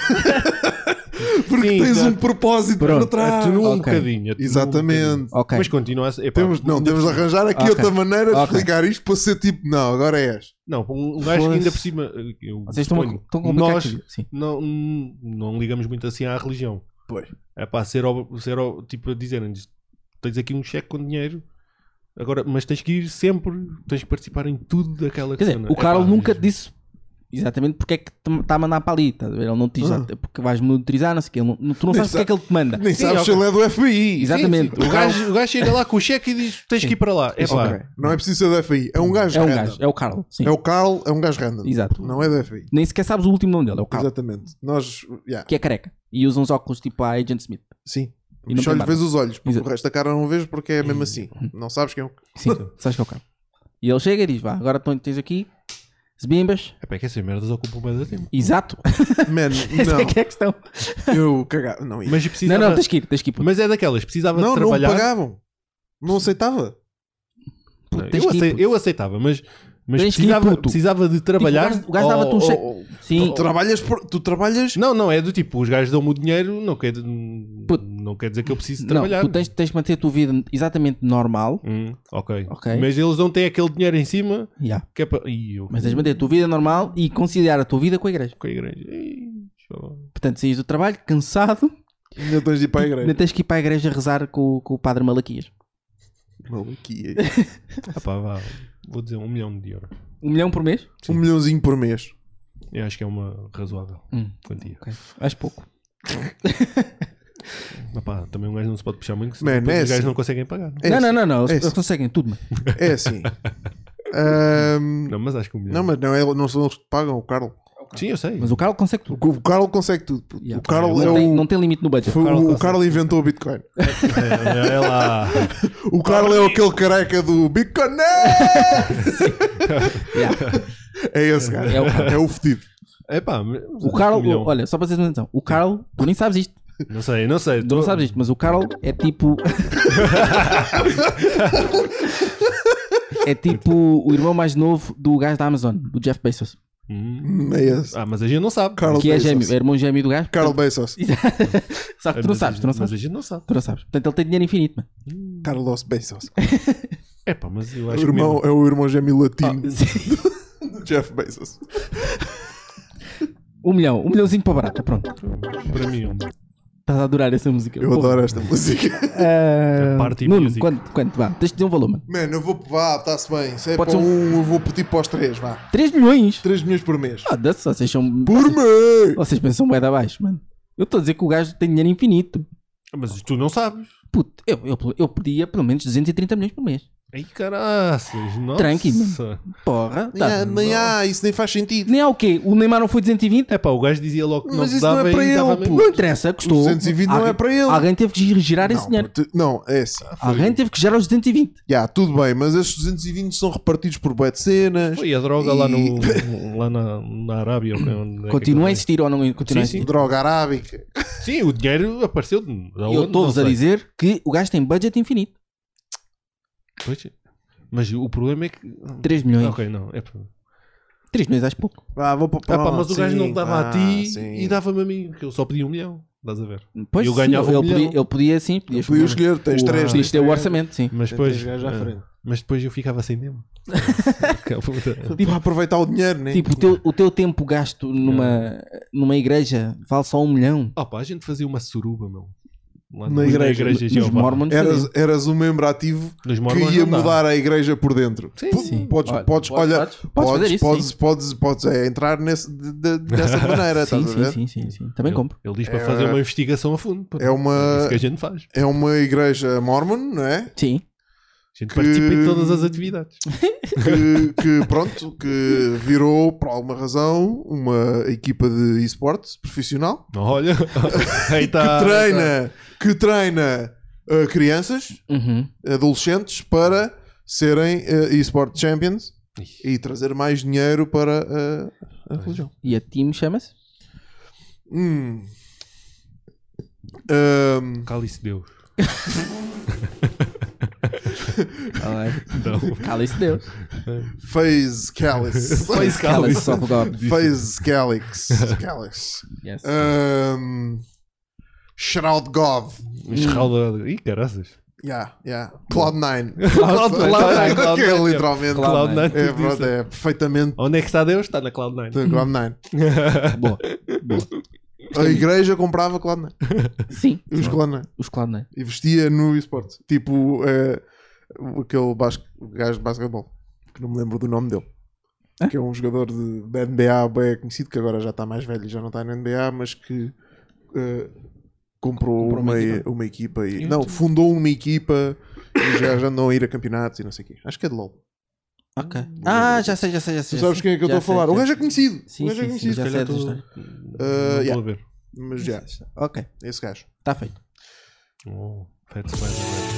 S1: Porque
S3: Sim,
S1: tens
S3: exato.
S1: um propósito
S2: Pronto,
S1: por trás.
S3: Atenua um
S2: Ok.
S3: bocadinho. atenua um
S1: Exatamente.
S3: bocadinho.
S2: Ok.
S3: Mas continua a ser. epá,
S1: Temos, não,
S3: ainda
S1: temos de
S3: por cima-
S1: arranjar aqui
S2: Ok.
S1: outra maneira de
S2: Ok.
S1: explicar isto para ser tipo, não, agora és.
S3: Não, um gajo que ainda por cima. eu
S2: Vocês estão,
S3: suponho,
S2: estão um
S3: Nós
S2: complicados. Sim.
S3: não, não ligamos muito assim à religião.
S1: Pois.
S3: É pá, ser, ob- ser ob- tipo a dizerem-nos: tens aqui um cheque com dinheiro, agora, mas tens que ir sempre, tens que participar em tudo daquela
S2: Quer dizer,
S3: cena. É
S2: o
S3: Epá,
S1: É
S2: Carl nunca
S3: mas-
S2: disse exatamente porque é que está a mandar para ali. Estás a ver? Ele não te diz,
S1: Ah.
S2: "Ah, porque vais monitorizar, não sei o quê. Ele não- Tu não
S1: Nem
S2: sabes porque é
S1: sabe-
S2: que ele te manda.
S1: Nem
S3: Sim,
S1: sabes se
S3: ok.
S1: ele é do FBI.
S2: Exatamente.
S3: O gajo, o gajo chega lá com o cheque e diz: tens que ir para lá. É pá,
S1: Ok. Não é preciso ser do FBI. É um gajo
S2: É um
S1: random.
S2: gajo, é o Carl. Sim.
S1: É o Carl, é um gajo random.
S2: Exato.
S1: Não é do FBI.
S2: Nem sequer sabes o último nome dele, é o Carl,
S1: Exatamente. Nós, yeah,
S2: que é careca. E usa uns óculos tipo a Agent Smith.
S1: sim.
S2: E não
S1: Só
S2: tem
S1: lhe
S2: barba.
S1: vês os olhos, porque
S2: Exato.
S1: o resto da cara não vês porque é mesmo assim. Não sabes quem é. o-
S2: Sim, sabes que é o Carl. E ele chega e diz: vá, agora tão- tens aqui, Zbimbas.
S3: é pá, que essas merdas ocupam mais tempo.
S2: Exato.
S1: Man,
S2: Essa é que é a questão.
S1: não. Eu cagava. Não, ia.
S3: Mas
S2: Não,
S3: precisava.
S2: não, tens que ir, tens que ir. puto.
S3: Mas é daquelas, precisava
S1: não,
S3: de
S1: não me
S3: trabalhar.
S1: pagavam. Não aceitava.
S2: Puto,
S3: Eu,
S2: tens que ir,
S3: acei-
S2: puto.
S3: eu aceitava, mas, mas
S2: Tens que ir,
S3: precisava,
S2: puto.
S3: precisava de trabalhar.
S2: Tipo, o gajo- o gajo dava-te um
S3: ou-
S2: cheque.
S3: ou-
S2: Sim,
S1: Tu trabalhas, por- tu trabalhas
S3: Não, não, é do tipo, os gajos dão-me o dinheiro, não quer,
S2: Puto.
S3: não quer dizer que eu preciso
S2: não,
S3: trabalhar.
S2: tu tens, tens que manter a tua vida exatamente normal.
S3: Hum, ok.
S2: Ok.
S3: Mas eles não têm aquele dinheiro em cima
S2: Yeah.
S3: que é para. Ih, eu
S2: Mas tens de manter a tua vida normal e conciliar a tua vida com a igreja.
S3: com a igreja. Ih, só-
S2: Portanto, saís do trabalho cansado,
S1: ainda tens de ir para a
S2: ainda
S1: igreja.
S2: tens que ir para a igreja rezar com, com o padre Malaquias.
S1: Maluquia.
S3: Ah, pá, vá. Vou dizer um milhão de euros.
S2: Um milhão por mês?
S1: Um milhãozinho por mês.
S3: Eu acho que é uma razoável
S2: Hum.
S3: quantia.
S2: Ok, acho pouco.
S3: Ah, pá, também um gajo não se pode puxar muito, senão
S1: Man,
S3: depois
S1: é
S3: os gajos
S1: assim.
S3: não conseguem pagar. Não,
S1: É
S2: não,
S1: assim.
S2: não, não, não,
S1: É
S2: eles
S1: assim.
S2: conseguem tudo, mano.
S1: É assim. Ahm,
S3: Não, mas acho que um milhão.
S1: É. não, mas não, é, não são eles que te pagam, o Carl.
S3: Sim, eu sei.
S2: Mas o Carl consegue tudo.
S1: O Carl consegue tudo. puto.
S2: Yeah.
S1: O Carl é
S2: não, tem, não
S1: o.
S2: tem limite no budget.
S1: foi o-
S3: Carl
S1: o
S3: consegue
S1: Carl inventou o Bitcoin.
S3: É, é lá.
S1: O Carl é aquele careca do Bitcoin.
S2: Yeah.
S1: É esse cara.
S2: É o Carl.
S1: É o fedido.
S3: É pá, mas-
S2: O Carl,
S3: um milhão.
S2: olha, só para vocês terem noção, o Carl, tu nem sabes isto,
S3: Não sei, não sei.
S2: tu não sabes isto, mas o Carl é tipo. é tipo o irmão mais novo do gajo da Amazon, do Jeff Bezos,
S3: Hum.
S1: Hum, É esse.
S3: Ah, mas a gente não sabe.
S1: Carl
S2: que é
S1: Bezos.
S2: gêmeo, é irmão gêmeo do gajo.
S1: Carl Bezos.
S2: Só que tu não
S3: Mas-
S2: sabes, tu não
S3: Mas
S2: sabes.
S3: a gente não sabe.
S2: Tu não sabes. Portanto, ele tem dinheiro infinito, mano.
S1: Carlos Bezos.
S3: É pá, mas eu
S1: O
S3: acho
S1: irmão,
S3: que.
S1: é o irmão gêmeo latino
S2: Sim.
S1: do Jeff Bezos.
S2: Um milhão, um milhãozinho para barata, pronto.
S3: mesmo, Para mim, um-
S2: Estás a adorar essa música.
S1: Eu
S2: Porra.
S1: adoro tipo esta música.
S2: Ah,
S3: A party
S2: Nuno,
S3: music.
S2: quanto, quanto? Vá, tens de dizer um valor, mano.
S1: Mano, eu vou. Vá, está-se bem. Se é
S2: Pode
S1: para
S2: ser
S1: um, eu vou pedir para os três, vá.
S2: 3 milhões?
S1: 3 milhões por mês.
S2: Foda-se, vocês são.
S1: Por mês!
S2: Vocês pensam bem de abaixo, mano. Eu estou a dizer que o gajo tem dinheiro infinito.
S3: Ah, Mas tu não sabes.
S2: Puto, eu, eu, eu pedia pelo menos 230 milhões por mês.
S3: Aí caraças, nossa.
S2: Tranquilo. Porra, tá.
S1: Ah, nem há, isso nem faz sentido.
S2: Nem há o quê? O Neymar não foi 220?
S3: É pá, o gajo dizia logo que não
S1: Mas
S3: te
S1: isso não
S3: dava
S1: é para
S3: e
S1: ele,
S3: dava
S1: pô.
S3: mesmo.
S2: Não interessa, custou.
S1: 220 não é para ele.
S2: Alguém teve que gir- girar esse
S1: Não,
S2: dinheiro.
S1: puto, não, é assim.
S2: Alguém teve que girar os 220.
S1: Já, tudo bem, mas esses 220 são repartidos por bué de cenas.
S3: Foi a droga lá, no,
S1: E-
S3: lá na, na Arábia. ou que- onde é que
S2: Continua a
S3: aquilo
S2: insistir ou não continua a
S3: Sim,
S2: insistir?
S3: sim.
S1: Droga arábica.
S3: é. Sim, o dinheiro apareceu. de- da
S2: E Eu
S3: onde, não
S2: estou-vos a
S3: sei.
S2: dizer que o gajo tem budget infinito.
S3: Pois é. mas o problema é que.
S2: 3 milhões.
S3: Ok, não. É pá,
S2: três 3 milhões acho pouco.
S1: Ah, vou para o
S3: Ah, pá, mas o
S1: sim,
S3: gajo não dava a
S1: ah,
S3: ti
S1: sim.
S3: e dava-me a mim, que eu só pedi um milhão. Estás a ver?
S2: Pois,
S3: Eu
S2: sim,
S3: ganhava um
S2: ele,
S3: milhão.
S2: podia, ele podia sim. Podia
S1: Podia escolher, tens
S3: Uau.
S1: três. né?
S2: Podia escolher o orçamento, sim.
S3: Mas
S6: Tem três
S3: depois,
S6: gajos à
S3: ah,
S6: frente.
S3: mas depois eu ficava sem mesmo.
S1: Para aproveitar o dinheiro, né?
S2: Tipo, o teu, o teu tempo gasto numa, numa igreja vale só um milhão.
S3: Ah, pá, a gente fazia uma suruba, meu. Lá
S1: Na
S3: no-
S1: igreja,
S3: na igreja de
S2: Os
S3: Jeová.
S2: mormons é-
S1: eras, eras um membro ativo
S3: Nos
S1: que
S3: mormons
S1: ia
S3: não dá.
S1: mudar a igreja por dentro.
S3: Sim,
S1: Pu-
S2: sim.
S1: Podes,
S2: Olha,
S1: podes,
S2: podes-
S1: olha,
S2: podes- podes fazer isso,
S1: podes, podes, podes, é, entrar nesse, de- de- dessa maneira,
S2: sim,
S1: estás a
S2: sim,
S1: ver?
S2: sim, sim, sim. Também compro.
S3: Ele diz para fazer uma investigação a fundo. pá.
S1: É uma-
S3: É isso que a gente faz.
S1: É uma igreja mormon, não é?
S2: Sim.
S3: A gente
S1: Que-
S3: participa em todas as atividades.
S1: Que, que, pronto, que virou, por alguma razão, uma equipa de esportes profissional
S3: Olha, aí tá. está.
S2: Tá,
S1: que treina, que treina uh, crianças,
S2: Uhum.
S1: adolescentes, para serem uh, eSport Champions
S3: Ih.
S1: e trazer mais dinheiro para uh, a religião.
S2: E a time chama-se?
S1: Hum. Ahm,
S3: Cala-se Deus. Então,
S2: Cala-se Deus.
S1: Phase Calyx.
S3: Face
S2: Cala-se só por God.
S1: Phase Calyx. Calyx.
S2: Yes.
S1: Ahm, Shroud Um, Gov.
S3: um Escalda. Ih, caraças.
S1: Yeah, yeah. Cloud9.
S3: Cloud9, Cloud9,
S1: Que é
S3: Cloud9.
S1: literalmente.
S2: Cloud9.
S3: Cloud9.
S1: É, Uh,
S3: tudo isso.
S1: pronto, é perfeitamente
S3: Onde é que está Deus? Está na Cloud9.
S1: Cloud9.
S2: Boa.
S1: A igreja comprava Cloud9.
S2: Sim.
S1: Os Cloud9.
S2: Os cloud não é?
S1: E vestia no esporte. Tipo eh, aquele basque, gajo de basquetebol. Que não me lembro do nome dele. Que é um jogador de, da NBA bem conhecido, que agora já está mais velho e já não está na NBA, mas que eh, comprou,
S2: Comprou
S1: uma,
S2: uma
S1: uma equipa.
S2: equipa.
S1: e, não, fundou uma equipa e já, já andam a ir a campeonatos e não sei o quê. Acho que é de LOL.
S2: Ok. Ah, já sei, já sei, já
S1: Tu
S2: sei. já
S1: sabes
S2: sei.
S1: quem é que eu estou
S2: Já
S1: a falar?
S2: sei, já
S1: o gajo é
S2: sei.
S1: conhecido.
S2: Sim,
S1: o gajo é
S2: sim, sim,
S1: conhecido.
S2: já sei essa história.
S3: Não
S1: Eh, yeah.
S3: Estou a ver.
S1: Mas já,
S2: Ok,
S1: esse gajo.
S2: está feito.
S3: Oh, fede-se mais ou menos.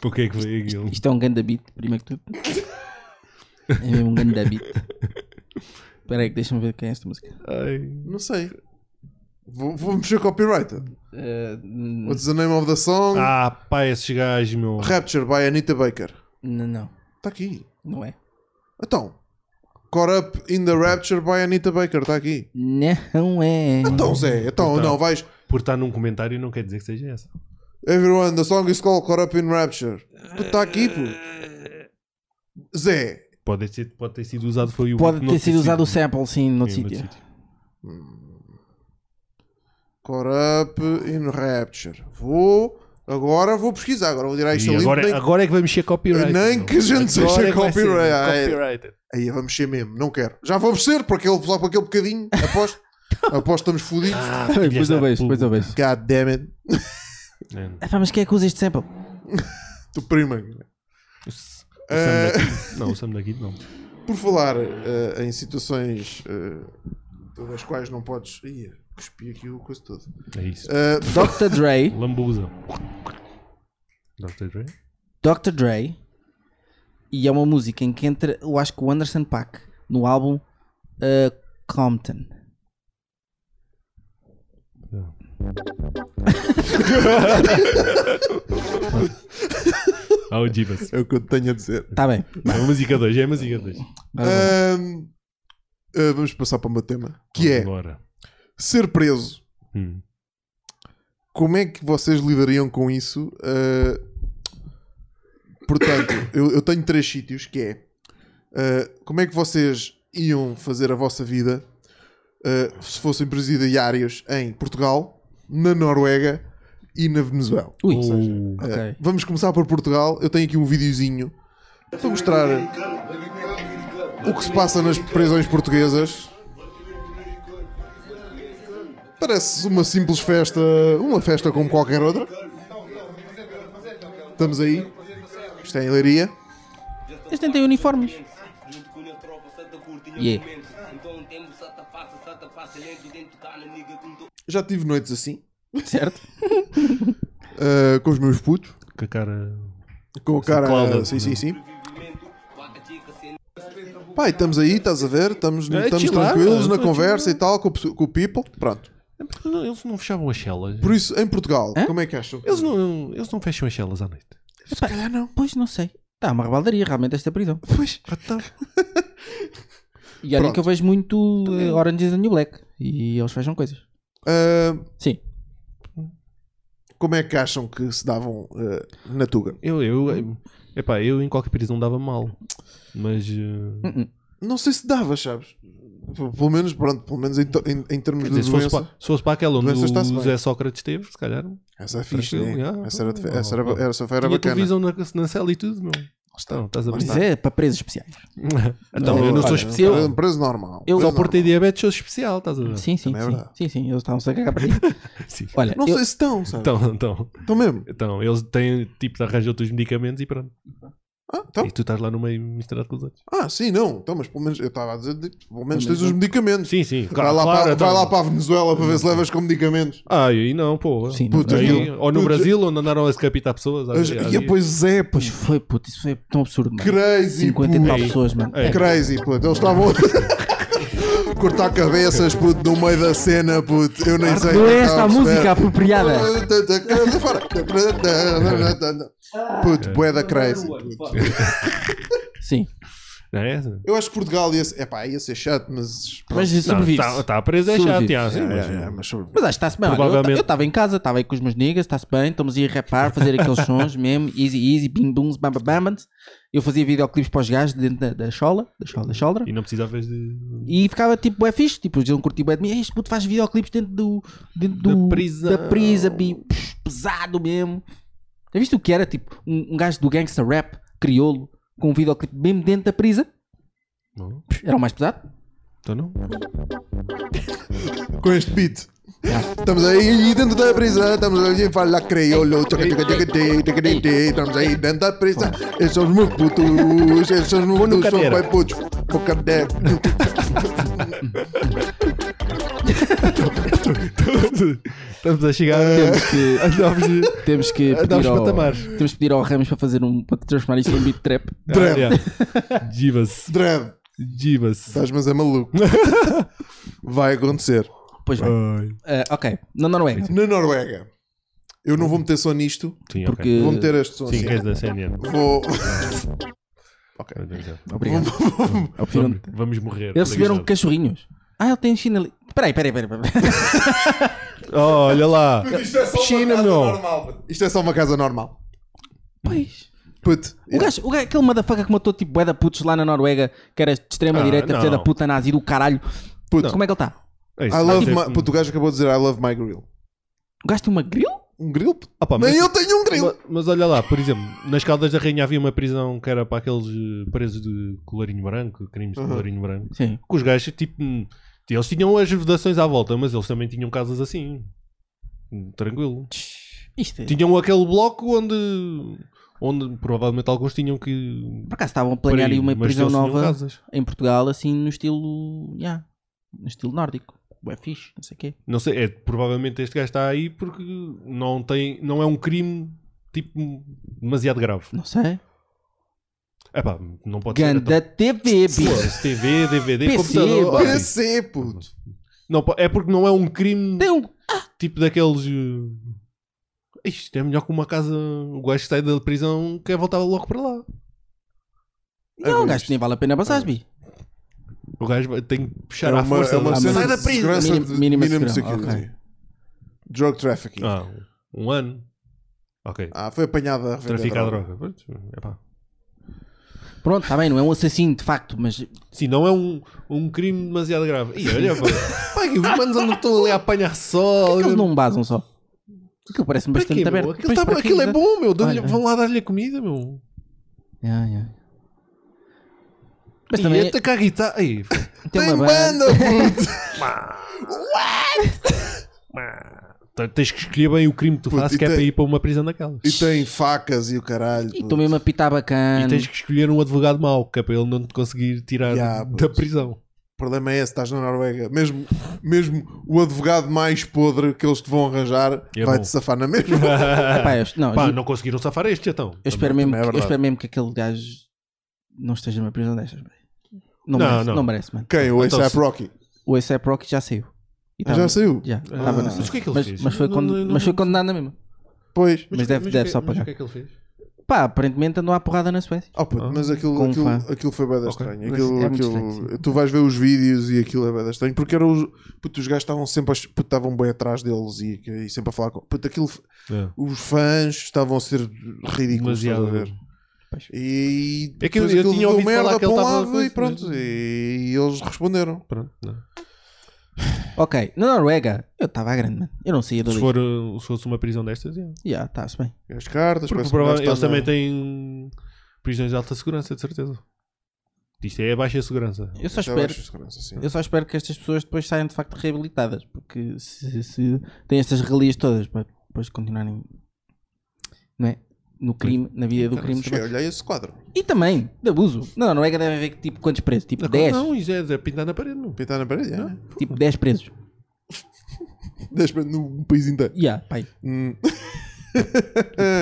S3: Porquê que veio aquilo?
S2: Isto é um ganda beat, primeiro que tudo. É mesmo um ganda beat. Espera aí, que deixa-me ver quem é esta música.
S3: Ai.
S1: Não sei. Vou, vou mexer copyright.
S2: Eh, n-
S1: What's the name of the song?
S3: Ah, pá, esses gajos, meu.
S1: Rapture by Anita Baker.
S2: n- não,
S1: Está aqui.
S2: não é.
S1: Então. Caught Up in the Rapture by Anita Baker. Está aqui.
S2: Não é.
S1: Então, Zé. Então,
S3: Então.
S1: não, vais.
S3: Por estar num comentário não quer dizer que seja essa.
S1: Everyone, the song is called Caught Up in Rapture. Está aqui, pô. Zé.
S3: Pode ter, pode ter sido usado, foi o
S2: Pode
S3: noutro
S2: ter sido
S3: sítio.
S2: usado o sample, sim, no
S3: Sim,
S2: sítio.
S3: noutro sítio.
S1: Caught Up in Rapture. Vou. Agora vou pesquisar. Agora vou tirar isto
S3: E
S1: ali.
S3: agora,
S1: nem,
S3: agora é que vai mexer copyright.
S1: nem
S3: meu.
S1: que a gente
S3: Agora
S1: seja
S3: é que vai ser
S1: copyright.
S3: copyrighted.
S1: Aí vamos mexer mesmo. Não quero. Já vamos ser para aquele, só para aquele bocadinho. Aposto. Aposto que estamos fodidos.
S3: Ah,
S2: Depois eu
S3: filhas da
S2: vejo, depois eu vejo.
S1: God damn it.
S3: puta.
S2: Ah, pá, mas quem é que usa este sample?
S1: Tu prima.
S3: O Sam
S1: Eh.
S3: daqui. Não, o Sam daqui não.
S1: Por falar eh, em situações eh, das quais não podes. Ih, cuspi aqui o coisa todo.
S3: É isso.
S1: Eh,
S2: Dr. Dre,
S3: Lambuza. Dr. Dre?
S2: Dr. Dre, e é uma música em que entra, eu acho que o Anderson Paak, no álbum eh, Compton.
S3: Ah, o Jibas.
S1: é o que eu te tenho a dizer.
S2: Tá bem.
S3: É a música 2, é a música 2.
S2: Agora
S1: Ahm, ehm, eh, vamos passar para o meu tema. Que é
S3: Agora.
S1: ser preso.
S3: Hum.
S1: Como é que vocês lidariam com isso? Eh, portanto, eu, eu tenho três sítios que é eh, como é que vocês iam fazer a vossa vida eh, se fossem presidiários em Portugal, na Noruega e na Venezuela.
S2: vou- Ui,
S3: Ou-
S2: ok.
S1: Eh, Vamos começar por Portugal. Eu tenho aqui um videozinho para mostrar. o que se passa nas prisões portuguesas parece uma simples festa, uma festa como qualquer outra. Estamos aí. Isto é em Leiria.
S2: Eles nem têm uniformes. Yeah.
S1: Já tive noites assim,
S2: Certo?
S1: ah, com os meus putos,
S3: Com a cara.
S1: com a
S3: Cláudio,
S1: cara. Sim, sim, sim. Pai, estamos aí, estás a ver? Estamos,
S3: É,
S1: estamos
S3: chilar,
S1: tranquilos na
S3: é,
S1: conversa e tal, com, o pe- com o people. Pronto.
S3: Não, Eles não fechavam as celas.
S1: Por isso, em Portugal,
S2: Hã?
S1: como é que acham?
S3: Eles não, eles não fecham as celas à noite.
S1: Se calhar não.
S2: Pois não sei. Está uma rebaldaria realmente esta prisão.
S1: Pois.
S3: Então.
S2: E olha
S1: Pronto.
S2: que eu vejo muito eh, Orange is the New Black. E eles fecham coisas.
S1: Ah,
S2: Sim.
S1: como é que acham que se davam ah, na Tuga?
S3: Eu,
S1: Hum.
S3: eu, epá, eu em qualquer prisão dava mal. Mas. eh,
S2: Uh-uh.
S1: Não sei se dava, sabes? P- Pelo menos, pronto, pelo menos em, to- em- em termos
S3: Quer dizer,
S1: de
S3: se fosse,
S1: doença.
S3: para, se fosse para aquela onde
S1: Doenças
S3: o
S1: está-se bem.
S3: Zé Sócrates esteve, se calhar.
S1: Essa é fixe,
S3: Tranquilo,
S1: né?
S3: já.
S1: Essa era, de- essa era,
S3: Ah,
S1: essa era
S3: Tinha
S1: bacana.
S3: televisão na, na cela e tudo, meu. Então, estás a
S1: Mas
S2: Mas
S3: brincar.
S2: é para presos especiais.
S3: então, eu não sou
S1: Olha,
S3: especial.
S1: É um preso normal.
S2: Eu-
S1: Preso
S3: Só por ter
S1: normal.
S3: diabetes sou especial, estás a ver?
S2: Sim, sim,
S1: Também é
S2: sim.
S1: verdade.
S2: sim, sim. Eles estavam-se a cagar para ti.
S3: Sim.
S2: Olha,
S1: Não
S2: eu-
S1: sei se estão, sabe? Estão
S3: Então, então,
S1: mesmo.
S3: então, eles têm, tipo, arranjam-te os medicamentos e pronto.
S1: Ah, estão.
S3: E tu estás lá no meio misturado com os outros.
S1: Ah, sim, não. Então, mas pelo menos, eu estava a dizer, de- pelo menos
S2: Pelo
S1: tens os medicamentos.
S3: Sim, sim. então.
S1: Vai, lá para, vai lá para a Venezuela para ver se levas com medicamentos.
S3: Ah, aí não, pô.
S2: Sim,
S1: Puta,
S2: não,
S3: Aí,
S1: aquilo-
S3: ou no
S1: Puta.
S3: Brasil, onde andaram a decapitar pessoas. às- às-
S1: E depois é, pô.
S2: Pois foi, puto, isso foi tão absurdo, mano.
S1: Crazy,
S2: 50 e
S1: puto.
S2: tal pessoas, mano.
S3: Ei.
S1: Crazy, puto. Eles estavam a cortar cabeças, puto, no meio da cena, puto. Eu nem sei.
S2: Não
S1: o que
S2: é esta
S1: estava
S2: a música
S1: perceber.
S2: apropriada.
S1: Puto, bué da crazy. puto.
S2: Sim,
S3: Não é essa?
S1: Eu acho que Portugal ia ser, epá, ia ser chato, mas.
S2: mas sobrevive
S3: Está tá preso, é chato.
S2: Sobrevive-se.
S3: já, sim,
S1: É,
S3: mas-
S1: é, é, mas sobre-
S2: Mas acho que está-se bem. olha,
S3: Provavelmente.
S2: Eu estava em casa, estava aí com os meus niggas, está-se bem, estamos aí a rapar, fazer aqueles sons mesmo, easy, easy, bim bums, bam bam, bam bam. Eu fazia videoclipes para os gajos dentro da, da chola, da chola, da chola.
S1: é.
S3: E não precisavas de.
S2: E ficava tipo, é fixe, tipo, eles iam curtir bué de mim, "Ei, este puto faz videoclipes dentro do. Dentro
S3: Da
S2: do
S3: prisão."
S2: Da prisa, bi, psh, pesado mesmo. Já viste o que era? Tipo, um, um gajo do gangsta rap, crioulo, com um videoclipe mesmo dentro da prisa?
S3: Não,
S2: Psh, Era o mais pesado?
S3: então não.
S1: Com este beat. Estamos aí dentro da prisão, estamos aí a falar creolo, tchaca, tchaca, tchaca, tê, tchaca, tê, tê. estamos aí dentro da prisão. Esses são os meus putos, esses são os meus putos, são
S3: cadeira.
S1: bem putos. Vou cadeira.
S3: Estamos a chegar
S1: É.
S2: Temos que.
S3: a novos. de-
S2: Temos que
S3: Dá
S2: pedir
S3: os
S2: ao,
S3: patamares.
S2: temos que pedir ao Ramos para fazer um para transformar isto num beat trap.
S1: Drap.
S3: Ah, yeah. Divas.
S1: Dread,
S3: Divas.
S1: estás, mas é maluco. Vai acontecer.
S2: Pois vai. Ah, ok, na Noruega.
S1: Na Noruega, eu não vou meter só nisto,
S3: Sim, ok.
S2: Porque
S1: vou meter este som
S3: Sim, és
S1: assim.
S3: da CNN.
S1: Vou.
S2: Obrigado. Eu prefiro-
S3: Vamos, é. vamos morrer.
S2: Eles receberam
S3: Obrigado.
S2: cachorrinhos. Ah, ele tem chinelo. Peraí, peraí, peraí. peraí.
S3: Oh, olha lá.
S1: Isto é só
S3: Piscina, casa meu.
S1: Isto é só uma casa normal.
S2: Pois.
S1: Puto.
S2: O gajo, o gajo, aquele motherfucker que matou tipo bué da putos lá na Noruega, que era de extrema
S3: Ah,
S2: direita,
S3: não.
S2: filha da puta nazi do caralho.
S1: Puto.
S2: Como é que ele está?
S3: É isso.
S1: I love my...
S3: Hum.
S1: Puto, o gajo acabou de dizer I love my grill.
S2: O gajo tem uma grill?
S1: Um grill? puto?
S3: Ah, pá, mas-
S1: Nem eu tenho um grill.
S3: Ma- Mas olha lá, por exemplo, nas Caldas da Rainha havia uma prisão que era para aqueles eh, presos de colarinho branco, crimes de
S1: Uhum.
S3: colarinho branco.
S2: Sim.
S3: Que os gajos, tipo, hum, eles tinham as vedações à volta, mas eles também tinham casas assim. Hum, Tranquilo.
S2: Isto é.
S3: Tinham aquele bloco onde. Onde provavelmente alguns tinham que.
S2: Por acaso estavam a planear aí
S3: parir,
S2: uma
S3: mas
S2: prisão
S3: eles tinham um
S2: nova
S3: casas.
S2: em Portugal, assim no estilo. Yeah, no estilo nórdico. Bué fixe, não sei o quê.
S3: Não sei, é, provavelmente este gajo está aí porque não, tem, não é um crime tipo demasiado grave.
S2: Não sei.
S3: É pá, não pode
S2: Ganda
S3: ser.
S2: TV,
S3: então.
S2: bicho.
S3: Foda-se, TV, DVD,
S2: PC,
S3: computador.
S2: bora.
S3: Ah,
S1: PC, puto.
S3: Não, pá, é porque não é um crime
S2: Tem um.
S3: tipo daqueles. eh, Isto é melhor que uma casa. O gajo que sai da prisão quer voltar logo para lá.
S2: Não, o gajo nem vale a pena passar, bi.
S3: O gajo vai- tem que puxar
S1: É
S3: à
S1: uma,
S3: força.
S1: é uma
S3: lá.
S2: Ah,
S1: cena
S2: mas-
S1: de
S2: Sai da prisão.
S1: segurança
S2: Mínimo-
S1: de
S2: mínimo
S1: minimum
S2: segurança,
S1: security. Drug trafficking. Ah.
S3: Ah, um ano. Ok.
S1: foi apanhada a vender
S3: Traficar
S1: droga.
S3: droga. Pois, epá.
S2: Pronto, está bem, não é um assassino de facto, mas.
S3: Sim, não é um, um crime demasiado grave. Ih, olha, pá. Pai, os manos andam todos ali a apanhar sol.
S2: Eles não basam só. Aquilo parece-me
S3: Para
S2: bastante
S3: quê, meu?
S2: aberto.
S3: Aquilo,
S2: Pois,
S3: tá-
S2: para quê,
S3: aquilo é
S2: né?
S3: bom, meu. Dão-lhe-
S2: Olha.
S3: Vão lá dar-lhe a comida, meu.
S2: Ya, ya. Mas
S3: E
S2: também
S3: atacar a guitarra. Aí,
S2: tem uma banda.
S1: banda, puto!
S3: t- tens que escolher bem o crime que tu
S1: Puto,
S3: fazes,
S1: e
S3: que é
S1: tem-
S3: para ir para uma prisão daquelas.
S1: e tem facas e o caralho.
S2: E
S1: puto.
S2: tomei uma pita bacana.
S3: E tens que escolher um advogado mau, que é para ele não te conseguir tirar
S1: Ya,
S3: da
S1: pois.
S3: prisão.
S1: O problema é esse, estás na Noruega. Mesmo, mesmo o advogado mais podre que eles te vão arranjar
S3: É bom.
S1: vai-te safar na mesma.
S2: Epá, eu- não,
S3: Pá,
S2: eu-
S3: não conseguiram safar este, então.
S2: eu, espero mesmo
S1: também é
S2: que, eu
S1: verdade.
S2: espero mesmo que aquele gajo não esteja numa prisão destas. mano. Não,
S3: Não,
S2: merece,
S3: não.
S2: não merece, mano.
S1: Quem? O
S3: Então,
S1: ASAP
S3: se-
S1: Rocky.
S2: O ASAP Rocky já saiu. E
S1: Ah,
S2: tava-
S1: já saiu?
S2: Já,
S3: Ah,
S2: tava na-
S3: mas o que é que ele
S2: mas,
S3: fez?
S2: mas foi,
S3: Não-
S2: con-
S3: não- não-
S2: mas foi condenado na mesma.
S1: Pois.
S2: Mas deve-
S3: o
S2: deve
S3: que-
S2: só
S3: Mas
S2: pagar.
S3: o que é que ele fez?
S2: Pá, aparentemente andou à porrada na Suécia.
S1: Oh, puto, mas aquilo,
S2: Com um
S1: aquilo,
S2: fã.
S1: aquilo foi bem
S3: Ah. Ok.
S1: estranho.
S2: Mas
S1: Aquilo,
S2: é muito
S1: aquilo-
S2: estranho, sim.
S1: tu vais ver os vídeos e aquilo é bem estranho. Porque eram os, puto, os gajos estavam sempre a- puto, estavam bem atrás deles e, e sempre a falar com. Puto, aquilo,
S3: É.
S1: os fãs estavam a ser ridículos. estás a
S3: Demasiado.
S1: ver?
S2: Pois.
S1: E
S3: É que eu-
S1: depois
S3: eu
S1: aquilo
S3: tinha ouvido falar que ele
S1: para um
S3: estava
S1: lado
S3: coisa,
S1: e pronto.
S3: mas-
S1: E, e eles responderam.
S3: Pronto, né? não.
S2: Ok, na Noruega, eu estava à grande, mano. Eu não saía
S3: Se,
S2: dali.
S3: for, uh, se fosse uma prisão destas, yeah.
S2: Já, está-se bem.
S1: As cartas,
S3: Porque
S1: parece que o gajo
S3: prova-
S1: está
S3: eles
S1: na-
S3: também têm prisões de alta segurança, de certeza. Isto é baixa segurança.
S2: Eu só
S1: Até
S2: espero.
S1: baixo de segurança, sim.
S2: Eu só espero que estas pessoas depois saiam de facto reabilitadas, porque se, se têm estas regalias todas para depois continuarem não é? no crime, na vida do crime
S1: Cheguei,
S2: também.
S1: olhei esse quadro.
S2: E também de abuso. Não, não é que devem haver tipo quantos presos? Tipo 10,
S3: Não, isso é, é pintar na parede, meu.
S1: Pintar na parede, é?
S2: tipo 10 presos.
S1: Dez pa- no país inteiro.
S2: Yeah, pai.
S1: Hum.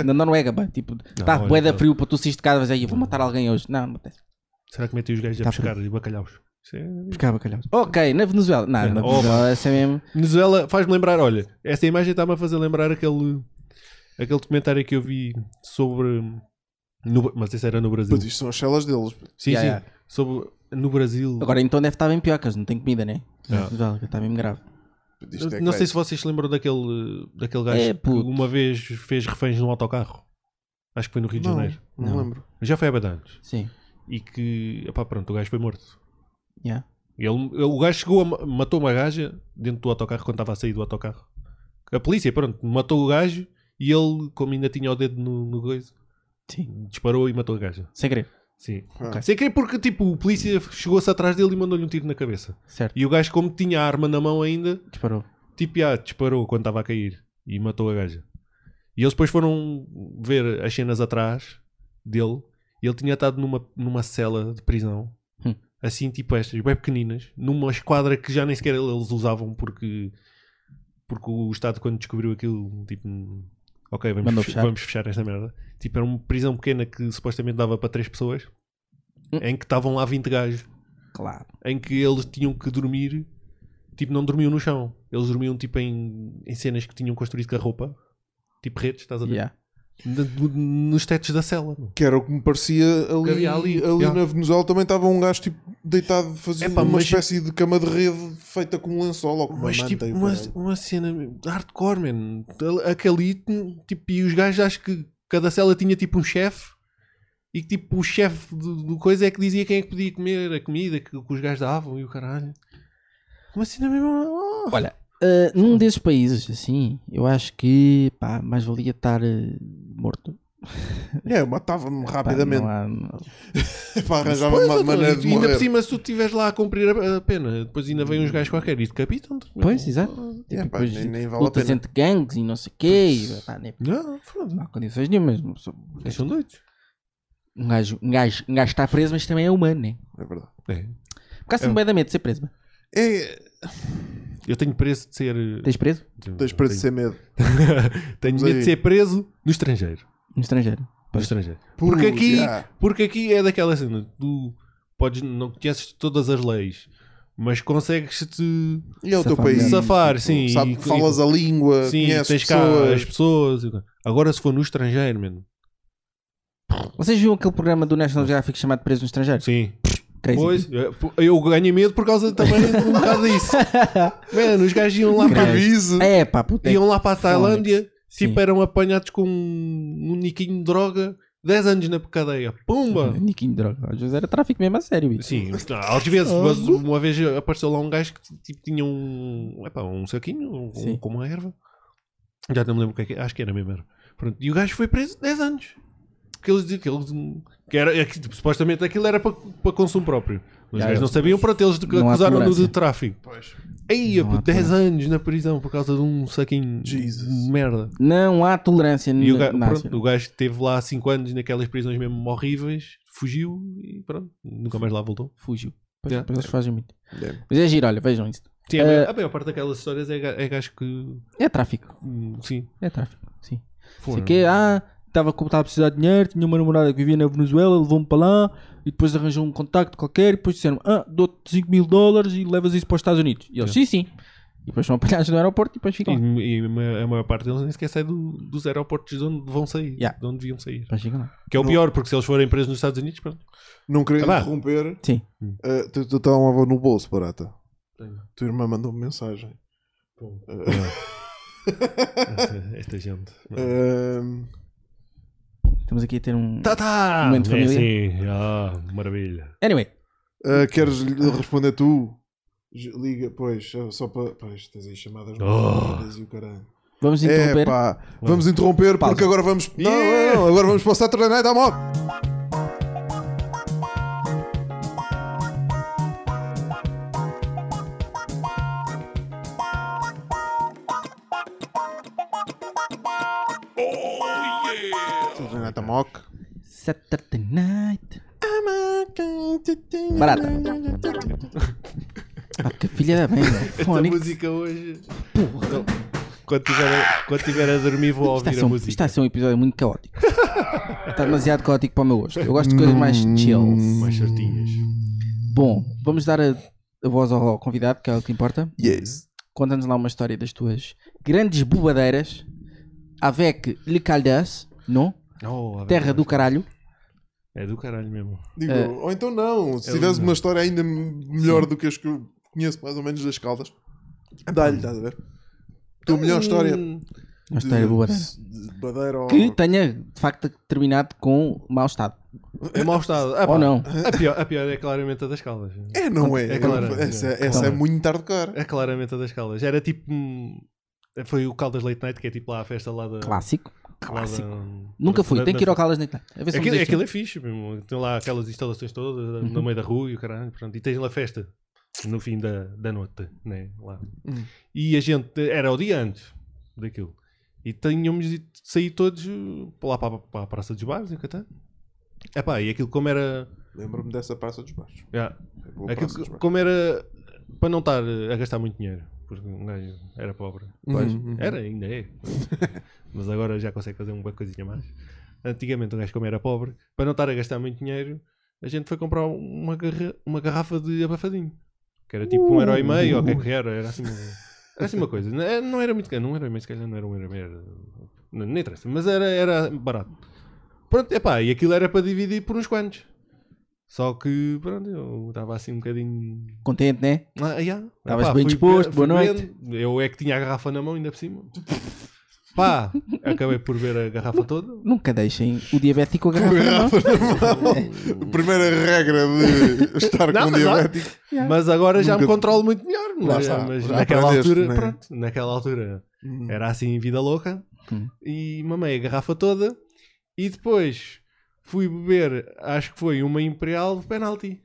S2: Na Noruega, pá, tipo, está
S3: olha,
S2: bué da
S3: tá.
S2: frio para tu sair de casa, vais aí, vou matar alguém hoje. Não, não tem.
S3: Será que metem os gajos
S2: Tá
S3: a pescar e bacalhaus? Isso é-
S2: Pescar bacalhaus. Ok, na Venezuela. Não,
S3: É,
S2: na
S3: oh,
S2: Venezuela essa é mesmo.
S3: Venezuela faz-me lembrar, olha, esta imagem está-me a fazer lembrar aquele, aquele documentário que eu vi sobre. no- mas esse era no Brasil.
S1: Puto, isto são as celas deles. puto.
S3: Sim,
S2: Yeah,
S3: sim.
S2: yeah.
S3: Sobre, no Brasil.
S2: Agora então deve estar bem pior, que eles não têm comida, né? Na
S3: Ah.
S2: Venezuela, que está mesmo grave.
S1: Puto, isto é
S3: não sei
S1: crazy.
S3: se vocês se lembram daquele, daquele gajo
S2: É,
S3: que
S2: puto.
S3: uma vez fez reféns num autocarro. Acho que foi no Rio de
S1: Não,
S3: Janeiro.
S1: não,
S2: Não.
S1: lembro.
S3: Já foi há bastante anos.
S2: Sim.
S3: E que, epá, pronto, o gajo foi morto.
S2: Yeah.
S3: Ele, ele- o gajo chegou, a, ma- matou uma gaja dentro do autocarro quando estava a sair do autocarro. A polícia, pronto, matou o gajo e ele, como ainda tinha o dedo no, no coiso,
S2: Sim.
S3: disparou e matou a gaja.
S2: Sem querer.
S3: Sim.
S1: Ah.
S3: Sem querer porque, tipo, o polícia chegou-se atrás dele e mandou-lhe um tiro na cabeça.
S2: Certo.
S3: E o gajo, como tinha a arma na mão ainda,
S2: Disparou.
S3: tipo, ah, disparou quando estava a cair e matou a gaja. E eles depois foram ver as cenas atrás dele e ele tinha estado numa, numa cela de prisão,
S2: Hum.
S3: assim, tipo estas, bem pequeninas, numa esquadra que já nem sequer eles usavam porque, porque o Estado, quando descobriu aquilo, tipo, ok,
S2: Mandou
S3: vamos, fech-
S2: fechar.
S3: vamos fechar esta merda. Tipo, era uma prisão pequena que supostamente dava para três pessoas,
S2: Hum.
S3: em que estavam lá 20 gajos
S2: Claro.
S3: em que eles tinham que dormir, tipo, não dormiam no chão. Eles dormiam, tipo, em, em cenas que tinham construído com a roupa, tipo redes, estás a ver?
S2: Yeah.
S3: N- n- nos tetos da cela. meu.
S1: Que era o que me parecia ali.
S3: Que
S1: Ali,
S3: havia ali, já.
S1: na Venezuela também estava um gajo tipo, deitado, fazia
S3: Epá,
S1: uma
S3: mas-
S1: espécie de cama de rede feita com um lençol ou com uma
S3: Mas,
S1: manta.
S3: tipo,
S1: e o
S3: uma,
S1: caralho.
S3: uma cena hardcore, man. Aquele, tipo, e os gajos, acho que cada cela tinha, tipo, um chefe. E que, tipo, o chefe do, do coisa é que dizia quem é que podia comer a comida que, que os gajos davam e o caralho. Uma cena mesmo. ah,
S2: Olha, ah, num desses países, assim, eu acho que, pá, mais valia estar ah, morto.
S1: É, eu matava-me rapidamente.
S2: Pá, não é há- não-
S1: Pá, arranjava uma
S3: Pois,
S1: maneira
S3: e-
S1: de
S3: Ainda por
S1: morrer.
S3: cima, se tu estiveres lá a cumprir a, a pena, depois ainda vem uns gajos qualquer e decapitam-te.
S2: Pois, exato.
S1: É,
S2: Tipo,
S1: pá,
S2: depois
S1: nem- nem vale a
S2: lutas
S1: pena.
S2: entre gangues e não sei o quê. e, pá, nem-
S3: Não, foda-se.
S2: não há condições nenhumas. Uma pessoa-
S3: Eles são doidos.
S2: Um gajo, um, gajo, um gajo está preso, mas também é humano, né?
S1: É verdade.
S3: É.
S2: Porque assim,
S3: É.
S2: é. bem da medo de ser preso. mano.
S1: É,
S3: Eu tenho preço de ser.
S2: Tens preso?
S1: tens para de ser medo.
S3: Tenho, tenho
S1: Vamos
S3: medo
S1: aí.
S3: de ser preso no estrangeiro.
S2: Um estrangeiro.
S3: No estrangeiro.
S1: Puh,
S3: Porque aqui,
S1: já.
S3: porque aqui é daquela cena. Tu podes, não conheces todas as leis, mas consegues-te
S1: E é o teu
S2: Safar
S1: país.
S2: mesmo.
S3: Safar,
S1: tipo,
S3: sim,
S1: Sabe,
S3: e-
S1: falas a língua,
S3: sim,
S1: Ah, conheces
S3: tens cá
S1: pessoas.
S3: as pessoas. e coisa. Agora, se for no estrangeiro, mano.
S2: Vocês viram aquele programa do National Geographic chamado Preso no Estrangeiro?
S3: Sim.
S2: Crazy.
S3: Pois, eu- eu ganhei medo por causa também de um bocado disso. Mano, os gajos iam lá para
S1: Improviso.
S2: É, pá, puta.
S3: iam lá para a Tailândia,
S2: Sim.
S3: tipo, eram apanhados com um um niquinho de droga, 10 anos na cadeia. Pumba!
S2: Niquinho de droga. Às vezes era tráfico mesmo a sério, bicho.
S3: Sim, às vezes, mas uma vez apareceu lá um gajo que tipo, tinha um, epá, um saquinho um-
S2: Sim.
S3: com é, uma erva. Já não me lembro o que é que acho que era mesmo erva. Pronto, e o gajo foi preso 10 anos. porque eles diziam que eles. Que era, é que, tipo, supostamente aquilo era para, para consumo próprio. Mas
S2: Já, é,
S3: eles não sabiam, pronto, eles
S2: não há
S3: acusaram-no de
S2: tolerância.
S3: tráfico.
S1: Pois.
S3: Aí,
S2: Não há
S3: pô, 10
S2: tolerância.
S3: anos na prisão por causa de um saquinho
S1: Jesus.
S3: de merda.
S2: Não há tolerância
S3: E o
S2: na-
S3: ga-
S2: na
S3: pronto, o gajo,
S2: Ásia.
S3: teve lá 5 anos naquelas prisões mesmo horríveis, fugiu e pronto, nunca mais lá voltou.
S2: Fugiu. Pois,
S3: Yeah.
S2: pois eles fazem muito.
S1: Yeah.
S2: Mas é giro, olha, vejam isso.
S3: Sim, é a,
S2: Eh,
S3: maior, a maior parte daquelas histórias é, ga- é gajo que.
S2: É tráfico.
S3: hum, Sim,
S2: É tráfico, sim.
S3: foram.
S2: Sei que, ah, estava a precisar de dinheiro, tinha uma namorada que vivia na Venezuela, levou-me para lá e depois arranjou um contacto qualquer e depois disseram ah, dou-te 5 mil dólares e levas isso para os Estados Unidos. E eles, sim, sim. E depois são apanhados no aeroporto e depois ficam lá.
S3: É. E, e a ma- a maior parte deles nem sequer sai do- dos aeroportos de onde vão sair,
S2: Yeah.
S3: de onde deviam sair.
S2: Depois ficam lá.
S3: Que é o pior, porque se eles forem presos nos Estados Unidos, pronto.
S1: Não queria
S3: Ah, vá.
S1: interromper.
S2: Sim.
S1: eh, tu tu estás um avô no bolso, barata.
S3: Tenho.
S1: Tua irmã mandou-me mensagem.
S3: Esta, esta gente.
S1: Ahm,
S2: Estamos aqui a ter um.
S3: Tá, tá!
S2: Momento
S3: É
S2: família.
S3: assim, ah, maravilha.
S2: Anyway,
S1: ah, queres lhe responder tu? J- Liga, pois, ah, só para. Pois, tens aí chamadas oh. e o caralho.
S2: vamos
S1: É
S2: interromper.
S1: pá, vamos interromper porque agora vamos. Não,
S3: Yeah.
S1: não, não, agora vamos para o Saturday Night Mob. Saturday Night Mock.
S2: Saturday night. Barata. Ah, que filha da mãe,
S3: Esta
S2: Fónix.
S3: música hoje. Então, Quando estiver a, quando tiver a dormir, vou
S2: Isto está,
S3: ouvir
S2: a ser
S3: a
S2: um,
S3: música.
S2: isto está a ser um episódio muito caótico. está demasiado caótico para o meu gosto. Eu gosto de coisas mais
S3: Hum.
S2: chills.
S3: Mais certinhas.
S2: Bom, vamos dar a, a voz ao, ao convidado, que é o que importa.
S1: Yes.
S2: Conta-nos lá uma história das tuas grandes bobadeiras. Avec Le Caldas, não?
S3: Oh,
S2: Terra
S3: a verdade.
S2: do caralho.
S3: É do caralho mesmo.
S1: Digo,
S2: Eh,
S1: ou então não, se
S3: eu
S1: tivesse
S3: não.
S1: uma história ainda melhor do que as que eu conheço mais ou menos das caldas, dá-lhe, estás a ver? Tua melhor história
S3: Hum,
S2: Uma história
S3: né?
S2: bobadeira.
S1: de badeira ou... É,
S2: Que tenha, de facto, terminado com mau estado.
S3: É mau estado. Ah, pá,
S2: Ou não.
S3: A pior, a pior é claramente a das caldas.
S1: É, não é?
S3: É claro,
S1: essa
S3: é.
S1: essa é
S3: Claro.
S1: muito hardcore.
S3: É claramente a das caldas. Era tipo. hum, Foi o Caldas Late Night, que é tipo lá a festa lá da.
S2: Clássico.
S3: lá
S2: Clássico.
S3: da-
S2: Nunca
S3: da-
S2: fui.
S3: da-
S2: Tenho que ir
S3: da-
S2: ao Caldas Night Night. A ver se
S3: Aquilo,
S2: me
S3: aquilo
S2: desiste.
S3: é fixe, mesmo. tem lá aquelas instalações todas no
S2: Uhum.
S3: meio da rua e o caralho, pronto. e tens lá festa no fim da, da noite, né? lá. E a gente era o dia antes daquilo. E tínhamos de sair todos uh, lá para, para a Praça dos Bares e o catá. Epá, e aquilo como era.
S1: Lembro-me dessa praça dos baixos.
S3: já,
S1: É boa praça
S3: aquilo
S1: dos
S3: que-
S1: baixos.
S3: como era para não estar a gastar muito dinheiro, porque um gajo era pobre. Pois, Era, ainda é. Mas agora já consegue fazer uma coisinha mais. Antigamente o gajo, como era pobre, para não estar a gastar muito dinheiro, a gente foi comprar uma, garra- uma garrafa de abafadinho. Que era
S2: Uh.
S3: tipo um euro e meio, ou o que é que era, era assim uma, era assim uma coisa. Não era, não era muito caro, um euro e meio, se calhar não era um euro e meio, era- não- nem interessa, mas era, era barato. Pronto, epá, e aquilo era para dividir por uns quantos. Só que, pronto, eu estava assim um bocadinho
S2: Contente, né?
S3: ah, yeah.
S2: Estavas
S3: Epá,
S2: bem
S3: fui
S2: disposto,
S3: be-
S2: boa
S3: fui
S2: noite.
S3: bem. Eu é que tinha a garrafa na mão, ainda por cima. Pá, acabei por ver a garrafa toda.
S2: Nunca deixem o diabético agarrar a garrafa na mão.
S1: Primeira regra de estar
S3: Não,
S1: com um
S3: mas olha, tipo,
S1: diabético.
S3: Mas agora já
S1: Nunca-
S3: me controlo muito melhor.
S1: Lá
S3: Mas,
S1: está,
S3: mas
S1: já
S3: naquela
S1: aprendeste,
S3: altura,
S1: né? Uhum.
S3: pronto, naquela altura era assim vida louca.
S2: Hum.
S3: E mamei a garrafa toda. E depois fui beber, acho que foi uma Imperial de penalti.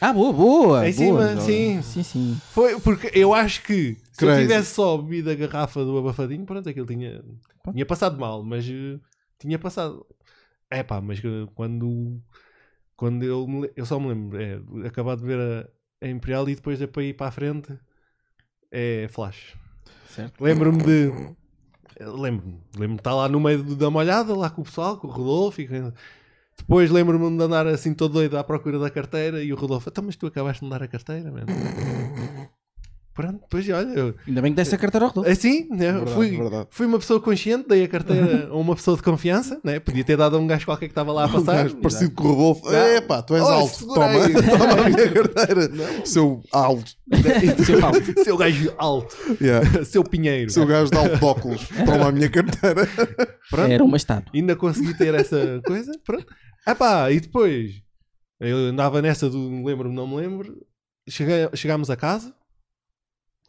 S2: Ah, boa, boa. boa,
S3: Em cima,
S2: jovem.
S3: sim.
S2: Sim, sim.
S3: Foi porque eu acho que se
S1: Crazy.
S3: eu tivesse só bebido a garrafa do abafadinho, pronto, aquilo tinha, tinha passado mal, mas eh, tinha passado. É pá, mas que quando, quando eu, me le- eu só me lembro, é, acabar de ver a, a Imperial e depois é para ir para a frente é flash.
S2: Certo.
S3: Lembro-me de. Lembro-me, lembro-me de estar lá no meio do- da molhada, lá com o pessoal, com o Rodolfo. e com- Depois lembro-me de andar assim todo doido à procura da carteira e o Rodolfo, então, mas tu acabaste de me dar a carteira, mano. Pronto, depois olha, eu,
S2: Ainda bem que deste a carteira ao Rodolfo.
S3: assim, né,
S1: Verdade,
S3: fui,
S1: verdade.
S3: fui uma pessoa consciente, dei a carteira a uma pessoa de confiança, né? podia ter dado a um gajo qualquer que estava lá a passar.
S1: Mas é parecido com o Rodolfo.
S3: Já.
S1: É pá, tu és
S3: Olha,
S1: alto.
S3: segura
S1: Toma,
S3: aí.
S1: toma a minha carteira. Seu alto.
S2: Seu pau.
S3: Seu gajo alto,
S1: Yeah.
S3: seu pinheiro.
S1: Seu gajo de alto de óculos. Toma a minha carteira.
S3: Pronto.
S2: Era uma estátua.
S3: ainda consegui ter essa coisa. Pronto. Epá, e depois eu andava nessa do me lembro-me, não me lembro. Cheguei, chegámos a casa,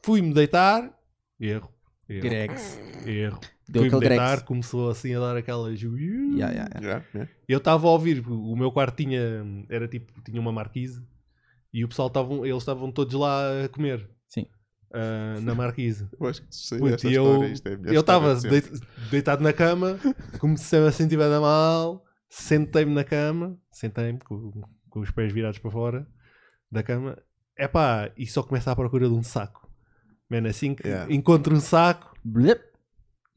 S3: fui-me deitar, erro. Erro.
S2: Gregs.
S1: Ah,
S3: Erro.
S2: Deu
S3: Fui-me
S2: aquele
S3: deitar,
S2: Gregs.
S3: começou assim a dar aquelas.
S2: Yeah, yeah, yeah.
S1: Já, né?
S3: Eu estava a ouvir, o meu quarto tinha, era tipo, tinha uma marquise e o pessoal estavam, eles estavam todos lá a comer.
S2: Sim.
S3: Ah, na marquise.
S1: Eu acho que sei
S3: Puto,
S1: desta
S3: e
S1: história,
S3: eu-
S1: isto é a minha
S3: Eu
S1: história
S3: estava
S1: de sempre.
S3: deitado na cama, comecei a sentir bem mal, sentei-me na cama, sentei-me com, com os pés virados para fora da cama, epá, e só começa à procura de um saco. Mano, assim que
S1: Yeah.
S3: encontro um saco,
S2: Blip.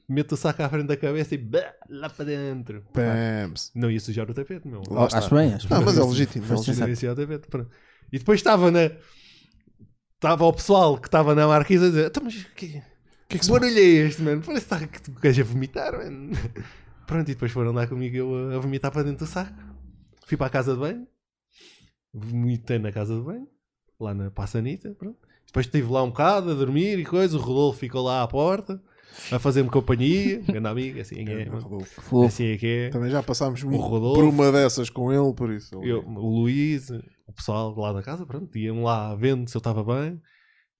S3: meto o saco à frente da cabeça e blá, lá para dentro.
S1: Pams.
S3: Não ia sujar o tapete, meu.
S1: Lá está.
S2: Oh, acho bem, acho
S1: Ah,
S2: bem.
S1: mas é legítimo, é
S2: Foi
S1: legítimo.
S2: sensato.
S3: Esse é o tapete, pronto. E depois estava na. Estava o pessoal que estava na marquise a dizer: "Então, mas que, que, barulho é este, mano? Parece que está- que o gajo a vomitar, mano. Pronto, e depois foram lá comigo eu a, a vomitar para dentro do saco. Fui para a casa de banho, vomitei na casa de banho, lá na Passanita, pronto. Depois estive lá um bocado a dormir e coisa. O Rodolfo ficou lá à porta a fazer-me companhia, grande amigo, assim é, que é, mano.
S1: Rodolfo.
S2: Fofo.
S3: assim é que é.
S1: Também já passámos
S3: O Rodolfo.
S1: por uma dessas com ele, por isso. ele-
S3: Eu, o Luís, o pessoal lá da casa, pronto, iam lá vendo se eu estava bem.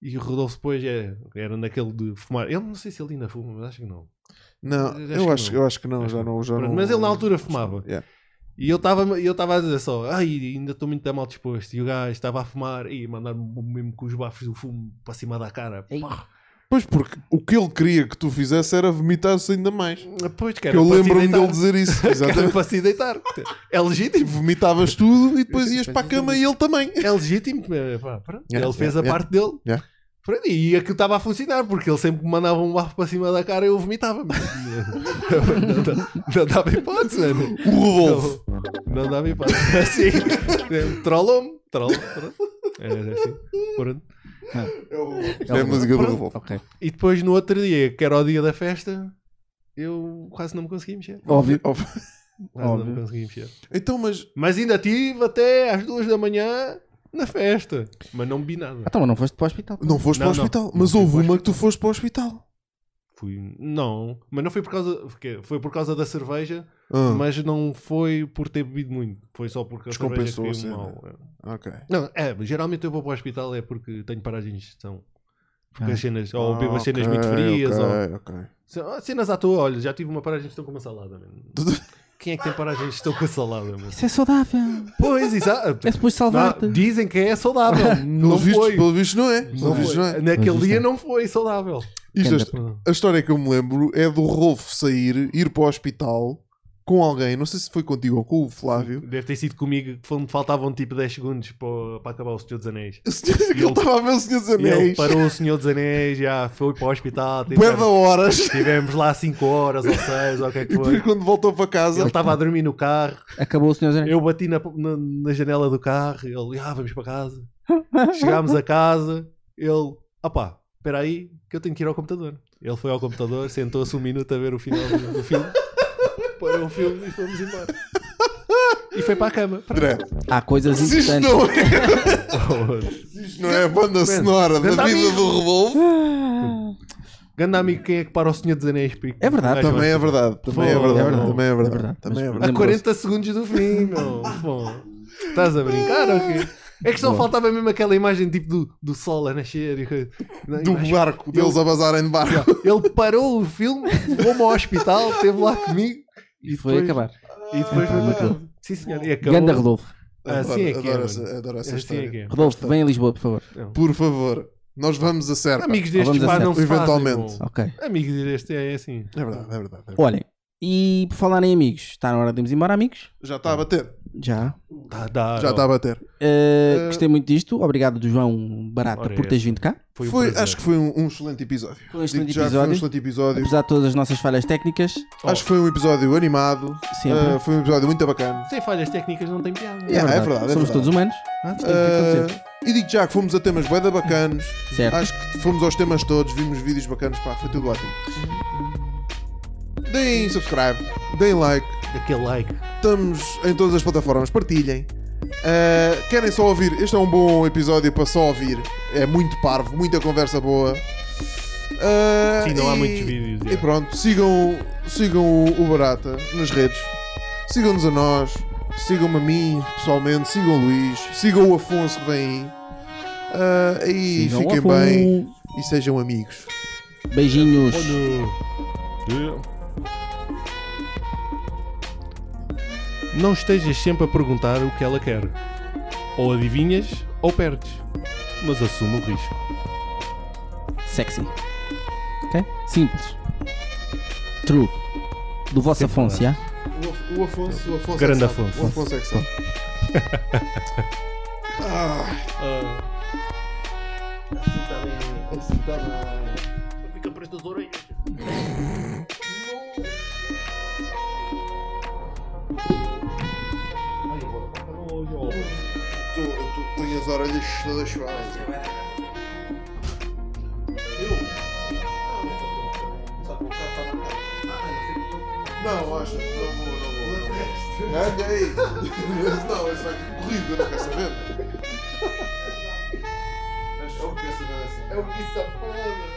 S3: E o Rodolfo depois é, era naquele de fumar. Ele não sei se ele ainda fuma, mas acho que não.
S1: Não,
S3: eu
S1: eu,
S3: acho que
S1: acho,
S3: não.
S1: eu acho que não, já não. Já
S3: Pronto,
S1: não
S3: mas ele na altura fumava.
S1: Yeah.
S3: E eu estava eu tava a dizer só, ai, ainda estou muito mal disposto. E o gajo estava a fumar e a mandar-me mesmo com os bafos do fumo para cima da cara.
S2: Ei.
S3: Pá,
S1: Pois porque o que ele queria que tu fizesse era vomitar-se ainda mais.
S3: Pois, que
S1: Que
S3: era
S1: eu
S3: para se
S1: lembro-me
S3: deitar.
S1: dele dizer isso.
S3: Que era
S1: Exatamente. Tipo,
S3: para se deitar. É legítimo.
S1: Vomitavas tudo e depois ias
S2: Depois
S1: para a cama e ele também.
S3: é legítimo. eh, pá, pronto.
S1: Yeah,
S3: ele fez
S1: yeah,
S3: a
S1: yeah.
S3: parte dele.
S1: Yeah.
S3: Pronto, e aquilo estava a funcionar, porque ele sempre me mandava um barro para cima da cara e eu vomitava. não, dá- não dava hipótese, mano.
S1: O Rodolfo.
S3: Não, não dava hipótese. Assim, eh, trollou-me. Trollou-me. pronto. Era assim, pronto.
S1: É a música do Rodolfo.
S2: Ok.
S3: E depois no outro dia, que era o dia da festa, eu quase não me consegui mexer.
S2: Óbvio.
S3: Quase não
S2: Óbvio.
S3: me consegui mexer.
S1: Então, mas.
S3: Mas ainda estive até às duas da manhã na festa. Mas não bebi nada.
S2: Então, mas não foste para o hospital.
S1: Não foste
S3: Não,
S1: para o
S3: não.
S1: hospital.
S3: Não
S1: Mas
S3: fui
S1: houve
S3: para o
S1: uma que tu foste para o hospital.
S3: Fui. Não, mas não foi por causa. porque Foi por causa da cerveja,
S1: Ah,
S3: mas não foi por ter bebido muito. Foi só porque a cerveja
S1: Descompensou a
S3: caiu mal.
S1: cena. ok.
S3: Não, é, geralmente eu vou para o hospital é porque tenho paragem de gestão. Porque
S2: Ah.
S3: as cenas, ou
S1: Ah,
S3: bebo as Então, cenas
S1: ok,
S3: muito frias, ou
S1: Ok, ok.
S3: se- ou cenas à toa, olha, já tive uma paragem de gestão com uma salada. mano. Quem é que tem paragem de gestão com a salada? Mano?
S2: Isso é saudável.
S3: Pois, exato.
S2: É suposto salvar-te.
S3: Não, dizem que é saudável. Não
S1: Pelos vistos,
S3: foi.
S1: pelo visto não é. Pelo
S3: Não
S1: visto não
S3: foi.
S1: é. Ah.
S3: Naquele
S2: Pelos vistos
S3: dia
S2: não.
S3: não foi saudável.
S1: Isto, é
S2: Ganda
S1: a- a história que eu me lembro é do Rolfo sair, ir para o hospital com alguém, não sei se foi contigo ou com o Flávio.
S3: Deve ter sido comigo que me faltavam tipo 10 segundos para, para acabar o Senhor dos Anéis.
S1: O senhor- que
S3: ele-
S1: ele estava a ver o Senhor dos
S3: E ele
S1: Anéis.
S3: parou o Senhor dos Anéis, já foi para o hospital.
S1: Bué da
S3: Tivemos,
S1: horas.
S3: tivemos lá 5 horas ou 6, ou o que é
S1: E
S3: que
S1: depois
S3: foi.
S1: quando voltou para
S3: Ele
S1: casa,
S3: estava a dormir no carro,
S2: Acabou o senhor
S1: É.
S2: Zé.
S3: eu bati na, na, na janela do carro, ele, ah, vamos para casa. Chegámos a casa, ele, opá, espera aí, que eu tenho que ir ao computador. Ele foi ao computador, sentou-se um minuto a ver o final do, do filme, parou o filme e fomos embora. E foi para a cama.
S1: direto.
S2: Há coisas
S1: Se isto
S2: importantes.
S1: não é, isto não é a banda sonora da
S3: Ganda
S1: vida
S3: amigo.
S1: do Rodolfo,
S3: Grande amigo, quem é que para o Senhor dos Anéis? Pico?
S2: É verdade,
S3: Gajo
S1: também é
S3: ótimo.
S1: verdade. Também é
S3: Foi, é
S1: verdade.
S3: verdade.
S1: Também é
S2: É
S1: verdade.
S2: verdade,
S1: também é
S2: mas-
S1: verdade.
S3: A
S2: Lembrou-se.
S3: 40 segundos do fim, meu. Bom, estás a brincar ou quê? É que só
S2: Boa.
S3: faltava mesmo aquela imagem tipo do, do sol a nascer e coisa. Não,
S1: Do
S3: imagem-
S1: barco, deles a bazarem de barco.
S3: Ele parou o filme, levou-me ao hospital, esteve lá comigo
S2: E foi
S3: depois-
S2: acabar.
S3: E depois foi
S2: Ah.
S3: para casa. Sim, senhor. E acabou.
S2: Ganda Rodolfo.
S3: Assim é que é.
S1: Adoro essa-
S3: mano.
S1: adoro essa
S3: Assim é que
S1: história.
S3: é.
S2: Rodolfo, vem a Lisboa, por favor.
S1: Por favor, nós vamos a Serpa.
S3: Amigos destes,
S2: Vamos
S3: pá,
S2: acertar.
S3: não se fazem,
S1: Eventualmente.
S3: bom.
S2: Ok.
S3: Amigos destes, é assim.
S1: É verdade, é verdade. é verdade.
S2: Olhem, e por falar em amigos, está na hora de irmos embora, amigos?
S1: Já está a bater.
S2: Já.
S3: Tá, dá,
S1: Já
S3: ó.
S1: está a bater.
S2: Uh, gostei muito disto. Obrigado, João Barata,
S3: Ora,
S2: por teres
S3: essa.
S2: vindo cá.
S3: Foi um
S1: Foi-
S3: prazer.
S1: acho que foi um, um excelente episódio.
S2: Foi um excelente
S1: Digo-te já que Foi um
S2: episódio. É
S1: excelente episódio.
S2: Apesar de todas as nossas falhas técnicas,
S1: Acho que foi um episódio animado.
S2: Sempre.
S1: Ah, foi um episódio muito bacana.
S3: Sem falhas técnicas não tem piada.
S1: Yeah, é verdade, é
S2: somos
S1: verdade.
S2: todos um humanos. Isto tem que
S1: Ah,
S2: acontecer.
S1: e digo já que fomos a temas bué da bacanos.
S2: Certo.
S1: Acho que fomos aos temas todos, vimos vídeos bacanos, pá, foi tudo ótimo. Deem subscribe, deem like,
S3: Aquele like.
S1: estamos em todas as plataformas, partilhem. Ah, querem só ouvir? Este é um bom episódio para só ouvir. É muito parvo, muita conversa boa. Ah,
S3: Sim, não há
S1: e-
S3: muitos vídeos. é.
S1: E
S3: yeah.
S1: pronto, sigam, sigam o- o Barata nas redes. Sigam-nos a nós. Sigam-me a mim, pessoalmente. Sigam o Luís. Sigam o Afonso que vem aí. Ah, e
S2: Sigam o
S1: fiquem
S2: Afonso.
S1: bem. E sejam amigos.
S2: Beijinhos.
S3: Olho. Não estejas sempre a perguntar o que ela quer. Ou adivinhas ou perdes. Mas assume o risco.
S2: Sexy. Ok? Simples. True. Do vosso
S3: Sempre
S2: Afonso, já?
S1: O Af- O Afonso, o Afonso
S3: Grande
S1: é que sabe.
S3: Afonso.
S1: O Afonso é que sabe. Ah, assim tá bem.
S3: Fica preto as orelhas.
S1: tá Tu, tu tens as orelhas todas churadas. Não, acho que não vou, não vou. É, Olha aí! Não, isso vai ser corrido, eu não quero saber. É o que essa É o que essa foda!